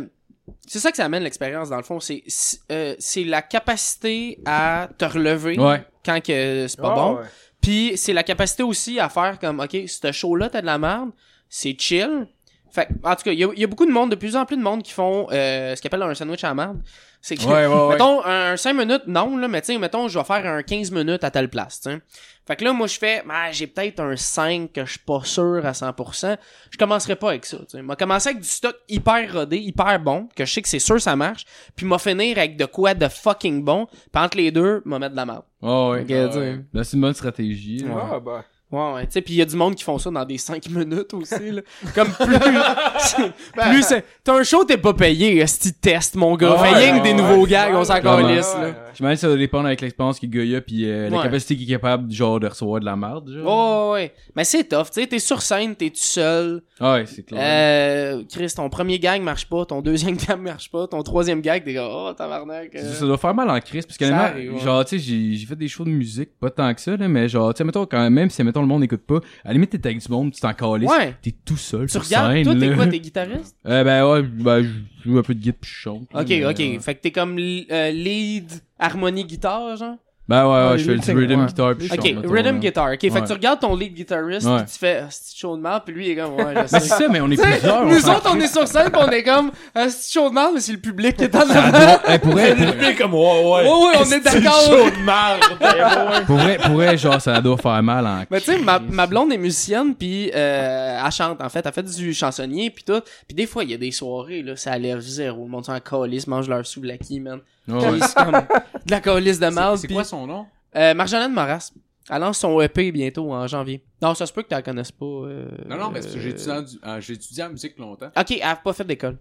c'est ça que ça amène l'expérience, dans le fond. C'est c'est, euh, c'est la capacité à te relever Ouais. quand que c'est pas Ah, bon. ouais. Puis c'est la capacité aussi à faire comme, OK, ce show-là, t'as de la merde, c'est chill. Fait que, en tout cas, il y, a- il y a beaucoup de monde, de plus en plus de monde qui font euh, ce qu'on appelle un sandwich à la merde. C'est que, Ouais, ouais, ouais. mettons, un 5 minutes, non, là, mais tu sais, mettons, je vais faire un 15 minutes à telle place, tu sais. Fait que là, moi, je fais, ah, j'ai peut-être un 5 que je suis pas sûr à 100%. Je commencerai pas avec ça, tu sais. M'a commencé avec du stock hyper rodé, hyper bon, que je sais que c'est sûr ça marche, puis m'a finir avec de quoi de fucking bon, puis entre les deux, m'a mettre de la merde. Oh, ouais. Fait que, tu sais, Là, c'est une bonne stratégie. là. Ah, bah. Ouais, ouais, tu sais, puis il y a du monde qui font ça dans des 5 minutes aussi, là. Comme plus. plus c'est- T'as un show, t'es pas payé, si test, mon gars. Ouais, Fait rien que des ouais, nouveaux ouais, gags, on s'en Clairement. calisse, là. J'imagine que ça va dépendre avec l'expérience que Goya puis euh, la Ouais. capacité qu'il est capable genre de recevoir de la merde. Genre. Oh, ouais. Mais c'est tough, tu sais, t'es sur scène, t'es tout seul. Ah Ouais, c'est clair. Euh, Chris, ton premier gag marche pas, ton deuxième gag marche pas, ton troisième gag, t'es comme, oh, tabarnak. euh. Ça- Ça doit faire mal en crise parce que ça honnêtement, arrive, ouais. genre tu sais j'ai j'ai fait des shows de musique pas tant que ça là mais genre tu sais mettons quand même si mettons le monde n'écoute pas à la limite t'es avec du monde tu t'en calisses Ouais. t'es tout seul Tu sur regardes, scène toi, t'es là. quoi, t'es guitariste? euh, ben ouais ben je joue un peu de guitare puis je chante là, Ok, mais, ok. ouais. Fait que t'es comme euh, lead, harmonie, guitare, genre? ben ouais, ouais Ouais, je fais lui, c'est- le rhythm ouais. guitar puis je chante Ok, mettons, rhythm là. guitar. Ok, fait Ouais. que tu regardes ton lead guitariste, Ouais. pis tu fais Ah, c'est chaud de merde, puis lui il est comme ouais, je mais sais. Ben, c'est ça mais on est T'sais, plusieurs on nous s'en autres, on est sur scène, pis on est comme, Ah, c'est chaud de merde, mais c'est le public qui est en Ça avant. doit- hey, pour vrai, pour- Puis comme, ouais, ouais. Ouais, ouais, on est d'accord. pour vrai, pour vrai, Ah, genre, ça doit faire mal en Mais tu sais, ma, ma blonde est musicienne, puis euh, elle chante, en fait. Elle fait du chansonnier, puis tout. Puis des fois, il y a des soirées, là, ça lève zéro. Le monde s'en calisse, mange leur souvlaki, man. Ouais, ouais. Puis c'est comme de la calisse de merde. Ah C'est puis- quoi son nom? Euh, Marjolaine Maras. Elle lance son EP bientôt, en janvier. Non, ça se peut que tu la connaisses pas. euh, Non, non, mais c'est parce que j'ai euh, étudié en du- ah, j'ai étudié en musique longtemps. Ok, elle a pas fait d'école.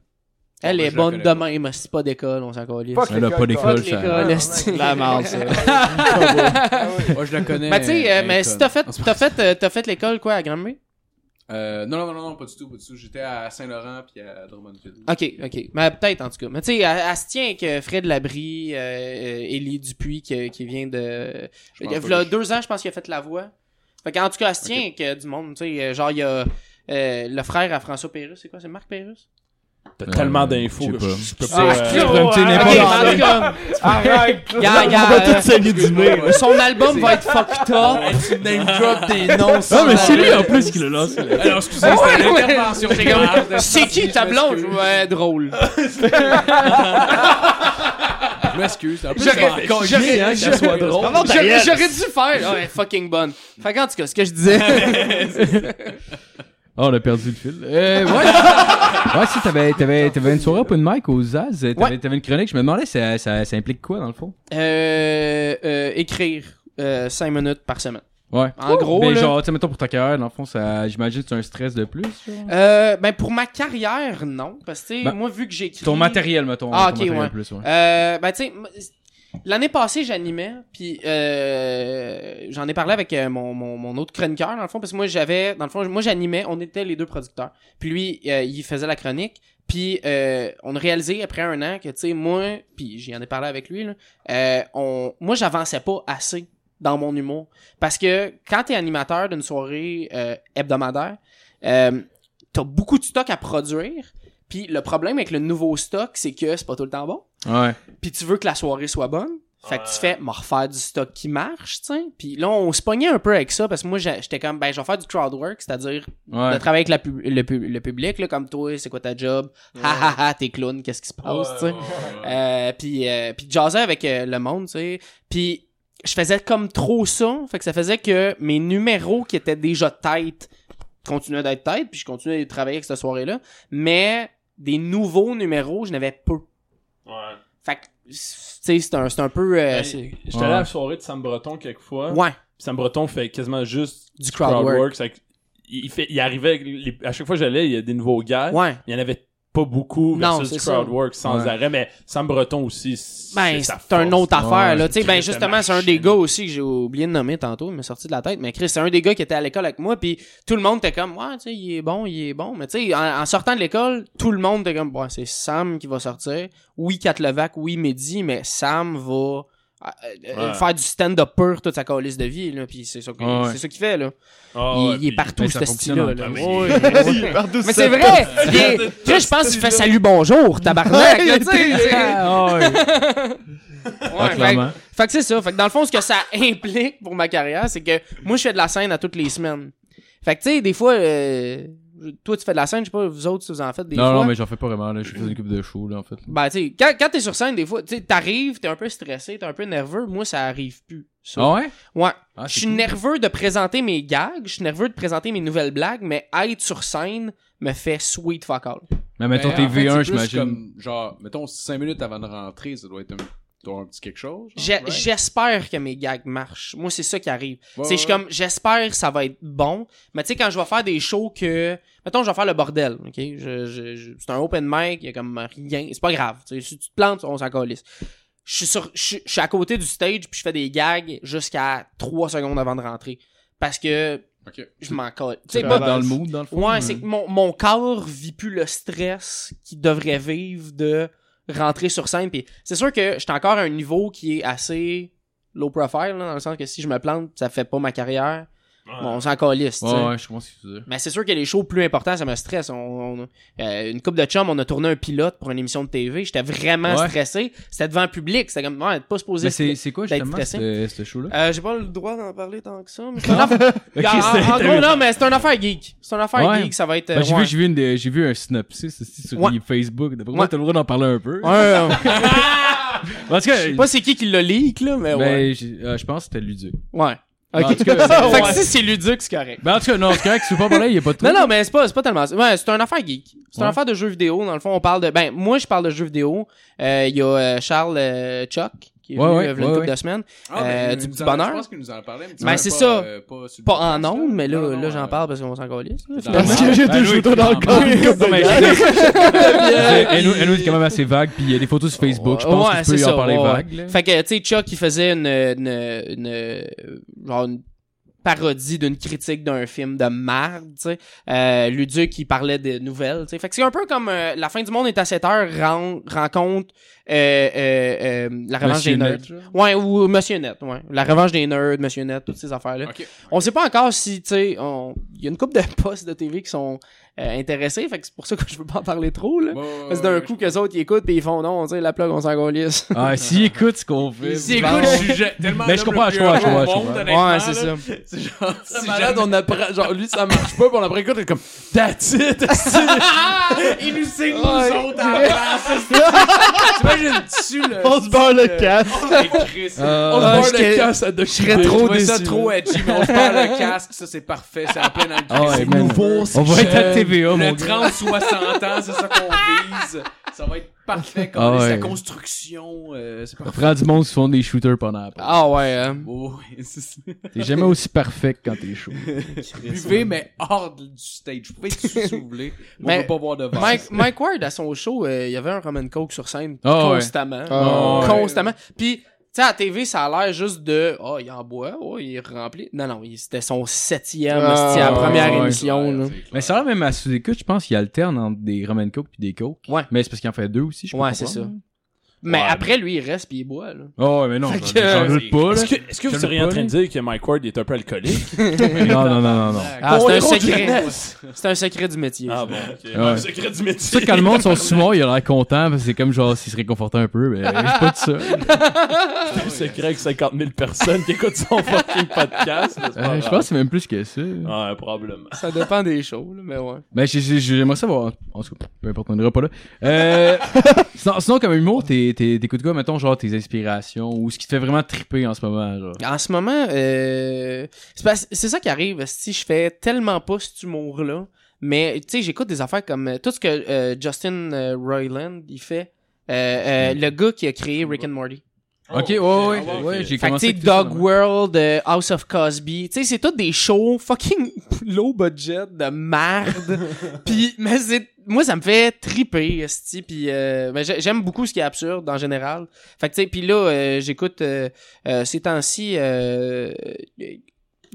Elle ben, est je la bonne connais de pas. même, c'est pas d'école, on s'en calisse. Fuck Elle a pas l'école, fuck d'école, Fuck ça. l'école, Ouais, esti. ouais. la merde, ça. Moi, je le connais. Mais tu sais, euh, euh, mais Lincoln. si t'as fait, Non, c'est t'as fait, euh, t'as fait l'école quoi à Granby? Euh, non, non, non, non, pas du tout, pas du tout. J'étais à Saint-Laurent puis à Drummondville. Ok, ok. Mais peut-être en tout cas. Mais tu sais, elle, elle se tient avec euh, Fred Labrie, euh, euh, Élie Dupuis qui, qui vient de. Je Il pense y a pas v'là que deux ans, je pense qu'il a fait la voix. Fait qu'en tout cas, elle se tient avec euh, du monde, tu sais. euh, Genre, il y a euh, le frère à François Pérus, c'est quoi? C'est Marc Pérus? T'as Euh, tellement je d'infos sais que pas. je je peux Ah, pas. je euh, sais pas. Comme tu sais, Ok, n'importe- mais en tout cas, Arrête! y a- y a- On va tous saigner du nez, là. euh, son album va être fucked up. Tu name drop des noms. Ah, mais c'est lui en plus qui l'a lancé. Alors, excusez, c'était Ah, Ouais, ouais. l'intervention. C'est comme, C'est qui ta blonde? Ouais, drôle. Je m'excuse. En plus, J'aurais- je m'en cogne, j'aurais- hein, que ça soit drôle. J'aurais j'aurais dû faire. Ouais, fucking bonne. Fait qu'en tout cas, ce que je disais. Ah, on a perdu le fil. Euh, ouais. ouais, si, t'avais, t'avais, t'avais une soirée open mic aux Zaz. T'avais, Ouais. t'avais une chronique. Je me demandais, ça, ça, ça implique quoi, dans le fond? Euh, euh, écrire 5 minutes par semaine. Ouais. En gros, Mais là- Ben, genre, tu sais, mettons, pour ta carrière, dans le fond, ça, j'imagine que c'est un stress de plus. genre. Euh, ben, pour ma carrière, non. Parce que, tu sais, Ben, moi, vu que j'écris. Ton matériel, mettons. ton Ah, ok, matériel ouais. plus, ouais. Euh, ben, tu sais, m- l'année passée, j'animais, puis euh, j'en ai parlé avec euh, mon, mon, mon autre chroniqueur, dans le fond, parce que moi, j'avais, dans le fond, moi, j'animais, on était les deux producteurs. Puis lui, euh, il faisait la chronique, puis euh, on a réalisé après un an que, tu sais, moi, puis j'en ai parlé avec lui, là, euh, on, moi, j'avançais pas assez dans mon humour. Parce que quand t'es animateur d'une soirée euh, hebdomadaire, euh, t'as beaucoup de stock à produire, puis le problème avec le nouveau stock, c'est que c'est pas tout le temps bon Ouais. puis tu veux que la soirée soit bonne. Fait que tu fais, m'en refaire du stock qui marche, tu sais. Puis là, on se pognait un peu avec ça parce que moi, j'a- j'étais comme, ben, je vais faire du crowd work, c'est-à-dire de Ouais. travailler avec la pub- le, pub- le public, là, comme toi, c'est quoi ta job? Ha ha ha, t'es clown, qu'est-ce qui se Ah, passe, tu sais. Euh, puis, euh, puis de jaser avec euh, le monde, tu sais. Puis je faisais comme trop ça, fait que ça faisait que mes numéros qui étaient déjà tête continuaient d'être tête, puis je continuais de travailler avec cette soirée-là. Mais des nouveaux numéros, je n'avais peu. Fait que, tu sais, c'est un, c'est un peu... euh, Ben, c'est- J'étais allé à la soirée de Sam Breton quelquefois. ouais, Sam Breton fait quasiment juste du crowd crowd work. work. c'est que Il, fait, il arrivait, avec les- à chaque fois que j'allais, il y a des nouveaux gars. Ouais. Il y en avait pas beaucoup Non, versus c'est du crowd ça. work sans Ouais. arrêt. Mais Sam Breton aussi, c'est Ben, sa c'est un force. autre affaire, Ouais, là. Tu sais, ben, Chris de justement, c'est un machine. des gars aussi que j'ai oublié de nommer tantôt, il m'est sorti de la tête. Mais Chris, c'est un des gars qui était à l'école avec moi, puis tout le monde était comme, ouais, tu sais, il est bon, il est bon. Mais tu sais, en, en sortant de l'école, tout le monde était comme, ouais, c'est Sam qui va sortir. Oui, Kat Levac, oui, Mehdi, mais Sam va euh, euh, Ouais. faire du stand-up pur toute sa calice de vie, là. Puis c'est ça que- Ouais. c'est ça qu'il fait, là. Ah, il, ouais, il puis- est partout, ben, ça ce fonctionne style-là. en là. plus. Ouais, ouais. Partout Mais ça. c'est vrai! Il est- Chris, je pense qu'il fait salut bonjour, tabarnak! là, tu sais, c'est- Ouais, Ah, fait- clairement. fait que c'est ça. Fait que dans le fond, ce que ça implique pour ma carrière, c'est que moi, je fais de la scène à toutes les semaines. Fait que tu sais, des fois, euh, toi, tu fais de la scène, je sais pas, vous autres, si vous en faites des Non, fois. non, mais j'en fais pas vraiment, là. Je fais une coupe de show, là, en fait. Ben, tu sais, quand, quand t'es sur scène, des fois, tu sais, t'arrives, t'es un peu stressé, t'es un peu nerveux. Moi, ça arrive plus. ça. Ah ouais? Ouais. Ah, je c'est suis cool. nerveux de présenter mes gags, je suis nerveux de présenter mes nouvelles blagues, mais être sur scène me fait sweet fuck all. Mais mettons, Ben, t'es en fait, V1, c'est plus j'imagine. comme, Genre, mettons 5 minutes avant de rentrer, ça doit être un, doit avoir un petit quelque chose. genre, J'ai- right? J'espère que mes gags marchent. Moi, c'est ça qui arrive. Ouais, c'est je suis ouais. comme, j'espère que ça va être bon. Mais tu sais, quand je vais faire des shows que. Mettons, je vais faire le bordel. ok Je- je- je- c'est un open mic, il y a comme rien. C'est pas grave. tu sais, si tu te plantes, on s'en calisse. Je suis, sur, je, suis- je suis à côté du stage, puis je fais des gags jusqu'à 3 secondes avant de rentrer. Parce que Ok. je m'en calisse. Tu C'est sais, pas pas- dans le mood, dans le fond. Ouais, euh. c'est que mon, mon corps vit plus le stress qu'il devrait vivre de rentrer sur scène. Puis c'est sûr que j'étais encore à un niveau qui est assez low profile, là, dans le sens que si je me plante, ça fait pas ma carrière. Bon, on s'en calisse, tu sais. Ouais, ouais, je comprends ce que tu veux dire. Mais c'est sûr que les shows plus importants, ça me stresse. On, on- euh, une coupe de chum, on a tourné un pilote pour une émission de TV. J'étais vraiment Ouais. stressé. C'était devant un public. C'était comme, ouais, t'es pas supposé. Mais c'est c'est quoi, d'être justement, stressé. ce ce show-là? Euh, j'ai pas le droit d'en parler tant que ça. Mais c'est une affaire- Ah, en, en gros, non, mais c'est une affaire geek. C'est une affaire Ouais. geek, ça va être. Ben, j'ai ouais. vu, j'ai vu, une des- j'ai vu un synopsis aussi sur Ouais. Facebook. D'après Ouais. moi, t'as le droit d'en parler un peu. Ouais, ouais, ouais. Parce que, Je sais pas c'est qui qui l'a leak, là, mais ouais. ben, j'ai- euh, je pense que c'était Luduc. Ouais. Ben, Ok. en tout cas, Fait que si c'est Ludux, c'est correct. Ben, en tout cas, non, c'est correct, c'est pas parler, il y a pas de Non, truc. non, mais c'est pas, c'est pas tellement ça. Ouais, c'est une affaire geek. C'est une Ouais. affaire de jeux vidéo. Dans le fond, on parle de. Ben, moi, je parle de jeux vidéo. Euh, Il y a euh, Charles euh, Chuck, qui est Ouais, venu ouais, euh, v'là une ouais, couple ouais. de semaines. Ah, ben, Euh, il du nous petit en- bonheur. Je pense qu'il nous en parlait. un petit Ben, peu, c'est pas, ça. euh, pas, sur le Pas podcast, en ondes, mais là, Non, non, là j'en euh, parle parce qu'on s'en calisse. là, Dans- finalement. Parce que j'ai Ben, deux oui, joueurs dans le corps. clairement. une coupe Non, mais de- Elle nous- elle nous est quand même assez vague, puis il y a des photos sur Facebook. Je pense Ouais, que tu peux c'est y en ça, parler ouais, vague. là. Fait que, tu sais, Chuck, il faisait une, une, une, euh, genre une parodie d'une critique d'un film de marde, tu sais. Euh, Luduc, il parlait des nouvelles, tu sais. Fait que c'est un peu comme euh, La fin du monde est à 7 heures, ren- rencontre euh, euh, euh, La revanche Monsieur des nerds. Net, Ouais, ou Monsieur Net, ouais. La revanche des nerds, Monsieur Net, toutes ces affaires-là. Ok. On sait pas encore si, tu sais, on... il y a une couple de postes de TV qui sont euh, intéressés, fait que c'est pour ça que je veux pas en parler trop, là. Ouais, ouais, Parce que d'un ouais, coup, que je- les autres, ils écoutent, puis ils font non, tu sais, la plug, on s'en gaulisse. Ah, s'il écoute ce qu'on fait. S'il bon. écoute, je sujet tellement Mais je comprends, je comprends, je comprends, je comprends. Ouais, c'est ça. C'est malade, on apprend. Genre, lui, ça marche pas, puis on apprend quoi, t'es comme. That's it! esti. Il nous signe nous autres T'imagines, tu le. On se barre le casque. On se Euh, Ah, barre je serais- le casque à Je serais trop trop déçu. ça déçu, trop edgy, mais on se parle le casque, ça c'est parfait, c'est en plein dans le Ah ouais, c'est man. nouveau, c'est On va être à jeune. TVA, mon Le gars. 30-60 ans, c'est ça qu'on vise. Ça va être parfait quand Ah c'est la ouais. construction, euh, c'est parfait. Prends du monde qui se font des shooters pendant la pause. Ah ouais. hein. Oh, oui, c'est ça. T'es jamais aussi parfait que quand t'es chaud. Buvez, mais hors de- du stage. Vous pouvez être sous, si vous voulez. On Mais- va pas boire de verre. Mike, Mike Ward, à son show, euh, il y avait un Roman Coke sur scène Ah ouais. constamment. Ah ouais. constamment. Puis, tu sais, à la TV, ça a l'air juste de « Ah, il en boit, oh, il est rempli. » Non, non, il- c'était son septième, Ah, c'était la première ouais, émission. là. Mais ça, même à sous-écoute, je pense qu'il alterne entre des Roman Coke puis des Coke. Ouais. Mais c'est parce qu'il en fait deux aussi, je peux Ouais, c'est comprendre. Mais Ouais, après, lui, il reste puis il boit. Là. Oh, ouais, mais non, Fait j'en que- j'en doute pas, là. Est-ce que, est-ce que vous Je seriez le en train de connais. dire que Mike Ward est un peu alcoolique? Non, non, non, non, non. Ah, c'est un héros du secret. business. C'est un secret du métier. Ah ça. bon, ok. Ouais. secret du Tu métier. sais, quand le monde sont sous il a l'air content, parce que c'est comme genre, s'il se réconfortait un peu, mais je suis pas de ça. Le secret avec 50 000 personnes qui écoutent son fucking podcast. mais c'est pas Euh, je pense grave. que c'est même plus que ça. Ouais, probablement. Ça dépend des shows, là, mais ouais. Ben, j'ai- j'ai- j'aimerais savoir. hein. En tout cas, peu importe, on n'ira pas là. Euh, sinon, sinon, comme humour, t'es- t'es- t'écoutes quoi, mettons, genre tes inspirations ou ce qui te fait vraiment triper en ce moment, genre. En ce moment, euh, c'est parce- c'est ça qui arrive. Si je fais tellement pas cet humour-là, mais tu sais, j'écoute des affaires comme euh, tout ce que euh, Justin euh, Roiland il fait. Euh, euh, le gars qui a créé Rick and Morty. Oh, Ok, ouais, ouais, Ah, ouais, ouais, ok. j'ai Fait que, tu commencé. sais, avec ça, Dog non? World, euh, House of Cosby, tu sais, c'est tous des shows fucking low budget de merde. puis, mais c'est, moi, ça me fait triper, esti, puis euh, ben, j'ai- j'aime beaucoup ce qui est absurde, en général. Fait que, tu sais, puis là, euh, j'écoute, euh, euh, ces temps-ci, euh,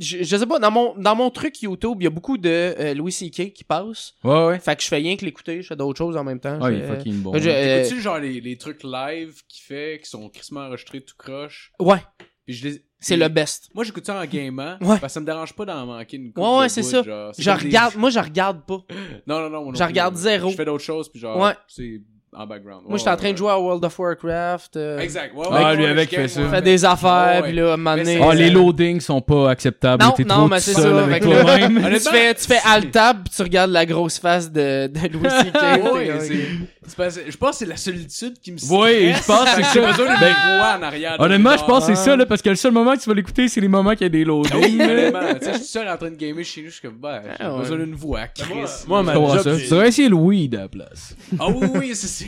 je, je sais pas, dans mon, dans mon truc YouTube, il y a beaucoup de euh, Louis C.K. qui passe. Ouais, ouais. Fait que je fais rien que l'écouter, je fais d'autres choses en même temps. Ah, il est Je- fucking bon. je- euh, tu genre les, les trucs live qu'il fait, qui sont crissement enregistrés tout croche? ouais, Puis je les... c'est le best. Moi, j'écoute ça en gamement. Ouais. Parce que ça me dérange pas d'en manquer une coupe Ouais, ouais, de c'est bout, ça. genre. C'est Je comme des- regarde, moi, je regarde pas. Non, non, non. moi non je plus, regarde ouais. zéro. Je fais d'autres choses, puis genre, Ouais. c'est en background. Moi, j'étais en train de jouer à World of Warcraft. euh, Exact. Ouais, Ah, ouais, lui ouais, avec, il je fait gagne, ça. ouais. fait des affaires, Ouais. puis là, à un moment Mais donné, c'est- Ah, euh, les loadings sont pas acceptables. Non, T'es non, trop mais tout c'est seul ça, Avec fait que là- toi-même. tu fais, tu fais alt tab, puis tu regardes la grosse face de, de Louis Ouais, C.K. ouais, T'es c'est- c'est parce que- Je pense que c'est la solitude qui me stresse. Oui, je pense que c'est J'ai ça. besoin d'une Ben, voix en arrière. Honnêtement, je Genre, hein. pense que c'est ça, là, parce que le seul moment que tu vas l'écouter, c'est les moments qu'il y a des loadings. là. Honnêtement, tu sais, je suis seul en train de gamer chez nous, je suis comme, ben, j'ai Ah, ouais. besoin d'une voix, Chris. Moi, ma Comment job, ça? c'est- Tu devrais essayer le weed à la place. Ah oui, oui, c'est- c'est...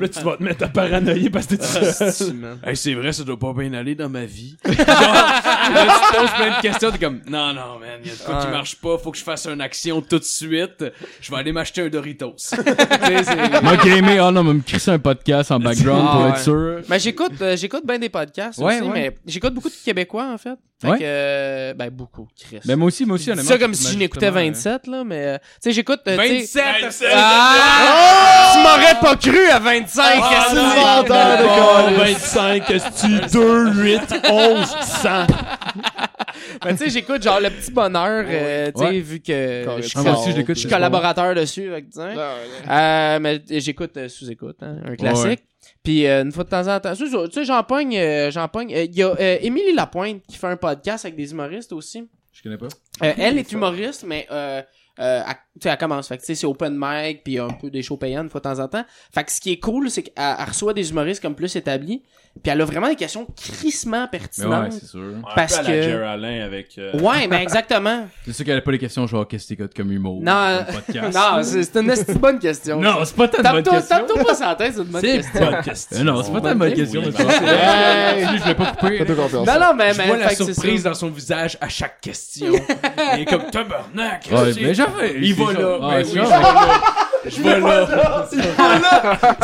Là, tu vas te mettre à paranoïer parce que t'es tout seul. Asti, man. Hey, c'est vrai, ça doit pas bien aller dans ma vie. Genre, là, tu te poses plein de questions, t'es comme, non, non, man, y a de quoi qui marche pas, faut que je fasse une action tout de suite, je vais aller m'acheter un Doritos. Tu sais, c'est- Moi, gamer, ah non, mais me crisser un podcast en background Ah, pour ouais. être sûr. Mais j'écoute, euh, j'écoute bien des podcasts Ouais, aussi, ouais. mais j'écoute beaucoup de Québécois, en fait. Fait Ouais. que, euh, ben, beaucoup, Chris. Mais moi aussi, moi Je aussi, dis honnêtement. ça comme si je j'en écoutais 27, là, mais, euh, tu sais, j'écoute, euh, tu sais- ben, 27! Ah! Tu m'aurais pas cru à 25, Ah, esti. non, menteur de non, Ah, calice. 25, qu'est-ce que tu 2, 8, euh, 11, 100. Mais tu sais, j'écoute genre le petit bonheur, euh, tu sais, Ouais. vu que je suis, Ah, moi aussi, je l'écoute, je suis c'est collaborateur dessus, fait que, tu sais. Euh, mais j'écoute euh, sous-écoute, hein, un classique. Puis euh, une fois de temps en temps, tu sais, tu sais, j'en pogne, euh, j'en pogne. Euh, Il y a euh, Émilie Lapointe qui fait un podcast avec des humoristes aussi. Je connais pas. Euh, elle est humoriste, mais euh, euh, elle, tu sais, elle commence. Fait que tu sais, c'est open mic, puis un peu des shows payants une fois de temps en temps. Fait que ce qui est cool, c'est qu'elle elle reçoit des humoristes comme plus établis, puis elle a vraiment des questions crissement Mais pertinentes. ouais, c'est sûr. Parce Un peu à la que- Jer Alain avec... euh, ouais, mais exactement. C'est sûr qu'elle a pas les questions genre, qu'est-ce que t'écoutes comme humour? Non, euh, comme podcast. non, c'est c'est une esti de bonne question. Oh, Non, c'est pas tant de bonne Tape-toi question. tape-toi pas sur la tête, c'est une bonne C'est question. Euh, pas de question. Euh, Non, c'est pas tant de bonne question. mais c'est ben, pas- Hey! Là-dessus, Je vais pas couper. Fais-toi confiance. Non, non, mais, Je mais vois la fait que c'est surprise ça. dans son visage à chaque question. Il est comme, tabarnak, Ouais, Asti. mais j'avais. Ah, Il va là, ben oui, Je vais là.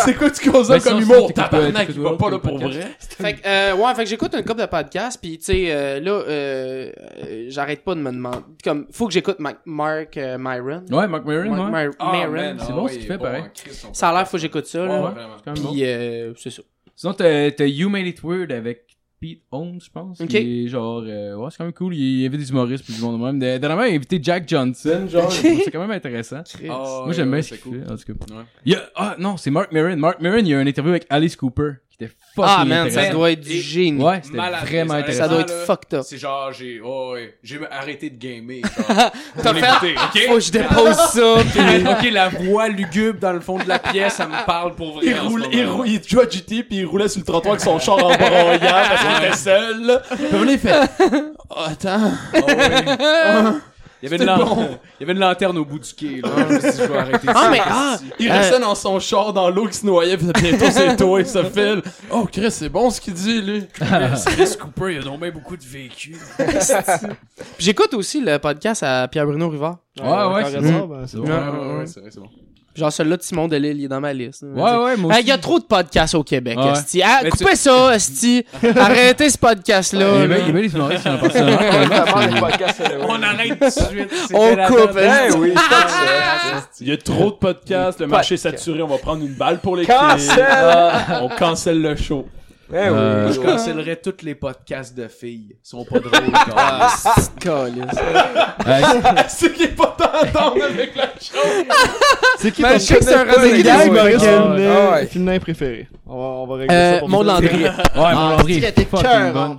C'est quoi tu causes Ben, sinon, comme humour, t'écoutes pas- tabarnak, il t'écoutes va pas pas là le pour podcast. vrai. Fait que, euh, ouais, fait que j'écoute une couple de podcasts, puis tu sais, euh, là, euh, euh, j'arrête pas de me demander. Comme, faut que j'écoute Ma- Mark euh, Myron. Ouais, Mark Maron, Mark ouais. Myron. Myron. ah, bon, ce qu'il oh, fait, pareil. Ça a l'air, faut que j'écoute ça, là. C'est quand même bon. Puis, euh, c'est ça. Sinon, t'as t'as You Made It Weird avec Pete Holmes, je pense. Ok. Qui est genre, euh, ouais, c'est quand même cool. Il, il invite des humoristes puis du monde de même. De- Dernièrement, il a invité Jack Johnson, genre. je trouve ça quand même intéressant. Ah, Ah Moi, j'aime bien ce qu'il fait, en tout cas. Ouais. Il y a- ah, non, c'est Mark Maron. Mark Maron, il y a une interview avec Alice Cooper qui était fucking Ah, man, ça intéressante. doit être du Et- génie. Ouais, c'était Malade, vraiment ça intéressant. Ça doit être Ah, là. fucked up. C'est genre, j'ai oh, ouais, j'ai arrêté de gamer. T'as fait. ok? Faut que je dépose ça. ok, la voix lugubre dans le fond de la pièce, ça me parle pour vrai. Il en ce roule, moment. il roule, il jouait à GT puis il roulait sur le trottoir avec son char en broyant parce qu'il était seul. Puis on est fait. Oh, attends. Ah ouais. Il y avait une lanterne. Il y avait une lanterne au bout du quai. Là. Je me suis dit, je vais arrêter Ah, ça. mais, ah! euh, Il restait dans son char dans l'eau qui se noyait puis bientôt c'est toi et ça file. Oh Chris, c'est bon ce qu'il dit lui. Ah. Chris Cooper, il a donc bien beaucoup de vécu. Puis j'écoute aussi le podcast à Pierre-Bruno Rivard. Ouais, ouais, c'est bon. ben, c'est Ouais, Ah, ouais, ouais. c'est vrai, c'est bon. Genre, celui-là de Simon Delille, il est dans ma liste. Ouais, ouais, moi Ben, Il aussi. y a trop de podcasts au Québec, Ouais. esti. Ah, Mais tu- coupez ça, esti. Arrêtez Il ce y podcast-là. avait- là. il y avait des humoristes qui en parlaient seulement. On arrête tout de suite. c'était On la coupe, date. hein? esti. Eh oui, Il y a trop de podcasts, le marché est saturé, on va prendre une balle pour les Cancel! clients. On cancelle le show. Eh Euh, oui. Je cancellerais tous les podcasts de filles. Ils sont pas drôles. Ah, esti, câlisse. C'est qu'il est pas d'entendre avec la C'est qui Mais ton je sais que Ben, c'est un c'est qui running ton gag, humoriste ouais. féminin- Ah ouais. féminin préféré? On va, on va régler ça Euh, pour Maud vous autres. Landry. Ah, Ouais, mon Landry. Il était fucking cœur, bon. hein.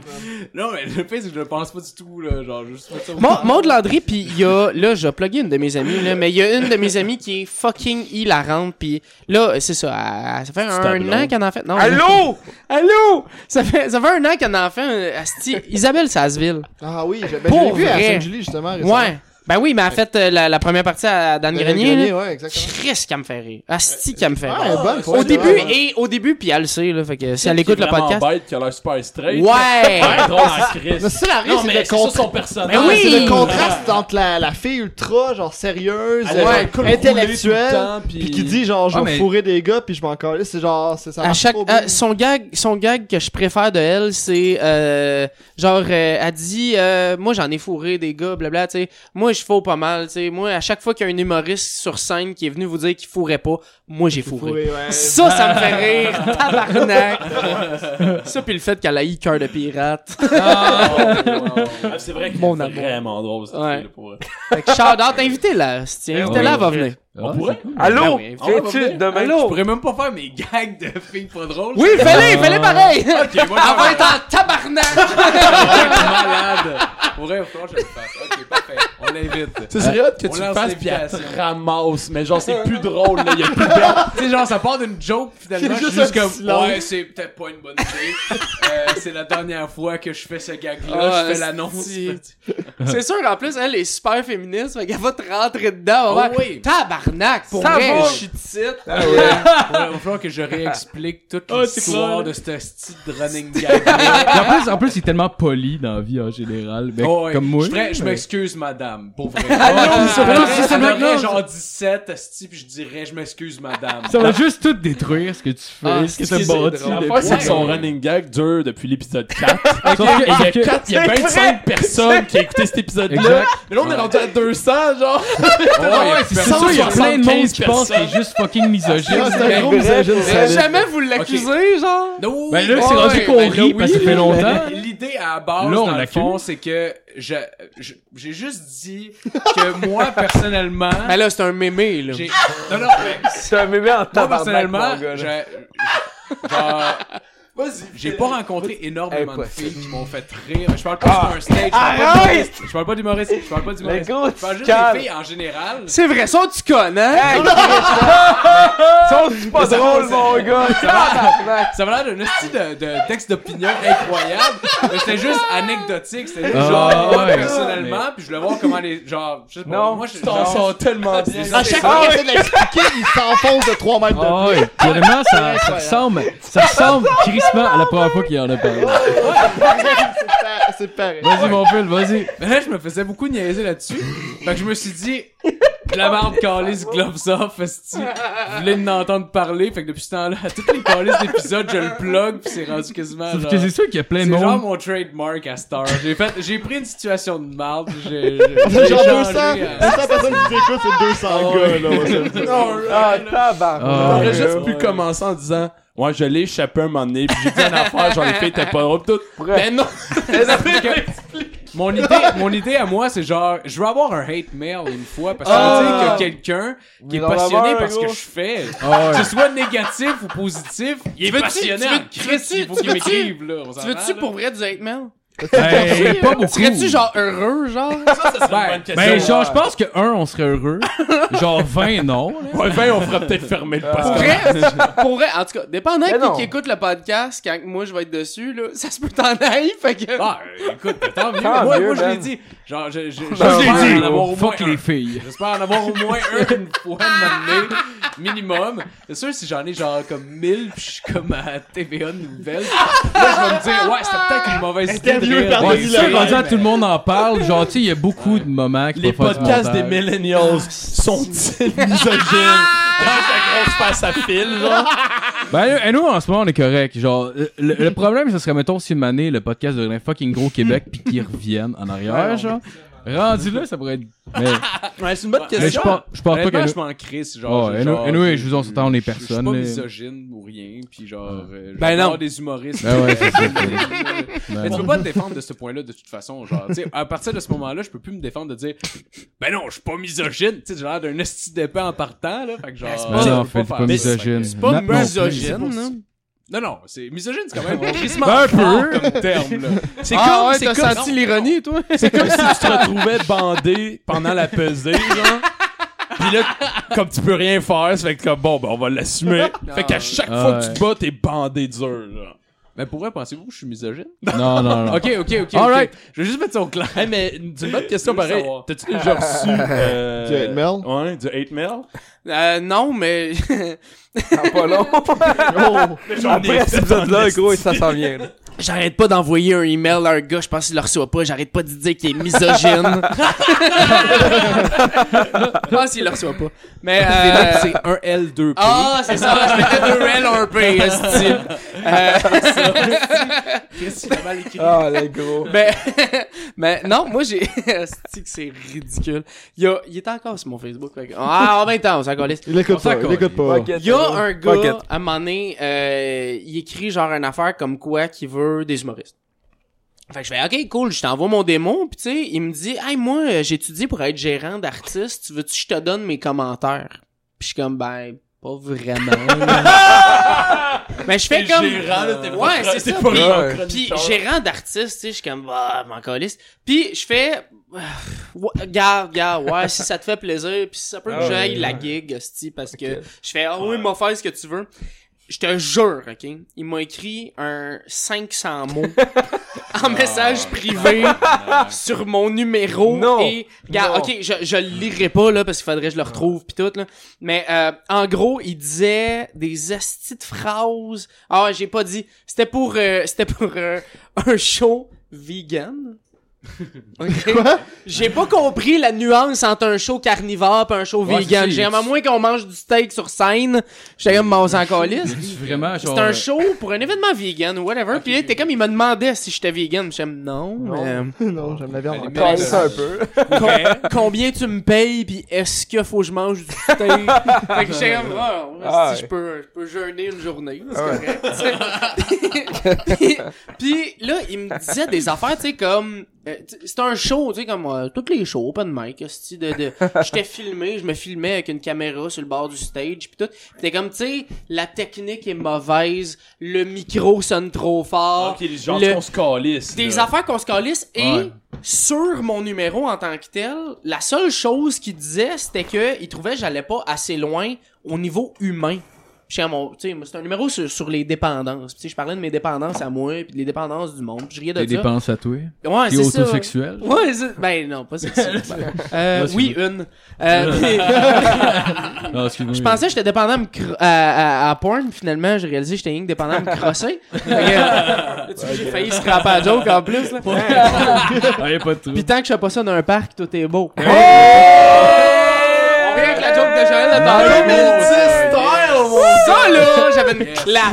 non, mais le fait, c'est que je le pense pas du tout. Là, genre, juste pas ça. Mon- Maud Landry, puis il y a, là, je vais plugger une de mes amies, là, mais il y a une de mes amies qui est fucking hilarante, puis là, c'est ça, elle- ça fait ta un blonde. an qu'elle en fait. Non, Allô! Allô! Ça fait, ça fait un an qu'elle en fait un, asti, Isabelle Sasseville. Ah oui, j'ai ben, Pour je l'ai vu à vrai. Saint-Julie justement récemment. Ouais. Ben oui, mais elle a fait euh, la, la première partie à Dan Daniel Grenier. là. ouais, exactement. Chris qu'elle me fait rire. Asti qu'elle me fait Ouais, rire. bonne, pour Au vrai, début, ouais, ouais. et au début, puis elle le sait, là. Fait que si elle Qui est écoute le vraiment podcast. bête, qui a l'air super straight. Ouais! Ouais, drôle en Chris. Mais Ah c'est la Non, raison, mais c'est c'est le ça contraste. son personnage. Mais oui! C'est le contraste entre la, la fille ultra, genre sérieuse, Elle a euh, genre le cul roulé intellectuelle, tout le temps, puis- puis qui dit genre je Ah, vais mais- fourrer des gars, puis je m'en calais. C'est genre, c'est ça. à marche chaque pas bien. euh, son gag son gag que je préfère de elle c'est euh, genre euh, elle dit euh, moi j'en ai fourré des gars blabla tu sais moi je fous pas mal tu sais moi à chaque fois qu'il y a un humoriste sur scène qui est venu vous dire qu'il fourrait pas moi j'ai fourré Fourrer, ouais. ça ça me fait rire tabarnak ça puis le fait qu'elle a eu cœur de pirate Ah, c'est vrai que Mon c'est amour. vraiment drôle, cette Ouais. fille-là, pour vrai. fait que shout out invitez la invitez la oui. va venir On pourrait? Allô? Ben oui, Viens-tu demain? Je pourrais même pas faire mes gags de filles pas drôles. Ben oui fallait fallait pareil Ok, moi, elle va être en tabarnak malade. Pour vrai, faut que je le fasse. Ok, parfait. On l'invite. C'est sérieux que on tu lance le fasses pis elle l'invitation. te ramasse, mais genre c'est plus drôle là, y a plus de Tu sais, genre, ça part d'une joke, finalement, C'est je suis juste juste un comme, petit silence. ouais, c'est peut-être pas une bonne idée. Euh, c'est la dernière fois que je fais ce gag-là, Ah, je fais l'annonce. c'est- C'est sûr, en plus, elle est super féministe, fait qu'elle va te rentrer dedans. on va Oh faire, oui. Tabarnak, pour vrai, je suis petite. Ah ouais. Ouais, il va falloir que je réexplique toute l'histoire de ce style de running gag. Puis en plus, en plus, il est tellement poli dans la vie en général. Ben, Oh, ouais. comme moi. Je, ferais- je m'excuse, madame, pour vrai. non, c'est vrai, si c'est j'aurais maintenant, genre 17, asti, puis je dirais, je m'excuse, madame. Ça va juste tout détruire ce que tu fais, Ah, ce que ce qui t'as bâti. est drôle. depuis. L'affaire, c'est que son Ouais. running gag dure depuis l'épisode 4. Sauf que- Et il y a sauf que- 4, il y a 25 personnes qui ont écouté cet épisode-là. Exact. Mais là, on est rendu à 200, genre. Ouais, ouais, c'est sûr, il y a plein de monde 175 qui pense que c'est juste fucking misogyne. Ah, c'est un gros Mais misogyne, bref, ça. mais- Jamais vous l'accusez, genre. No, Ben là, oui, c'est ouais, rendu qu'on ben là, rit parce que ça fait longtemps. mais L'idée à la base, Là, on dans le l'accuse. fond, c'est que je, je- j'ai juste dit que moi, personnellement, Mais là, c'est un mémé, là. j'ai... Non, non, mais C'est un bébé en moi, tabarnak, personnellement, mon gars, là. j'ai- genre, j'ai pas rencontré énormément de Impossible. Ah, filles qui m'ont fait rire. Je parle pas d'un stage, je parle pas Arrête! d'humoriste, je parle pas d'humoriste, je parle pas Mais d'humoriste. gros, Je parle tu juste des calmes. filles en général. C'est vrai, ça, tu connais. hein? Sauf que c'est pas drôle, mon gars. Tabarnak. Ah! Ça va l'air d'un style de, de texte d'opinion incroyable, mais c'était juste anecdotique, c'était juste Ah, genre moi ouais. personnellement, puis je voulais voir comment les genre je sais pas, Non, moi je T'en genre- Ah, sens tellement bien. À chaque fois qu'il essaie de l'expliquer, il s'enfonce de 3 mètres de Ah ouais, puis vraiment, ça, ça ressemble, ça ressemble crissement à la première fois qu'il en a parlé. plus. Ah, C'est pareil. Vas-y, mon Phil, vas-y. Mais là je me faisais beaucoup niaiser là-dessus. fait que je me suis dit de la marde calice gloves off, esti. Je voulais en entendre parler, fait que depuis ce temps-là, à toutes les calices d'épisodes, je le plug, puis c'est rendu quasiment Sauf genre- que c'est sûr qu'il y a plein c'est de genre monde. mon trademark à Star. J'ai fait, j'ai pris une situation de marde, j'ai, j'ai- j'ai Genre changé euh, 200, euh, à- 200 personnes qui t'écoutent, c'est Ah, 200 gars, là. ouais, c'est- Ah, tabarnak. Ah, J'aurais ouais. juste pu commencer en disant Ouais, je l'ai échappé un moment donné, pis j'ai dit une affaire, genre les filles étaient pas drôles, pis tout. Bref. Ben non! Ben Mon idée, mon idée à moi, c'est genre, je veux avoir un hate mail une fois parce que Ah! tu sais que quelqu'un qui est Il en a passionné marre, par ce que gros. je fais, Ah que ouais. ce soit négatif ou positif, il est Veux-tu- passionné. tu veux- en Christ, tu veux-tu- il faut qu'il tu veux-tu- m'écrive là. on Tu s'entend, veux-tu là. pour vrai du hate mail? Ben, pas beaucoup. Serais-tu genre heureux, genre? Ben, Ben, genre, je pense que un, on serait heureux. Genre 20, non. là. Ouais, ben, on fera peut-être fermer le Pour podcast. vrai, pour vrai, en tout cas, dépendant Mais de non. qui, qui écoute le podcast, quand moi je vais être dessus, là, ça se peut t'en aller, fait que... Ah, euh, écoute, tant mieux. Tant moi, mieux, moi, je man. l'ai dit. Genre, je, je, je l'ai j'espère dit. en avoir au moins Fuck un. les filles. J'espère en avoir au moins un une fois de ma vie, minimum. C'est sûr, si j'en ai genre comme 1000 pis je suis comme à TVA Nouvelle, là, je vais me dire, ouais, c'était peut-être une mauvaise idée. de Interviewé rire. par Ouais, Vas-y, c'est c'est là, sûr, vrai, rendu à mais- tout le monde en parle. Genre, tu sais, il y a beaucoup de moments qui Les Ah, podcasts des ben, millennials sont-ils misogynes? Dans sa grosse face à fil, genre. Ben, euh, nous, en ce moment, on est correct. Genre, euh, le, le problème, ce serait, mettons, si une année, le podcast devenait un fucking gros Québec, puis qu'ils reviennent en arrière, genre. Rendu là, ça pourrait être. Mais, Ouais, c'est une bonne mais je pense, je pense pas Honnêtement, que. je m'en crisse, genre. Oh, je- genre, anyway, je vous en s'entend, on est Je suis pas personne. Ah. là. misogyne ou rien, pis genre, euh, Ben j'adore non. des humoristes. Ben ouais, c'est ça. Mais Ben, tu peux pas te défendre de ce point-là de toute façon, genre, tu sais, à partir de ce moment-là, je peux plus me défendre de dire ben non, je suis pas misogyne, tu sais, j'ai l'air d'un esti d'épais en partant là, fait que genre Ben tu non, peux Phil, t'es faire pas ça. misogyne. C'est pas Non, non plus. misogyne, non? Non non, c'est misogyne c'est quand même crissement Ben, un peu. fort comme terme là. C'est Ah comme, ouais, c'est t'as comme- senti l'ironie, toi? c'est comme si tu te retrouvais bandé pendant la pesée, genre. Pis là, comme tu peux rien faire, ça fait que comme, bon, ben, on va l'assumer. Fait qu'à chaque Ah fois ouais. que tu te bats, t'es bandé dur, genre. Mais pour vrai, pensez-vous que je suis misogyne? Non, non, non. Ok, ok, ok. ok. Alright. Je veux juste mettre ça au clair. Hey, mais c'est une bonne question Je veux pareil. savoir. T'as-tu déjà reçu euh... Du hate mail? Ouais, du 8 mail. Euh, non, mais En pas long. Après cet épisode-là, gros, ça s'en vient. là. j'arrête pas d'envoyer un email à un gars, je pense qu'il le reçoit pas, j'arrête pas de dire qu'il est misogyne. je pense qu'il le reçoit pas. Mais euh... C'est un L2P. Ah, c'est ça, je mettais deux L un P, esti. Euh, Ah, les gros. Mais, mais Ben, non, moi j'ai. Esti que c'est ridicule. Il, y a, il était encore sur mon Facebook. fait que- Ah, en même temps, on s'en calisse. Il écoute pas, il écoute pas. Fuck it, Il y a gros. un Fuck gars, it. à un moment donné, euh, il écrit genre une affaire comme quoi qu'il veut des humoristes. Fait que je fais, OK, cool, je t'envoie mon démon, pis tu sais, il me dit, hey, moi, euh, j'étudie pour être gérant d'artiste, tu veux-tu que je te donne mes commentaires? Pis je suis comme, ben, pas vraiment. Mais je fais comme. ouais, c'est ça. Pis, vraiment pis gérant d'artiste, tu sais, je suis comme, bah, m'en calisse. Pis je fais, euh, Ouais, Garde, garde, ouais, si ça te fait plaisir, puis si ça peut que j'aille la gig, hostie, parce que je fais, ah oui, m'a fait ce que tu veux. Je te jure, ok? Il m'a écrit un 500 mots en message privé sur mon numéro. Non. Et, regarde, Non. ok, je, je le lirai pas, là, parce qu'il faudrait que je le retrouve, puis tout, là. Mais, euh, en gros, il disait des astites phrases. Ah, ouais, j'ai pas dit. C'était pour, euh, c'était pour euh, un show vegan. Ok. J'ai pas compris la nuance entre un show carnivore et un show Ouais, vegan. c'est- J'aime à moins qu'on mange du steak sur scène. J'étais comme, mais on s'en calisse. C'est vraiment genre. C'était un show pour un événement vegan ou whatever. Puis là, t'es comme, il me demandait si j'étais vegan. J'aime non, mais euh, non, j'aime la viande. Allez, Calme ça un peu. com- combien tu me payes puis est-ce que faut que je mange du steak? fait que j'étais comme, Ah, ouais, Ah, si je ouais. peux, je peux jeûner une journée, c'est correct. puis, puis là, il me disait des affaires, tu sais, comme, euh, tu- c'est un show, tu sais, comme, euh, toutes les shows, open mic, esti, de, de, j'étais filmé, je me filmais avec une caméra sur le bord du stage, puis tout. C'était comme, tu sais, la technique est mauvaise, le micro sonne trop fort. Ok, les gens ah, le- qu'on se calisse. des là. affaires qu'on se calisse et Ouais. sur mon numéro en tant que tel, la seule chose qu'il disait, c'était que il trouvait que j'allais pas assez loin au niveau humain. J'étais à mon- tu sais, moi, C'est un numéro sur, sur les dépendances. Puis, tu sais, Je parlais de mes dépendances à moi, puis les dépendances du monde. puis Je riais de Des ça. dépenses à toi. Ouais, T'es Ah, c'est ça. autosexuel. Ouais, c'est- ben non, pas sexuel. Euh, oui, une. Euh, puis- Non, excuse-moi. je pensais que j'étais dépendant à, me cro- à, à- à porn. Finalement, j'ai réalisé que j'étais rien que dépendant à me crosser. Fait que, euh, tu vois, j'ai failli scraper à joke en plus. Là. Ah, y a pas de trou. Pis tant que je fais pas ça dans un parc, tout est beau. On vient avec la joke de Joël de tantôt, mais- Ça là, j'avais une clap.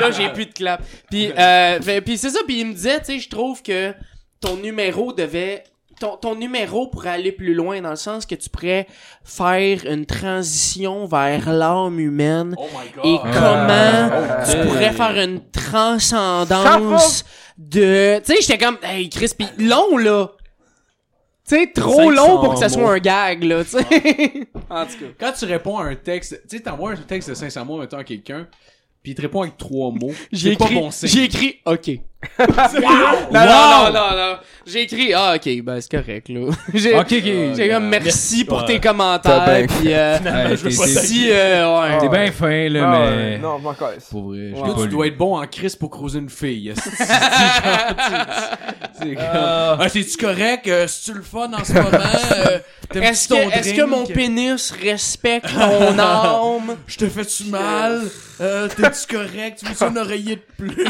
là, j'ai plus de clap. Puis euh, fait- puis c'est ça, puis il me disait, tu sais, je trouve que ton numéro devait ton, ton numéro pourrait aller plus loin dans le sens que tu pourrais faire une transition vers l'âme humaine Oh my god. et comment tu ok. pourrais faire une transcendance de tu sais j'étais comme hey Chris pis long là tu sais trop 500 long pour que ça mots. soit un gag là tu sais en tout cas Quand tu réponds à un texte, tu sais, t'envoies un texte de 500 mots mettons, à quelqu'un, puis il te répond avec trois mots. J'ai c'est pas écrit, bon signe. j'ai écrit, ok. non, non, non, non, non. J'ai écrit, ah, ok, ben, c'est correct, là. j'ai, Ok, ok. j'ai comme, merci pour tes commentaires, T'as bien pis, euh, Hey, T'es t'es- si, euh, ouais. t'es bien fin, là, Ah, mais. ouais, Non, je m'en calisse. Pour vrai, je Toi, pas tu lu. dois être bon en crise pour croiser une fille. esti. C'est comme... Ah, c'est-tu correct? Euh, C'est-tu le fun en ce moment? Euh, t'aimes-tu Est-ce ton que, est-ce que drink? mon pénis respecte ton âme? Je te fais-tu mal? Euh, T'es-tu correct? Tu veux-tu un oreiller de plus?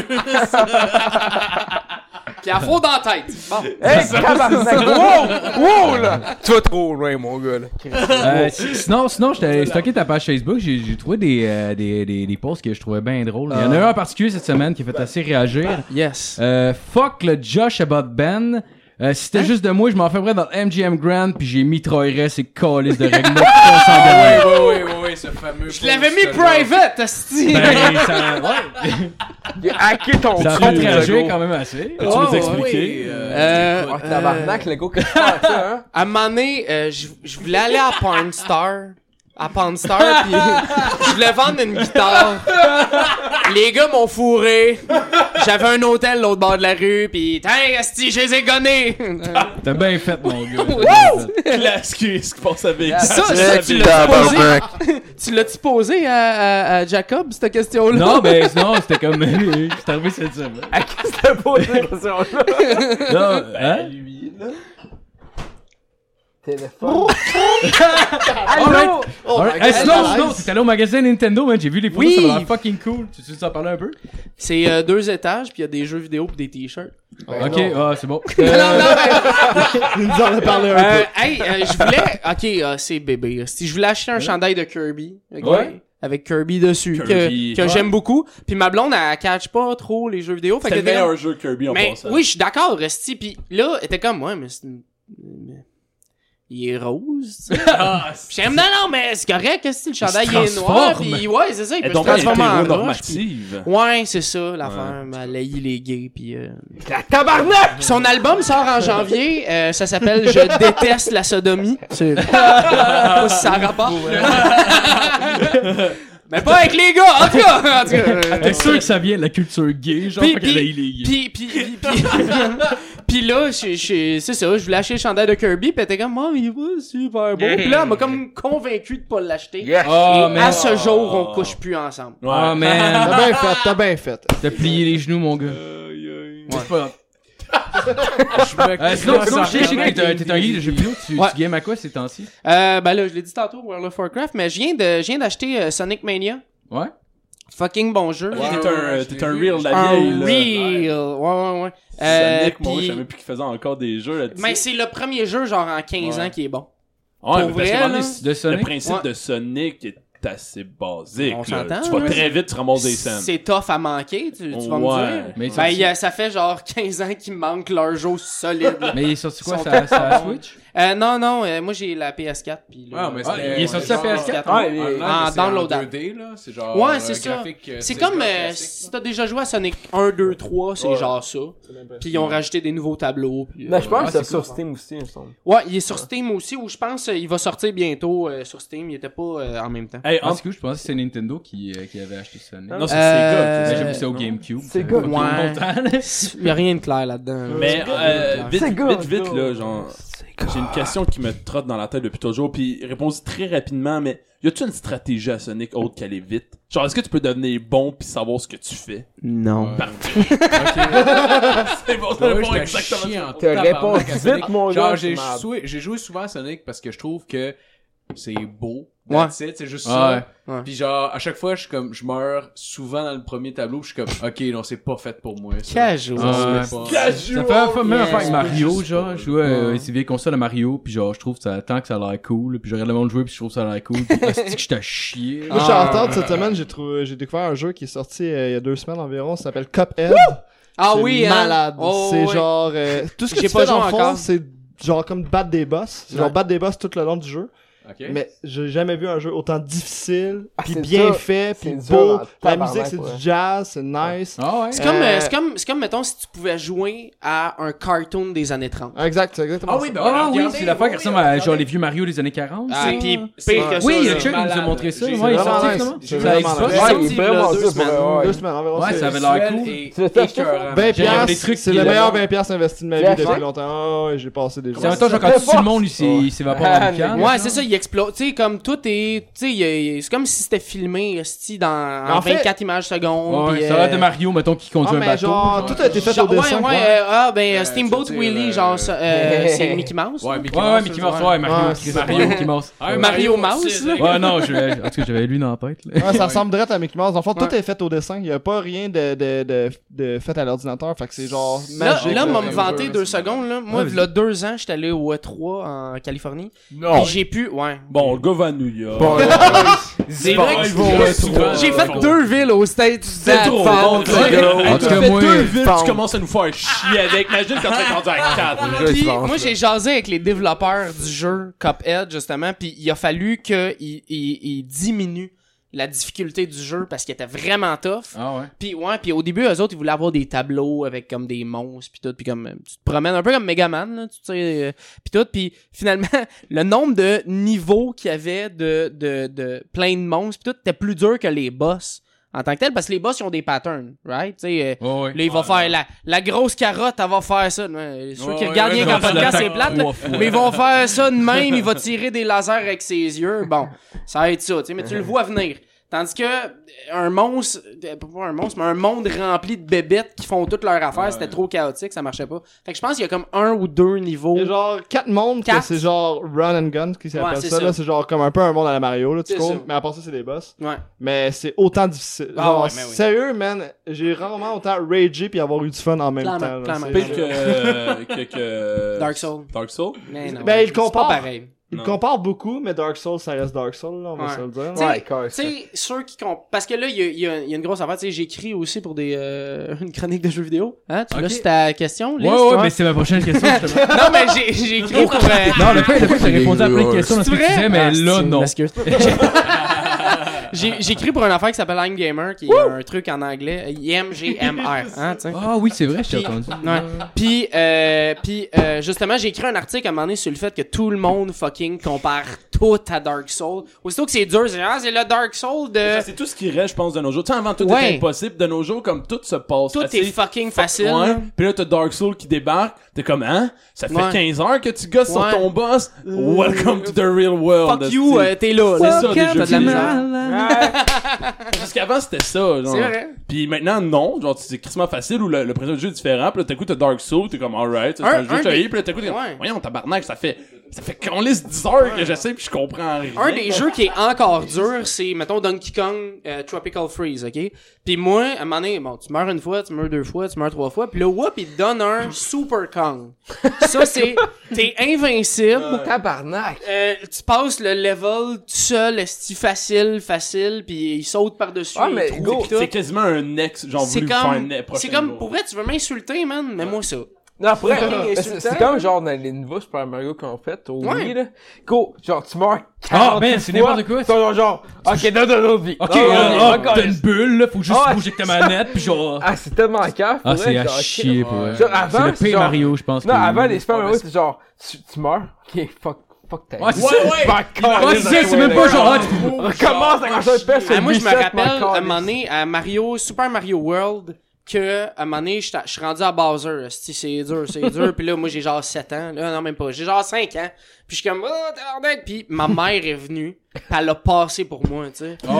Pis à faux dans la tête. Bon. Hey, tabarnak! Wow! Wow, là! Tu vas trop loin, mon gars, là. Euh, si- sinon, sinon, j'étais stocké ta page Facebook, j'ai j'ai trouvé des, euh, des, des, des posts que je trouvais bien drôles. Il y en a un en particulier cette semaine qui a fait assez réagir. Yes. Euh, fuck le Josh about Ben. Euh, si Hein? c'était juste de moi, je m'en ferais dans le MGM Grand puis j'ai mitraillerais ces calices de règlements qui sont sans gueule. oui, oui, oui, oui, ce fameux. Je l'avais mis private, esti. Ben, ça, ouais, Il a hacké ton ça a compte, fait le réagir gros. quand même assez. Peux-tu nous expliquer? Euh, Ah, tabarnak, le gars, qu'est-ce que tu fais, ça, hein? euh, À un moment donné, euh, je je voulais aller à Pornstar. à Panstar, puis je voulais vendre une guitare. Les gars m'ont fourré. J'avais un hôtel l'autre bord de la rue, puis tiens, esti, je les ai gonnés. T'as bien fait, mon gars. T'as bien fait. La ce qui passe avec ça, ça, tu l'as posé. Tu l'as-tu posé à, à- à Jacob, cette question-là? Non, ben non, c'était comme. C'est arrivé cette semaine. Ben, À qui c'était posé cette hein. question-là? Non, hein? ben, lui, là. Téléphone. ben, Allô? Oh Alright. my Hey, God, Eh, sinon, guys. sinon, t'es allé au magasin Nintendo, man, j'ai vu les photos, Oui. ça a l'air fucking cool. Tu veux en parler un peu? C'est euh, deux étages, puis il y a des jeux vidéo pis des t-shirts. ok, ah, c'est bon. Ben, Non, Euh, non, mais, Il nous en a parlé un euh, peu. hey, euh, je voulais... Ok, euh, c'est bébé. Si je voulais acheter un chandail de Kirby, ok, Ouais. avec Kirby dessus, Kirby. que, que Ouais. j'aime beaucoup, puis ma blonde, elle catch pas trop les jeux vidéo. Fait que C'était le était meilleur comme- jeu Kirby en mais, passant. Oui, je suis d'accord, Resti. Puis là, elle était comme, ouais, mais c'est une- une- Il est rose, tu sais. Ah, Puis j'étais comme, non, non, mais c'est correct, Resti, le chandail, il, est transforme. noir, puis ouais, c'est ça, il peut Elle se tombe transformer en roche, puis- normative. Ouais, c'est ça, l'affaire. mais Elle haït les gays, puis... euh, Tabarnak! Son album sort en janvier, euh, ça s'appelle Je déteste la sodomie. C'est pas si ça a rapport. Mais pas avec les gars, en tout cas. En tout cas, euh, T'es sûr que ça vient de la culture gay, genre, Puis- fait qu'elle a puis- illégal. Puis, puis, puis, puis, puis là, je- je- c'est ça, je voulais acheter le chandail de Kirby, pis elle était comme, oh, il va super beau. Puis là, elle m'a comme convaincu de pas l'acheter. Yes! Oh, Et man. à ce jour, on couche plus ensemble. Oh, Ouais. man. T'as bien fait, t'as bien fait. T'as plié les genoux, mon gars. euh, C'est pas grave. Euh, sinon, sinon, je sais je sais que t'es un- t'es un geek de jeux vidéo, tu, Ouais. tu games à quoi ces temps-ci? Euh, ben là, je l'ai dit tantôt, World of Warcraft, mais je viens de, je viens d'acheter euh, Sonic Mania. Ouais. Fucking bon jeu. T'es un- T'es un real la Un vieille, là. real. Ouais, ouais, ouais. Ah Euh, Sonic, moi, puis- je savais plus qu'il faisait encore des jeux là-dessus. Mais c'est le premier jeu, genre en 15 Ouais. ans, qui est bon. Ouais, pour mais parce vrai, qu'à un moment là, donné, De le Sonic? principe Ouais. de Sonic est assez basique. On là. s'entend, Tu vas là. très vite, tu ramasses des scènes. C'est tough à manquer, tu, tu vas me Ouais. dire. Mais, il est Ben, sorti- il y a- ça fait genre 15 ans qu'ils manquent leur jeu solide. là. mais il est sorti quoi? Ils sont Ça, ça a Switch? Euh, non, non, euh, moi j'ai la PS4. Puis là, Ah, Ouais, mais ouais, c'était- il est sorti genre- sur PS4? Ouais, il est- Online, en mais c'est download en 2D, là. C'est genre. Ouais, c'est euh, ça. graphique, euh, C'est tu sais, comme genre euh, classique. si t'as déjà joué à Sonic 1, 2, 3, c'est genre ça. Puis ils ont rajouté des nouveaux tableaux. puis, euh, Mais Ben, je pense ouais, que c'est c'est cool. sur Steam aussi, il me semble. Ouais, il est sur Steam aussi, ou je pense euh, il va sortir bientôt euh, sur Steam. Il était pas euh, en même temps. Hey, Ah, en- c'est cool, je pensais que c'est Nintendo qui, euh, qui avait acheté Sonic. Non, c'est Euh, Sega. Mais tu sais. j'ai vu ça au GameCube. C'est ça good. fait pas Ouais. longtemps, là. Il y a rien de clair là-dedans. Mais euh, vite, C'est good, vite, vite, go. là, genre, C'est j'ai une question qui me trotte dans la tête depuis toujours, puis réponds-y très rapidement, mais y a-tu une stratégie à Sonic autre qu'aller vite? Genre, est-ce que tu peux devenir bon puis savoir ce que tu fais? Non. C'est bon, Ouais, c'est bon, j'étais exactement. chier en T'as tabarnak répondu à vite, Sonic. mon gars, Genre, j'ai tu m'as- joué, j'ai joué souvent à Sonic parce que je trouve que c'est beau. Ouais. That's it, C'est juste Ouais. ça. Ouais. Puis genre, à chaque fois, je suis comme, je meurs souvent dans le premier tableau. puis Je suis comme, ok, non, c'est pas fait pour moi. ça. Casual. Ça, Ouais. c'est pas- Ça fait un peu- même affaire avec yes. Mario, genre, je jouais euh, Ouais. ces vieilles consoles à Mario, puis genre, je trouve que ça, tant que ça a l'air cool, puis je regarde le monde jouer, puis je trouve que ça a l'air cool, puis c'est que je t'ai chié. Moi, je suis Ah. en retard. Cette semaine, j'ai trouvé, j'ai découvert un jeu qui est sorti euh, il y a deux semaines environ. Ça s'appelle Cuphead. Ah C'est oui, hein. malade. Oh, c'est ouais. genre euh, tout ce que J'ai tu pas fais dans joué le fond, encore. c'est genre comme battre des boss. C'est Genre Ouais. battre des boss tout le long du jeu. Ok. Mais j'ai jamais vu un jeu autant difficile, Ah, puis c'est bien dur. fait, C'est puis dur beau. en La tabarnak, musique, c'est ouais. du jazz, c'est nice. Ah ouais? C'est comme, euh, Euh, c'est comme, c'est comme, mettons, si tu pouvais jouer à un cartoon des années 30. Exact, c'est exactement Ah ça. oui, ben Ah oui, regardez, c'est l'affaire qui oui, ressemble à genre regardez. les vieux Mario des années 40. Ah, ça. pis pire que ça. oui, là. le Chuck nous a malade. montré ça. Ouais, J'ai- il est vraiment sorti nice. finalement. J'ai Ça a vraiment Xbox. nice. Ouais, il sorti, est vraiment là, deux ça, pour semaines. vrai, Deux ouais. semaines environ. ben, Ouais, c'est- ça avait l'air Visuel cool. et Tu l'as testé, écœurant. 20 J'ai regardé des piastres, trucs c'est qui- le meilleur 20 piastres investi de ma J'ai vie depuis acheté. longtemps. Ah ouais, j'ai passé des C'est en jours. même temps, genre, quand tu tues le monde, il s'é- il s'évapore en Ah, boucan. Ouais, c'est ça, il explose. Tu sais, comme tout est. Tu sais, il y a- il- c'est comme si c'était filmé esti, dans en En fait- 24 images secondes. Ouais, puis, ça a l'air de euh, Mario, mettons, qui Ah, conduit un mais bateau. genre, tout a été fait au genre- ouais, dessin. ouais, quoi. euh, ah, ben, Euh, Steamboat je veux dire, Willie, euh, genre, ça, euh, c'est Mickey Mouse. Ouais, Ouais, ouais, Mickey Mouse, ouais, Mario, Ouais, Chris, c'est ça. Mario, Mickey Mouse. Ouais, Ouais, Mario Mario Mouse, aussi, là. Ouais, non, je, en tout cas, j'avais lu dans la tête, là. Ouais, ça ressemble direct à Mickey Mouse. En fait, euh, Ouais. tout est fait au dessin. Il n'y a pas rien de, de, de, de fait à l'ordinateur. Fait que c'est genre Là, magique. là, m'a me Mario vanter Bros, deux c'est malade. secondes, là. Moi, Ouais, il y a deux ans, j'étais allé au E3 en Californie. Non. Puis j'ai pu. Ouais. Bon, le gars va à New York. Bon, euh, C'est Bon, vrai que ils vont j'ai- au E3. J'ai fait Bon. deux villes au States. C'est trop bon, That fast. En tout cas, fait moi, deux villes, pente. tu commences à nous faire chier avec. Imagine quand t'es rendu à 4. Puis, moi, j'ai jasé avec les développeurs du jeu Cuphead, justement, puis il a fallu qu'ils ils, ils diminuent la difficulté du jeu parce qu'il était vraiment tough. Ah ouais. Puis ouais, puis au début eux autres ils voulaient avoir des tableaux avec comme des monstres puis tout puis comme euh, tu te promènes un peu comme Megaman là, tu sais euh, puis tout puis finalement le nombre de niveaux qu'il y avait de de de plein de monstres puis tout était plus dur que les boss en tant que tel parce que les boss ils ont des patterns, right? Tu sais euh, Ouais, ouais. Là, il va faire la, la grosse carotte, elle va faire ça. Ouais, Ceux qui Ouais, regardent ouais, rien qu'en ouais, podcast, ouais. c'est plate. là. Trois fois. Mais ils vont faire ça de même, il va tirer des lasers avec ses yeux. Bon, ça va être ça, tu sais, mais tu le vois venir. Tandis que euh, un monstre, euh, pas un monstre, mais un monde rempli de bébêtes qui font toutes leurs affaires, c'était trop chaotique, ça marchait pas. Fait que je pense qu'il y a comme un ou deux niveaux. Il y a genre quatre mondes, que Quatre. c'est genre run and gun, qui s'appelle c'est ça. ça. là. C'est genre comme un peu un monde à la Mario, là, tu C'est ça. comptes. Mais à part ça, c'est des boss. Ouais. Mais c'est autant difficile. Ah Genre, ouais, mais oui. Sérieux, man, j'ai rarement autant ragé puis avoir eu du fun en même Clairement, temps. là. clairement. C'est- Pire que, euh, que, que- Dark Souls. Dark Souls. Mais non. Ben, il C'est compare. pas pareil. Il Non. compare beaucoup, mais Dark Souls, ça reste Dark Souls, là, on Ouais. va se le dire. Tu sais, Ouais, carrément. tu sais, ceux qui comp- Parce que là, il y a, il y a- il y a une grosse affaire. Tu sais, j'écris aussi pour des, euh, une chronique de jeux vidéo. Hein? Tu l'as Ok. sur ta question, Ouais, Liz, ouais, toi? mais c'est ma prochaine question, justement. Non, mais j'ai- j'ai écrit pour... euh, non, le fait, le fait, j'ai répondu à plein de Ouais. questions dans ce C'est que tu vrai? disais, mais Ah, là, c'est- non. m'excuse. J'ai j'ai écrit pour une affaire qui s'appelle I'm Gamer, qui est un truc en anglais. IMGMR, hein, tu sais. Ah oui, c'est vrai, je t'ai Puis- entendu. Ouais. Puis, euh, puis euh, justement, j'ai écrit un article à un moment donné sur le fait que tout le monde fucking compare tout à Dark Souls. Aussitôt que c'est dur, c'est genre, ah, c'est le Dark Souls de. Ça, C'est tout ce qui reste, je pense, de nos jours. Tu sais, avant, tout Ouais. était impossible. De nos jours, comme tout se passe. Tout assez est fucking facile. Ouais. là. Puis là, t'as Dark Souls qui débarque. T'es comme, hein? Ça fait Ouais. 15 heures que tu gosses Ouais. sur ton boss. Welcome to the real world. Fuck you, euh, C'est t'es là. là. ça, déjà. T'as de la misère. Jusqu'avant, c'était ça. genre. C'est vrai. Puis maintenant, non. Genre, c'est crissement facile ou le, le principe du jeu est différent. Puis là, t'as coup, t'as Dark Souls. T'es comme, alright, ça, c'est Un- un, jeu un que t'as des- eu. Puis là, t'as coup, t'es comme, Ouais. voyons, tabarnak, ça fait, ça fait qu'on lisse 10 heures que j'essaie puis je comprends rien. Un des jeux qui est encore dur, c'est, mettons, Donkey Kong euh, Tropical Freeze, OK? Puis moi, à un moment donné, bon, tu meurs une fois, tu meurs deux fois, tu meurs trois fois, puis le whoop, il te donne un Super Kong. Ça, c'est... T'es invincible, Ah, Tabarnak! euh, tu passes le level tout seul, esti facile, facile, puis il saute par-dessus. Ah, il mais trouve go, et tout. C'est quasiment un ex, genre, C'est voulu faire comme... un ex prochain C'est comme... jour. Pour vrai, tu veux m'insulter, man? Mais moi, ça. Non, pour vrai, Mais insultant. C'est c'est comme genre dans les nouveaux Super Mario qu'on fait au Ouais. Wii, là. Go, genre, tu meurs 40 Ah, ben, c'est fois, n'importe quoi. t'as Genre, genre, ok, donne un autre vie. Ok, Ah, là, ouais, ah, encore t'as une- une bulle, là, faut juste Ah, bouger avec ta manette, pis genre. Ah, c'est tellement cave. Ah, pour c'est vrai, à genre, ok. chier, pour vrai. C'est Genre, avant, le c'est pire genre- Mario, je pense. Non, qu'il y a avant, eu. les Super Mario, c'est genre, tu, tu meurs, ok, fuck, fuck ta Ouais, vie. c'est ça. Ouais, c'est ça, c'est même pas genre. ah, tu peux- On recommence à quand je pêche Ah, moi, je me rappelle, à un moment donné, à Mario, Super Mario World, que, à un moment donné, j'étais- je suis rendu à Bowser. esti, C'est dur, c'est dur. Puis là, moi, j'ai genre 7 ans. Là, non, même pas. J'ai genre 5 ans. Puis je suis comme, oh, tabarnak. Puis ma mère est venue. Puis elle a passé pour moi, tu sais. Oh.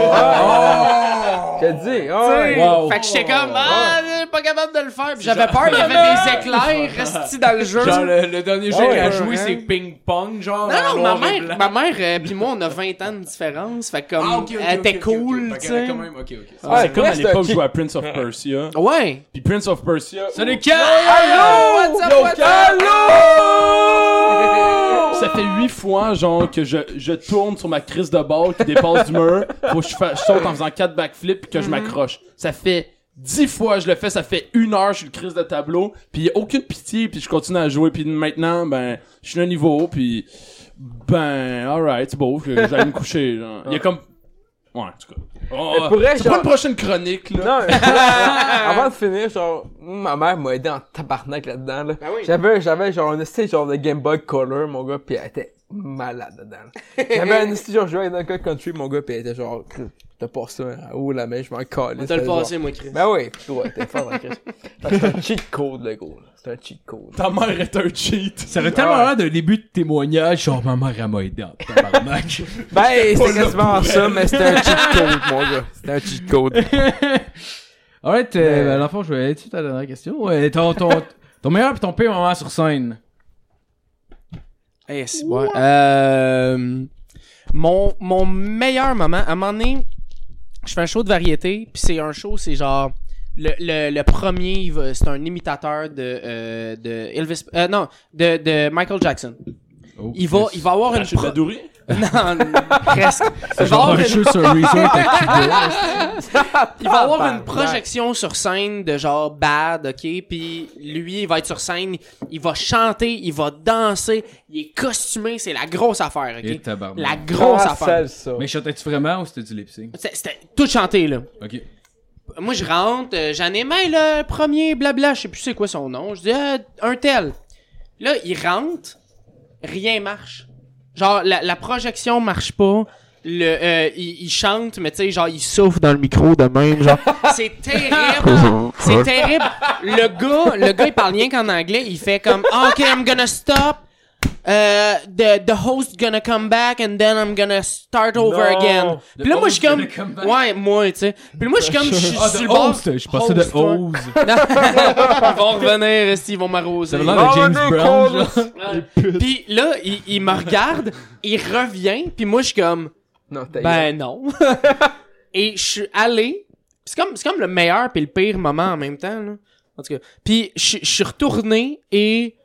Je te dis, oh, Tu sais, ouais. Wow. Fait que j'étais Oh. comme, ah, je suis pas capable de le faire. Puis j'avais peur, il y avait des éclairs Ah. restés dans le jeu. Genre, le, le dernier jeu Ouais, qu'elle a ouais, joué, ouais. c'est Ping Pong, genre. Non, non, en ma noir et mère, blanc. ma mère euh, pis moi, on a 20 ans de différence. Fait que comme, Ah, ok, ok, elle ok, était ok, ok. cool, Fait tu qu'elle a sais. quand même- ok, ok. Ah, c'est comme à c'était l'époque, ok. je jouais à Prince of Persia. Ouais. Puis Prince of Persia. oh, Ça n'est qu'à. Allô! What's up, Yo, what's up? allô! Ça fait huit fois, genre, que je, je tourne sur ma crise de bord qui dépasse du mur. Faut que je, fa- je saute en faisant quatre backflips puis que Mhm. je m'accroche. Ça fait dix fois que je le fais, ça fait une heure, je suis le crise de tableau. Puis y a aucune pitié, puis je continue à jouer. Puis maintenant, ben, je suis le niveau, haut, puis ben, alright, c'est beau, je- j'allais me coucher. Genre. Il y a comme... Ouais, en tout cas. Oh, Mais pour vrai, c'est genre- pas une prochaine chronique, là. Non, mais- avant de finir, genre, ma mère m'a aidé en tabarnak là-dedans, là. Ben oui. J'avais, j'avais, genre, un esti, genre, de Game Boy Color, mon gars, pis elle était malade dedans, là. J'avais un esti, genre, joué à Donkey Country, mon gars, pis elle était genre, t'as passé un haut la main, je m'en calais. T'as le passé, moi, Chris. Ben oui, pis ouais, t'es fort, hein, Chris. Fait que C'est un cheat code, le gros, là. C'est un cheat code. Ta mère est un cheat. Ça aurait tellement l'air d'un début de témoignage, genre, ma mère, elle m'a aidé en tabarnak. Ben, c'était quasiment ça, mais c'était un cheat code, mon gars. C'était un cheat code. Alright, euh, ben, à l'enfant, je vais aller tout à la dernière question. Ouais, ton, ton, ton meilleur pis ton pire moment sur scène. Eh, c'est bon. Euh, mon, mon meilleur moment, à un moment donné, je fais un show de variété, puis c'est un show, c'est genre. Le, le, le premier, il va- c'est un imitateur de, euh, de Elvis. euh, non, de, de Michael Jackson. Oh, Il va, Chris. il va avoir une. Rachid pro- Badouri? Non, presque. C'est genre un jeu sur Resort à Cuba. Il va avoir une projection sur scène de genre bad, ok? Puis lui, il va être sur scène, il va chanter, il va danser, il est costumé, c'est la grosse affaire, Et ok? tabarnak. La grosse Ah, affaire. sale, ça. Mais chantais-tu vraiment ou c'était du lip-sync? C'est- C'était tout chanté, là. Ok. Moi, je rentre, euh, j'en ai même le premier, blabla, je sais plus c'est quoi son nom. Je dis, Ah, un tel. Là, il rentre, rien marche. Genre, la, la projection marche pas. Le, euh, il, il chante, mais tu sais, genre, il souffle dans le micro de même, genre. C'est terrible! C'est terrible! Le gars, le gars, il parle rien qu'en anglais. Il fait comme, OK, I'm gonna stop. Euh, the, the host gonna come back and then I'm gonna start over Non. again. The Puis là, moi, host je suis comme, gonna come back. ouais, moi, tu sais. Puis moi, je suis comme, je suis Ah, sur de le bord. Host! Je passais de oh. Host, ouais. Hose. Ils vont revenir, esti, ils vont m'arroser. Ça l'air de James Brown, genre. Puis là, il, il me regarde, il revient, puis moi, je suis comme, Non, t'as ben non. Et je suis allé. C'est comme, c'est comme le meilleur puis le pire moment en même temps. Là. En tout cas. Puis je je suis retourné et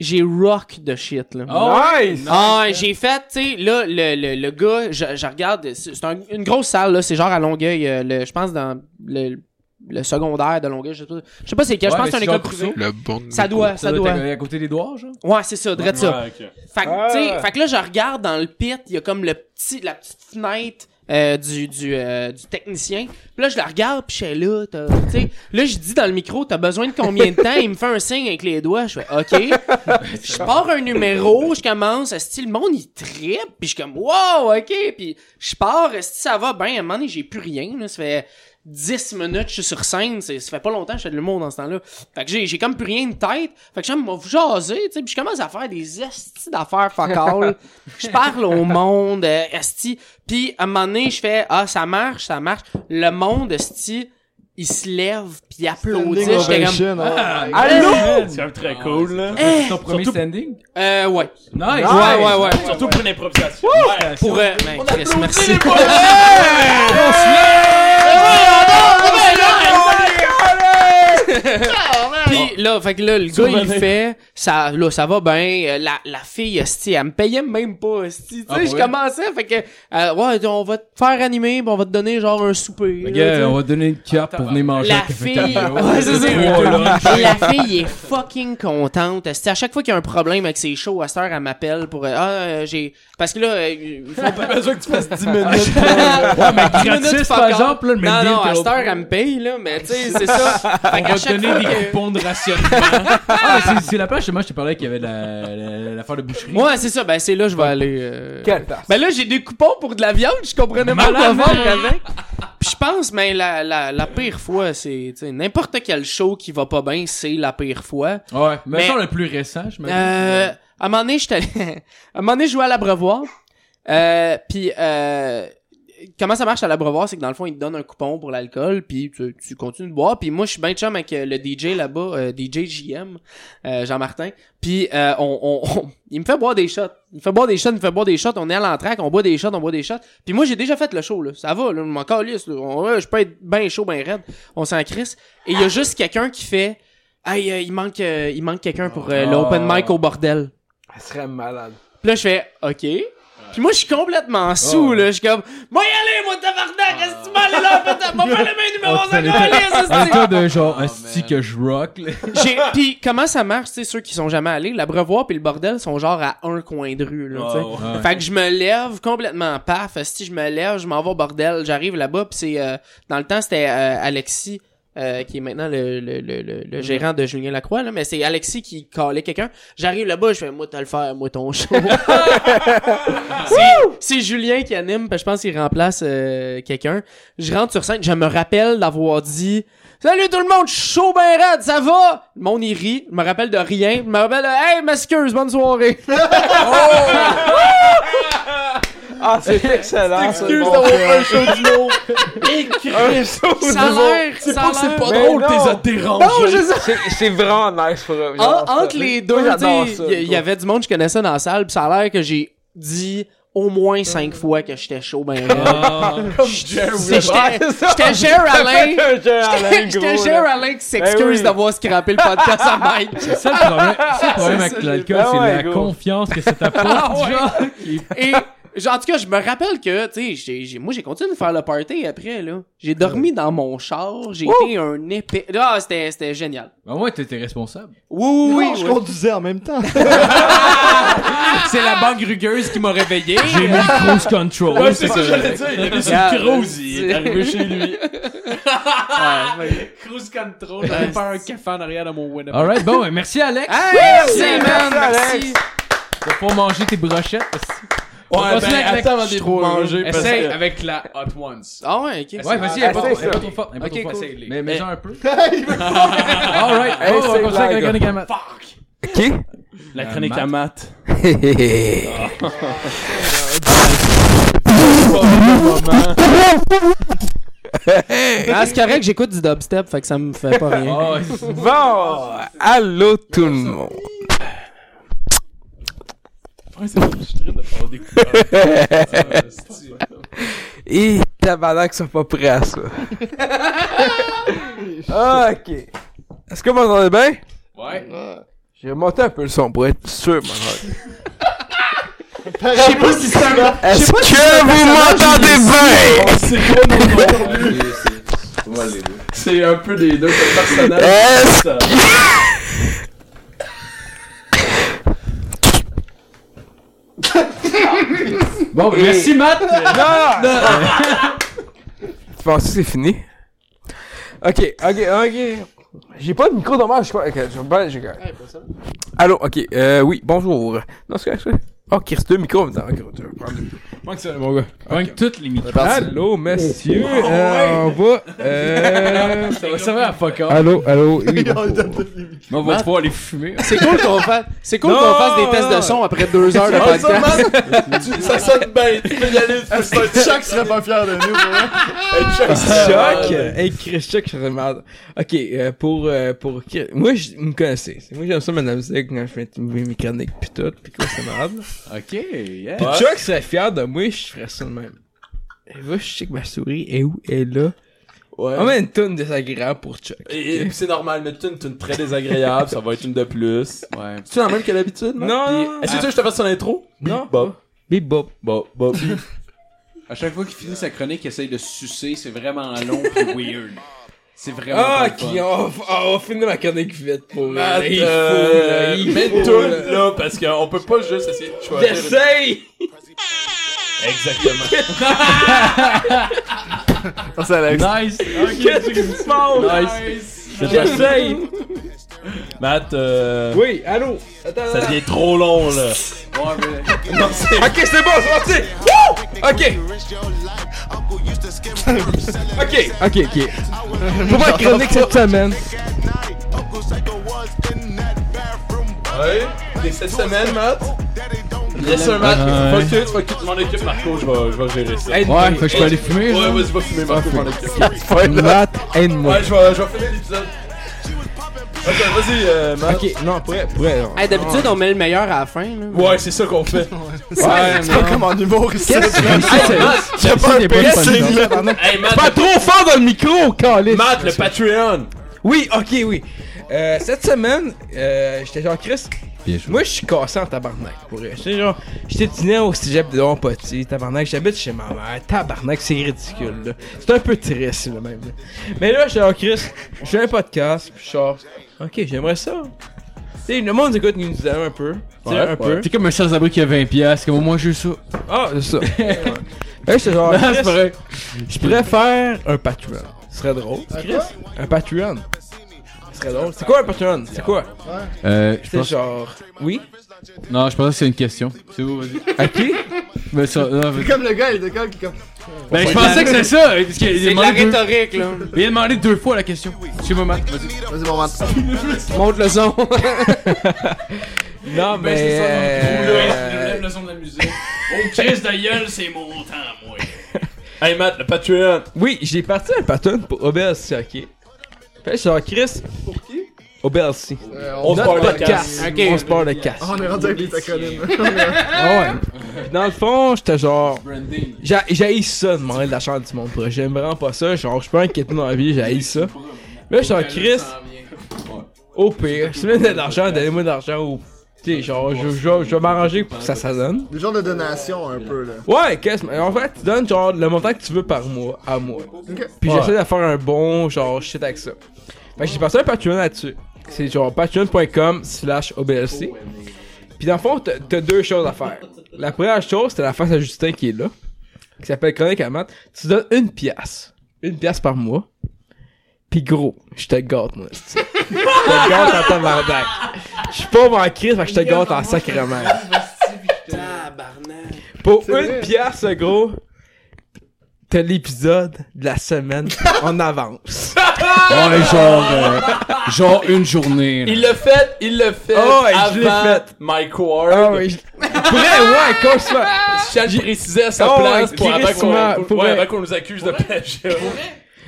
j'ai rock de shit. Là. Oh. Nice! Ah, j'ai fait, tu sais, là, le, le, le gars, je, je regarde, c'est c'est un- une grosse salle, là, c'est genre à Longueuil, euh, le- je pense dans le, le secondaire de Longueuil, je sais pas, je sais pas c'est quel, je Ouais, pense mais que c'est c'est un école genre privée. Le bon. Ça doit, ça doit doit. être à côté d'Edouard, genre? Ouais, c'est ça, drette ça. Ouais, ok. Fait que, Ah. tu sais, fait que là, je regarde dans le pit, il y a comme le petit, la petite fenêtre euh, du, du, euh, du technicien. Puis là, je la regarde, puis je suis là, t'as- tu sais. Là, je dis dans le micro, t'as besoin de combien de temps? Il me fait un signe avec les doigts. Je fais, OK. je pars un numéro, je commence, esti, le monde, il trippe, puis je suis comme, wow, OK. Puis je pars, esti, ça va bien. À un moment donné, j'ai plus rien, là. Ça fait 10 minutes, je suis sur scène. c'est- Ça fait pas longtemps que je fais de l'humour dans ce temps-là. Fait que j'ai, j'ai comme plus rien de tête. Fait que j'aime m'a vous jaser, tu sais, puis je commence à faire des estis d'affaires fuck all. je parle au monde, euh, esti. Puis à un moment donné, je fais ah ça marche, ça marche. Le monde esti, il se lève puis il applaudit. Standing J'étais comme ah, ovation, ouais. Allô? Ouais, Ah, C'est quand même très cool, là. C'est ton premier standing? euh ouais. Nice! Eh! Ouais ouais ouais. Surtout pour une improvisation. Ouais. Pour euh, ben, Chris, merci. Puis là, fait que là, le gars, il Souvenir. fait, ça, là, ça va bien. Euh, La, la fille, esti, elle me payait même pas, esti. Tu sais, Ah, pour je vrai? commençais, fait que, euh, ouais, on va te faire animer, puis on va te donner genre un souper. là, Ok, tu sais. on va te donner une carte pour venir manger. La au café fille, Tokyo. ouais, c'est ça. Trois lunchs. la fille est fucking contente. esti. à chaque fois qu'il y a un problème avec ses shows, à cette heure, elle m'appelle pour euh, ah euh, j'ai parce que là euh, il faut pas besoin que tu fasses Ah, 10 minutes. Ouais, mais Minute, gratis, fuck par off. exemple, là, le non, deal non, t'es à cette au- heure, elle me paye, là, mais tu sais, c'est ça. On Fait qu'à va te chaque fois donner des que- coupons de rationnement. Ah, c'est- c'est la place chez moi, je t'ai parlé qu'il y avait la- la- l'affaire de boucherie. Ouais, c'est ça, ben c'est là, je vais aller. euh, Quelle place. Ben là, j'ai des coupons pour de la viande, je comprenais pas quoi Malade, faire avec. Puis je pense, mais la, la, la pire fois, c'est, tu sais, n'importe quel show qui va pas bien, c'est la pire fois. Ouais, mais Mais- ça, le plus récent, je me Euh, à un moment donné, j'étais allé- à un moment donné, je jouais à l'abreuvoir. Euh, puis euh, comment ça marche à l'abreuvoir, c'est que dans le fond, ils te donnent un coupon pour l'alcool, puis tu, tu continues de boire. Puis moi, je suis bien chum avec euh, le DJ là-bas, euh, DJ JM, euh, Jean-Martin. Puis euh, on, on, on- il me fait boire des shots. Il me fait boire des shots, il me fait boire des shots. On est à l'entraque, on boit des shots, on boit des shots. Puis moi, j'ai déjà fait le show, là. Ça va, là, je m'en calisse, là. On- ouais, je peux être bien chaud, bien raide. On s'en crisse. Et il y a juste quelqu'un qui fait... Hey, euh, il manque, euh, il manque quelqu'un pour euh, l'open mic au bordel. Elle serait malade. Puis là, je fais, OK. Puis moi, je suis complètement sous, là. Je suis comme, moi, y aller, moi, tabarnak, est-ce que tu vas aller là, putain? Moi, pas le même numéro, ça Un va tas de genre, asti que je rock, là. J'ai, Puis comment ça marche, tu sais, ceux qui sont jamais allés, l'abreuvoir puis le bordel sont genre à un coin de rue, là, tu sais. Wow. Fait que je me lève complètement paf. Si je me lève, je m'en vais au bordel. J'arrive là-bas, puis c'est euh, dans le temps c'était euh, Alexis euh, qui est maintenant le, le, le, le, le gérant de Julien Lacroix là, mais c'est Alexis qui calait quelqu'un. J'arrive là-bas, je fais moi t'as le faire, moi ton show. C'est- c'est Julien qui anime, puis je pense qu'il remplace euh, quelqu'un. Je rentre sur scène, je me rappelle d'avoir dit. Salut tout le monde, je suis chaud ben raide, ça va? Le monde il rit, je me rappelle de rien, je me rappelle de Hey m'excuse, bonne soirée! Ah, c'est excellent. Excuse bon. d'avoir fait un show du mot. Ça a l'air, ça a l'air. Mais non. adhérents. Non, je sais. C'est- C'est vraiment nice pour eux. En- genre, ça. entre les deux, Moi, j'adore tu sais, ça, il y- il y toi. avait du monde que je connaissais dans la salle, pis ça a l'air que j'ai dit au moins cinq fois que j'étais chaud, ben. raide. C'est- J'étais Ouais, ça. j'étais Jer Alain. Faites un Jer Alain, J'étais- J'étais gros, Jer là. Ben Alain qui s'excuse oui. d'avoir scrappé le podcast à Mike. C'est ça le problème, c'est ça le problème C'est avec ça, l'alcool, j'ai- c'est Ah ouais, la gros. confiance que ça t'apporte, genre. Et Genre, en tout cas, je me rappelle que, tu sais, j'ai- j'ai- moi, j'ai continué de faire le party après, là. J'ai dormi dans mon char, j'ai été un épée. Ah, c'était c'était génial. Ben ouais, t'étais responsable. Oui, oui, oui. Oui, je oui. conduisais en même temps. C'est la banque rugueuse qui m'a réveillé. J'ai mis cruise control. Ouais, c'est ça, j'allais dire. Il avait Yeah. son cruise, il est arrivé chez lui. Cruise control, j'avais pas un café en arrière de mon window. Ah. Alright, bon, ouais, merci Alex. Hey, merci, Yeah, man, merci, merci. T'as pas mangé tes brochettes. Ouais, va se ben, mettre avec- attends avant de trop manger parce Essaye que... avec la Hot Ones. Ah ouais, ok. Ouais, vas-y, elle est pas Essaye trop- elle est ça. pas trop forte. elle est pas Ok, trop forte. cool. Mais mais genre un peu. Alright, Oh, on continue avec la chronique à Matt. Ok. La chronique à maths. Ah, c'est correct, j'écoute du dubstep, fait que ça me fait pas rien. Ah, ouais, c'est- Bon, allô tout le monde. Ouais, c'est je suis triste de faire des couleurs. Et tabarnak, ils sont pas prêts à ça. ok. Est-ce que vous m'entendez bien? Ouais. J'ai monté un peu le son pour être sûr, mon gars. Je sais pas si ça va. Est-ce que vous m'entendez bien? C'est un peu des deux comme personnage. Est-ce Ça. Bon, merci Matt. Tu penses que c'est fini? Ok, ok, ok. J'ai pas de micro dommage, je crois. Ok, je ben, j'ai Allô, ok, euh, oui, bonjour. Non, c'est correct, ça? Ok, c'est deux micros maintenant. Ok, je vais prendre deux micros. Pogne toutes les micros. Allô, messieurs, euh, on va. Euh... Ça va servir à fuck off. allô, allô, oui, On va pouvoir les fumer. C'est cool qu'on fasse, c'est cool qu'on fasse des tests de son après deux heures Ah, de podcast. Ça sonne bien. Tu peux y aller. tu peux- C'est un choc qui serait pas fier de nous. pour vrai. Choc! Hey, Chris Choc, je suis de merde. Ok, euh, pour, euh, pour, moi, je, vous me connaissez. Moi, j'aime ça, madame musique, quand je fais mes mes chroniques pis tout, pis quoi, c'est malade. Ok, yeah. Pis Chuck serait fier de moi, je ferais ça de même. Et va, je sais que ma souris est où? Elle est là. Euh. Ouais. On met une toune désagréable pour Chuck. Et, et puis c'est normal, mais tu es une tune très désagréable, ça va être une de plus. Ouais. Tu es la même que d'habitude, man? Non, Puis- non, Est-ce que tu veux que je te fasse son intro? Ah. Non. Bob. Bebop. Bob. Bob. À chaque fois qu'il finit sa chronique, il essaye de sucer. C'est vraiment long et weird. C'est vraiment. Ah, pas le ok, fun. on, va- on va finir ma chronique vite pour Matt, il faut, euh, là, il mets une faut, toune, là. là, parce qu'on peut pas juste essayer de choisir. une- J'essaye! Exactement. Nice. Qu'est-ce qui se passe? J'essaye! Matt, euh, Oui, allô? Attends, ça attends. devient trop long, là. Ok, c'est bon, c'est parti! Wouh! Ok! ok, ok, ok. Pour ma chronique cette semaine. Ouais. T'es cette semaine, Matt? Yes, sir, Matt. Ouais. Focus, focus. Je m'en occupe, Marco, je vais, je vais gérer ça. Aide Ouais, fait que je peux aller fumer. Ouais, genre. vas-y, va fumer, Marco, je m'en occupe. Matt, aide-moi. Ouais, je vais, je vais filmer l'épisode. Ok, vas-y, euh, Matt. Ok, non, prêt, prêt. Hey, d'habitude, on met le meilleur à la fin, là. Ouais, c'est ça qu'on fait. C'est pas comme en humour ici. C'est pas des bonnes funny, genre. hey, Matt, Pas trop fort dans le micro, calice! Matt, le Patreon! Oui, ok, oui. Euh, cette semaine, euh, j'étais genre, Chris, Bien joué. moi je suis cassé en tabarnak. Pour vrai. J'étais genre, j'étais dîner au cégep de Dompotis, tabarnak, j'habite chez ma mère, tabarnak, c'est ridicule. là. C'est un peu triste, là, même. là. Mais là, j'étais genre, Chris, je fais un podcast, puis je sors, ok, j'aimerais ça. Tu sais, le monde écoute nous disait un peu. Tu sais, Ouais, un peu. T'es comme un sans-abri qui a 20 piastres, comme au moins j'ai eu ça. Ah, c'est ça. ouais. Là, j'étais genre, Ah, c'est Chris, vrai. je préfère un Patreon. Ce serait drôle. Chris, un Patreon. Ce serait drôle. C'est quoi un Patreon? C'est quoi? Euh, je C'est pense... genre. Oui? Non, je pense que c'est une question. C'est vous, vas-y. Ok? Mais ça, non, C'est vas-y. comme le gars, il est comme. qui est comme- Ben, je pensais que c'est ça. Parce qu'il a C'est de la demandé deux... rhétorique, là. Il a demandé deux fois la question. Tu moi, Matt. Vas-y. Vas-y, bon, Matt. Montre le son. Non, mais. euh, son de la musique. Oh, Chris de gueule, c'est mon temps, moi. Hey, Matt, le Patreon! Oui, j'ai parti un Patreon pour OBLC, ok? Fait que genre, Chris. Pour qui? OBLC. Euh, On se Notre parle de podcast. Ok. On se parle de casse. On est rendu avec les acronymes. Ah ouais. Puis dans le fond, j'étais genre. J'ai j'haïs ça de demander de la chance du monde. pour vrai. J'aime vraiment pas ça. Genre, je peux inquiéter dans la vie, j'haïs ça. Là, je suis en crise. Au pire, si vous avez de l'argent, donnez-moi de l'argent au. tu écoutez, genre, je, je, je vais m'arranger pour que ça, ça donne. Le genre de donation, un peu, là. Ouais, qu'est-ce mais en fait, tu donnes genre le montant que tu veux par mois à moi. Puis j'essaie de faire un bon genre shit avec ça. Fait que j'ai passé un Patreon là-dessus. C'est genre patreon.com slash OBLC. Puis dans le fond, t'as- t'as deux choses à faire. La première chose, c'est la face à Justin qui est là, qui s'appelle Chronique à Matt. Tu donnes une pièce. Une pièce par mois. Pis gros, je te gâte, moi. esti. Je te gâte en tabarnak. Je suis pas en crise, fait que je te gâte en sacrement. Pour une pièce, gros, t'as l'épisode de la semaine en avance. Ouais, genre, euh, genre une journée. là. Il l'a fait, il l'a fait. Oh, ouais, je l'ai avant fait. Mike Ward. Ah oui. je- Pour vrai, ouais, comme ça. Je tiens à le préciser à sa Oh, place ouais, pour avant crissement, qu'on- pour ouais, vrai. avant qu'on nous accuse de plagiat.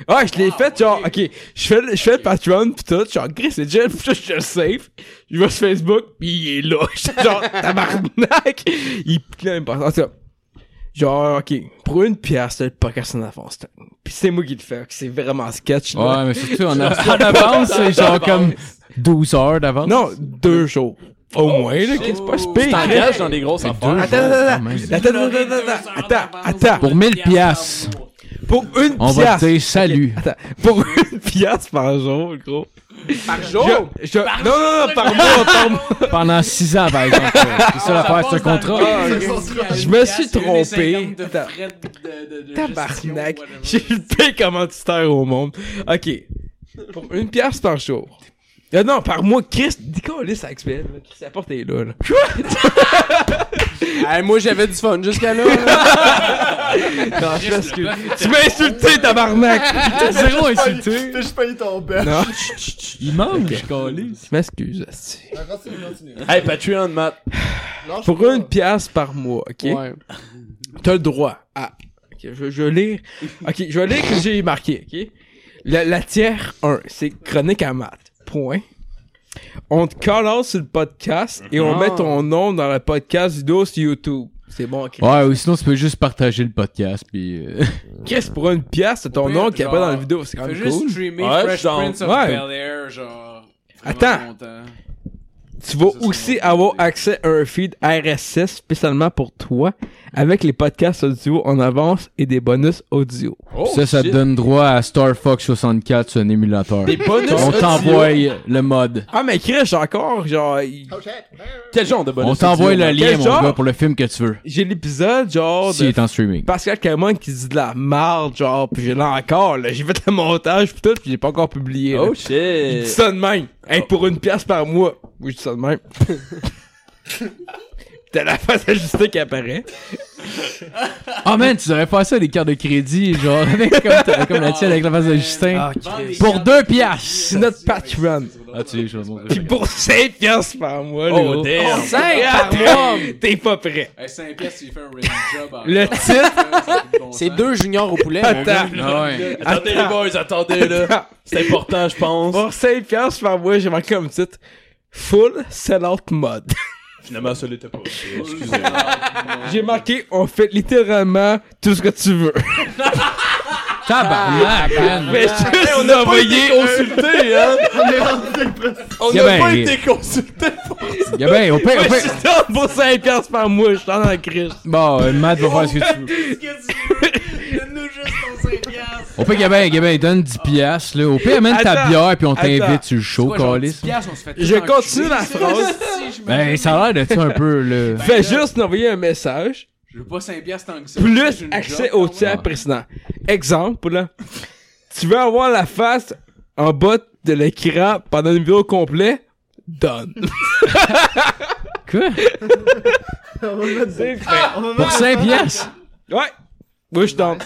Ouais, je l'ai fait, genre, Ah, ok, je fais, le- je fais le Patreon pis tout, genre, Chris c'est Jill, pis tout, je le safe. Je vais sur Facebook pis il est là. J'étais genre, tabarnak! Il pis là, il me passe. En tout cas, genre, ok, pour une pièce, t'as le podcast en avance. t'as- Pis c'est moi qui le fais, que c'est vraiment sketch, là. Ouais, mais surtout, en, av- en avance, c'est genre comme 12 heures d'avance. Non, deux jours. Au moins, là, Chris, c'est pas si pire. hein? Chris. T'engages dans des grosses affaires. Attends, jours, attends, quand attends, même. attends, attends, attends, attends, attends, Pour 1000 piastres, pour une on va te pièce. dire salut. Attends, pour une pièce par jour, gros. Par jour? Je, je, non, non, non, par mois, par mois. Pendant 6 ans, par exemple. C'est ça l'affaire, c'est un Ah, contrat. Je me suis trompé. De Attends, frais de- de- de gestion, Tabarnak. whatever. J'ai le pire commanditaire au monde. Ok. Pour une pièce par jour. Ah non, par mois, Chris, décollé ça expède. Chris, la porte est là, là. Hey, moi, j'avais du fun jusqu'à là. là. Non, je m'excuse. Tu m'as insulté, tabarnak! T'as zéro insulté. T'as juste payé ton bête. Non, Il mange, calice. je m'excuse. asti. Ah, Continue, continue. Hey, Patreon, Matt. Lâche Pour pas. une pièce par mois, ok? Ouais. T'as le droit à. Ok, je, je vais lire. Ok, je vais lire que j'ai marqué, ok? La, la tiers 1, c'est chronique à maths. Point. On te call out sur le podcast et on Ah. met ton nom dans le podcast vidéo sur YouTube. C'est bon, Chris. Ouais, ou sinon, tu peux juste partager le podcast, puis... euh, Chris, pour une pièce, t'as ton pire, nom qui apparaît dans la genre, vidéo. C'est quand Fais même juste cool. streamer Ouais, Fresh je suis Prince of down. Ouais. Bel-Air, genre... vraiment Attends. longtemps. Tu vas Ça, c'est aussi mon avoir idée. accès à un feed RSS spécialement pour toi avec les podcasts audio en avance et des bonus audio. Oh, ça, ça te donne droit à Star Fox 64 sur un émulateur. Des bonus On t'envoie le mod. Ah, mais Chris, j'ai encore, genre, il- Oh, shit. Quel genre de bonus On t'envoie audio, le Matt? lien, Quel mon genre? gars, pour le film que tu veux. j'ai l'épisode, genre, S'il de est en streaming. Pascal Cameron qui dit de la marde, genre, pis j'ai là encore, là, j'ai fait le montage pis tout, pis j'ai pas encore publié. là. Oh Je dis shit. ça de même. Hey, pour une pièce par mois. Oui, je dis ça de même. T'as la face ajustée qui apparaît. Ah man, tu devrais faire ça des cartes de crédit, genre, avec comme, t'as- comme la tienne avec la face de Justin. Pour deux piastres! C'est notre Patreon. Ah, tu sais, je Pis pour 5 pièces par mois, là. Oh damn. Cinq Ah, par t'es- mois. T'es pas prêt. Hey, 5 pièces, tu lui fais un random job. en- Le titre. Ça fait du bon C'est sens. deux juniors au poulet, mon gars. Attends. Ah ouais. Attendez les boys, attendez là. Attends. C'est important, je pense. Oh, Pour 5 pièces par mois, j'ai marqué comme titre. Full sellout mode. Finalement, ça l'était pas. Excusez. J'ai marqué, on fait littéralement tout ce que tu veux. Tabarnak, man! Mais juste on a envoyé. consulté, hein. On Eh n'a ben, pas il- été consulté. Y'a ben, au pire, au Ouais, pire. je donne pour 5 piastres par mois, je suis dans la crise. Bon, euh, Matt va faire ce que tu veux. Au pire, Gabin, Gabin, donne 10 piastres, là. Au pire, amène ta Attends. bière, puis on Attends. t'invite sur le show, Ouais, genre, 10 Calis. piastres, on se fait tout Je enculer. continue Ah, la phrase. Ben, ça a l'air de ça un peu, là. Fais juste nous envoyer un message, Je veux pas 5 piastres tant que ça. plus J'ai une accès job, au ah quand tiers Ouais. précédent. Exemple, là. Tu veux avoir la face en bas de l'écran pendant une vidéo complète? Donne. Quoi? On va mettre des- On va mettre- Pour 5 piastres? Ouais. Moi, je donne.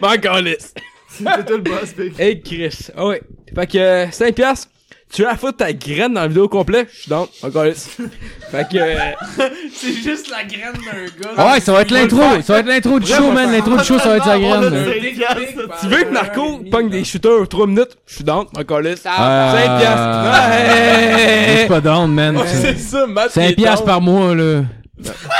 M'en calisse. C'était toi le boss, big. Hey, Chris. Ah ouais. Fait que, euh, 5 piastres. Tu veux la foutre ta graine dans la vidéo complète? Je suis dans. M'en calisse. Fait que, euh, C'est juste la graine d'un gars. Ah ouais, ça va être l'intro! Ça va être l'intro du show, man! L'intro du show, ça va être sa On a graine, dit là. cinq piastres. tu veux que Marco pogne des shooters 3 minutes? Je suis dans. M'en bah, calisse. Ça- 5 piastres. Je Ouais. suis Euh, pas down, man. C'est ça, Matt. 5 piastres par mois, là.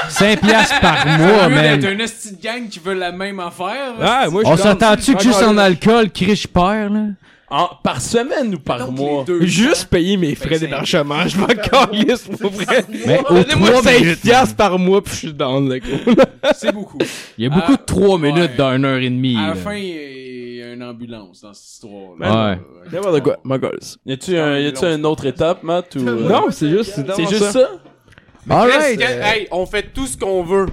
5 piastres par mois, Au lieu d'être Ah, man. Ah, un hostie de gang qui veut la même affaire. Ouais, Ah, moi, je On suis down. s'entend-tu que juste en alcool, Chris, je perds, là? En, par semaine ou par mois? Juste payer mes frais d'hébergement, je m'en calisse, pour vrai. Mais au Donnez-moi trois 5 minutes. piastres par mois, puis je suis dans le coup. C'est beaucoup. Il y a beaucoup Ah, de 3 minutes ouais. dans une heure et demie. À là. la fin, il y a une ambulance dans cette histoire-là. Ouais. D'abord de quoi, my girls. Y a-tu un, y a-tu un autre étape, Matt? Ou... euh, Non, c'est juste, c'est C'est vraiment juste ça? Qu'est-ce Alright! que- Hey, on fait tout ce qu'on veut.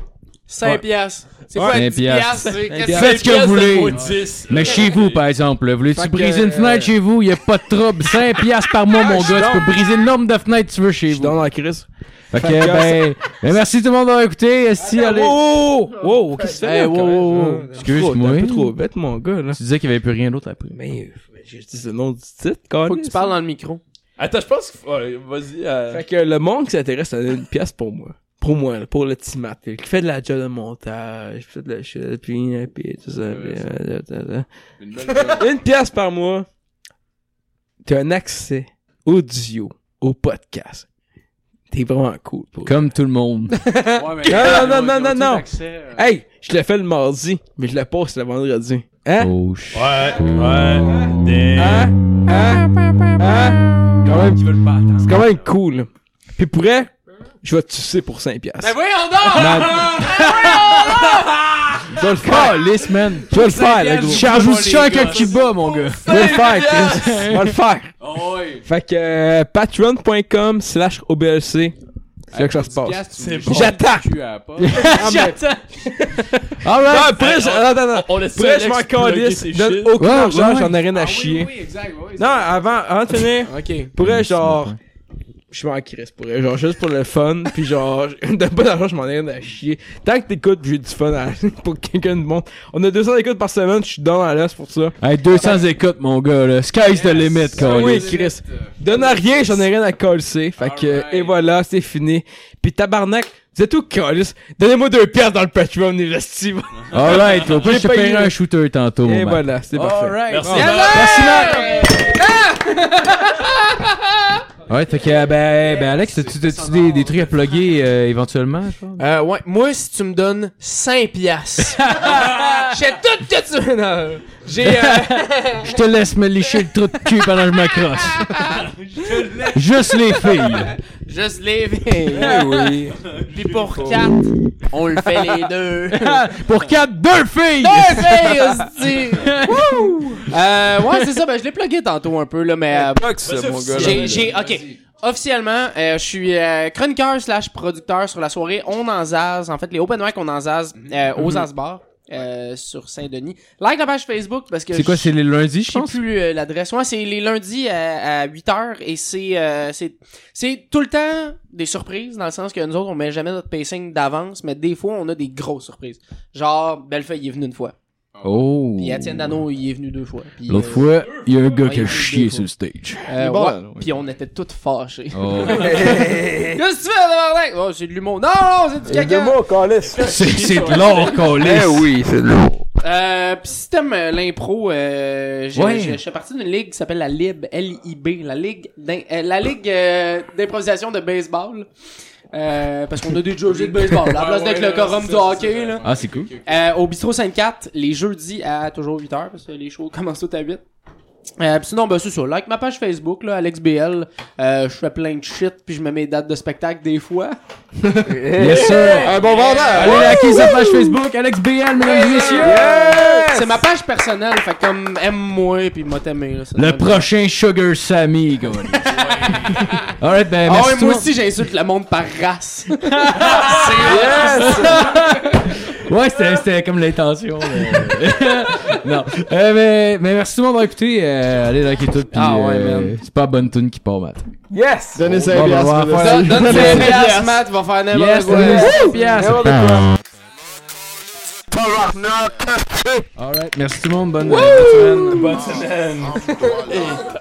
5 Ouais. piastres. C'est Ouais. quoi, Cinq 10 piastres. piastres? c'est- Cinq qu'est-ce Faites ce que vous voulez. Au 10. Mais chez vous, par exemple, là, voulez-tu Fait que, briser une euh, fenêtre chez vous? Y a pas de trouble. 5 piastres par mois, mon gars. Tu peux briser le nombre de fenêtres que tu veux chez Je suis dans vous. la crise. Ok, ben, ben, merci tout le monde d'avoir écouté. Si, allez. Wow, Oh, wow, qu'est-ce que tu fais Hey, là? wow, quand wow, même? wow. Hein? Excuse-moi. T'es un peu trop bête, mon gars, là. Tu disais qu'il y avait plus rien d'autre après. Mais, euh, j'ai dit le nom du titre, quand Faut que tu parles dans le micro. Attends, je pense qu'il faut... ouais, Vas-y. euh, Fait que le monde qui s'intéresse à une pièce pour moi. Pour moi, là, pour le petit Matt, là, qui fait de la job de montage, qui fait de la shit, puis, euh, puis tout ça. puis, euh, da, da, Une belle job. da. Une pièce par mois, t'as un accès audio au podcast. T'es vraiment cool. Pour Comme tout le monde. Ouais, mais- Non, non, non, non, non, non. Accès, euh, Hey, je le fais le mardi, mais je le poste le vendredi. Hein? Oh, ch- Ouais, ouais. Des- Hein? Hein? Hein? Quand même, Ils veulent pas attendre. c'est quand même cool. là. Puis pour elle, je vais te sucer pour 5 Mais piastres. Ben voyons donc! Je vais le faire. Ah, les semaines. Je vais le faire, là, gros. Je Je charge aussi cher que Cuba, mon gars. vais le faire, Chris. Je vais le faire. Ah Fait que euh, patreon.com slash OBLC. C'est là que ça se passe. Piastres, tu C'est me bon. jettes J'attends. le cul à la porte. Ah, mais- Non, Alright! après, je- Ah, attends, attends, attends. On laisse Après, Alex je m'en plugger calisse. ses Je donne shit. aucun Ouais, argent, ouais. j'en ai rien à Ah oui, chier. oui, exact, ouais, Non, avant, avant de finir, Ok. pour vrai, genre, je suis en crise pour vrai. Genre, juste pour le fun, puis genre, je me donne pas d'argent, je m'en ai rien à chier. Tant que t'écoutes, j'ai du fun à- pour quelqu'un de bon. On a 200 écoutes par semaine, je suis dans la laisse pour ça. Hey, 200 écoutes, mon gars, là. Sky's the limit, Ah quoi. oui, Chris. Donne à rien, j'en ai rien à coller. Fait que, Alright. et voilà, c'est fini. Puis tabarnak, vous êtes où, colis? Donnez-moi deux pièces dans le Patreon, les vestis. Oh Alright, au pire, je te J'ai payé. Eh ben. paierai un shooter tantôt. et man. voilà, c'est parfait. Merci. Merci, Matt. Ouais, fait que, euh, ben, ben, Alex, tu as-tu des, des trucs à plugger euh, éventuellement? je pense? Euh, ouais. Moi, si tu me donnes 5 piastres, je sais tout que tu... Non. J'ai... euh, Je te laisse me lécher le trou de cul pendant que je m'accroche. Juste les filles. Juste les filles. Eh oui. Puis pour 4, on le fait les deux. Pour quatre, deux filles! Deux filles, hostie. Wouh! Euh, ouais, c'est ça. Ben, je l'ai plugué tantôt un peu, là, mais... euh, Fuck ça, mon gars. J'ai, j'ai, ok. Officiellement, euh, je suis euh, chroniqueur slash producteur sur la soirée On en Zaz. En fait, les open mic On en Zaz Mhm. euh, aux Mhm. Asbars euh, sur Saint-Denis. Like la page Facebook parce que C'est quoi, je- c'est les lundis, je je sais pense? plus euh, l'adresse. Ouais, c'est les lundis à, 8h et c'est, euh, c'est, c'est tout le temps des surprises dans le sens que nous autres, on met jamais notre pacing d'avance, mais des fois, on a des grosses surprises. Genre, Bellefeuille, il est venu une fois. Oh. Puis Etienne Dano, il est venu deux fois. Puis, L'autre euh, fois, il y a un gars ouais, qui a il- chié il- sur le stage. euh, est bon, ouais. hein, oui. Puis on était tous fâchés. Oh. Qu'est-ce que tu fais, tabarnak? Oh, c'est de l'humour. Non, non, c'est du caca. C'est c'est de Eh l'or qu'on laisse. oui, c'est lourd. Euh, pis si t'aimes euh, l'impro, euh, j'ai- Ouais. j'ai- je fais partie d'une ligue qui s'appelle la LIB, L-I-B, la ligue, d'im- euh, la ligue euh, d'improvisation de baseball. Euh, parce qu'on a des jeux de baseball, là, à place d'être le quorum du hockey, là. Ah, c'est cool. Euh, au bistrot 54, les jeudis à toujours 8h, parce que les shows commencent tout à 8. Euh, pis sinon, ben c'est ça. Like ma page Facebook, là, AlexBL, euh, je fais plein de shit, puis je mets mes dates de spectacle des fois. Yes, sir. Un bon Oh, vendeur. ben, Allez liker sa page Facebook, Alex BL, Eh mesdames et messieurs. C'est ma page personnelle, fait comme aime-moi, puis moi t'aimer. là, c'est Le même. prochain Sugar Sammy, comme on dit. Alright, ben, Ah merci. ouais, tout le moi monde. aussi j'insulte le monde par race. Ouais, c'était, c'était comme l'intention. mais- non. Euh, mais, mais merci tout le monde d'avoir écouté. Euh, allez liker tout. Puis, Ah ouais, euh, man. C'est pas la bonne tune qui part, Matt. Donnez Bon, 5 ben, on va piastres. faire- Donne Donnez tes cinq piastres, Matt, va faire Yes, n'importe quoi. yes, yes. Tabarnak! Alright, merci tout le monde. Bonne, bonne semaine. Bonne semaine.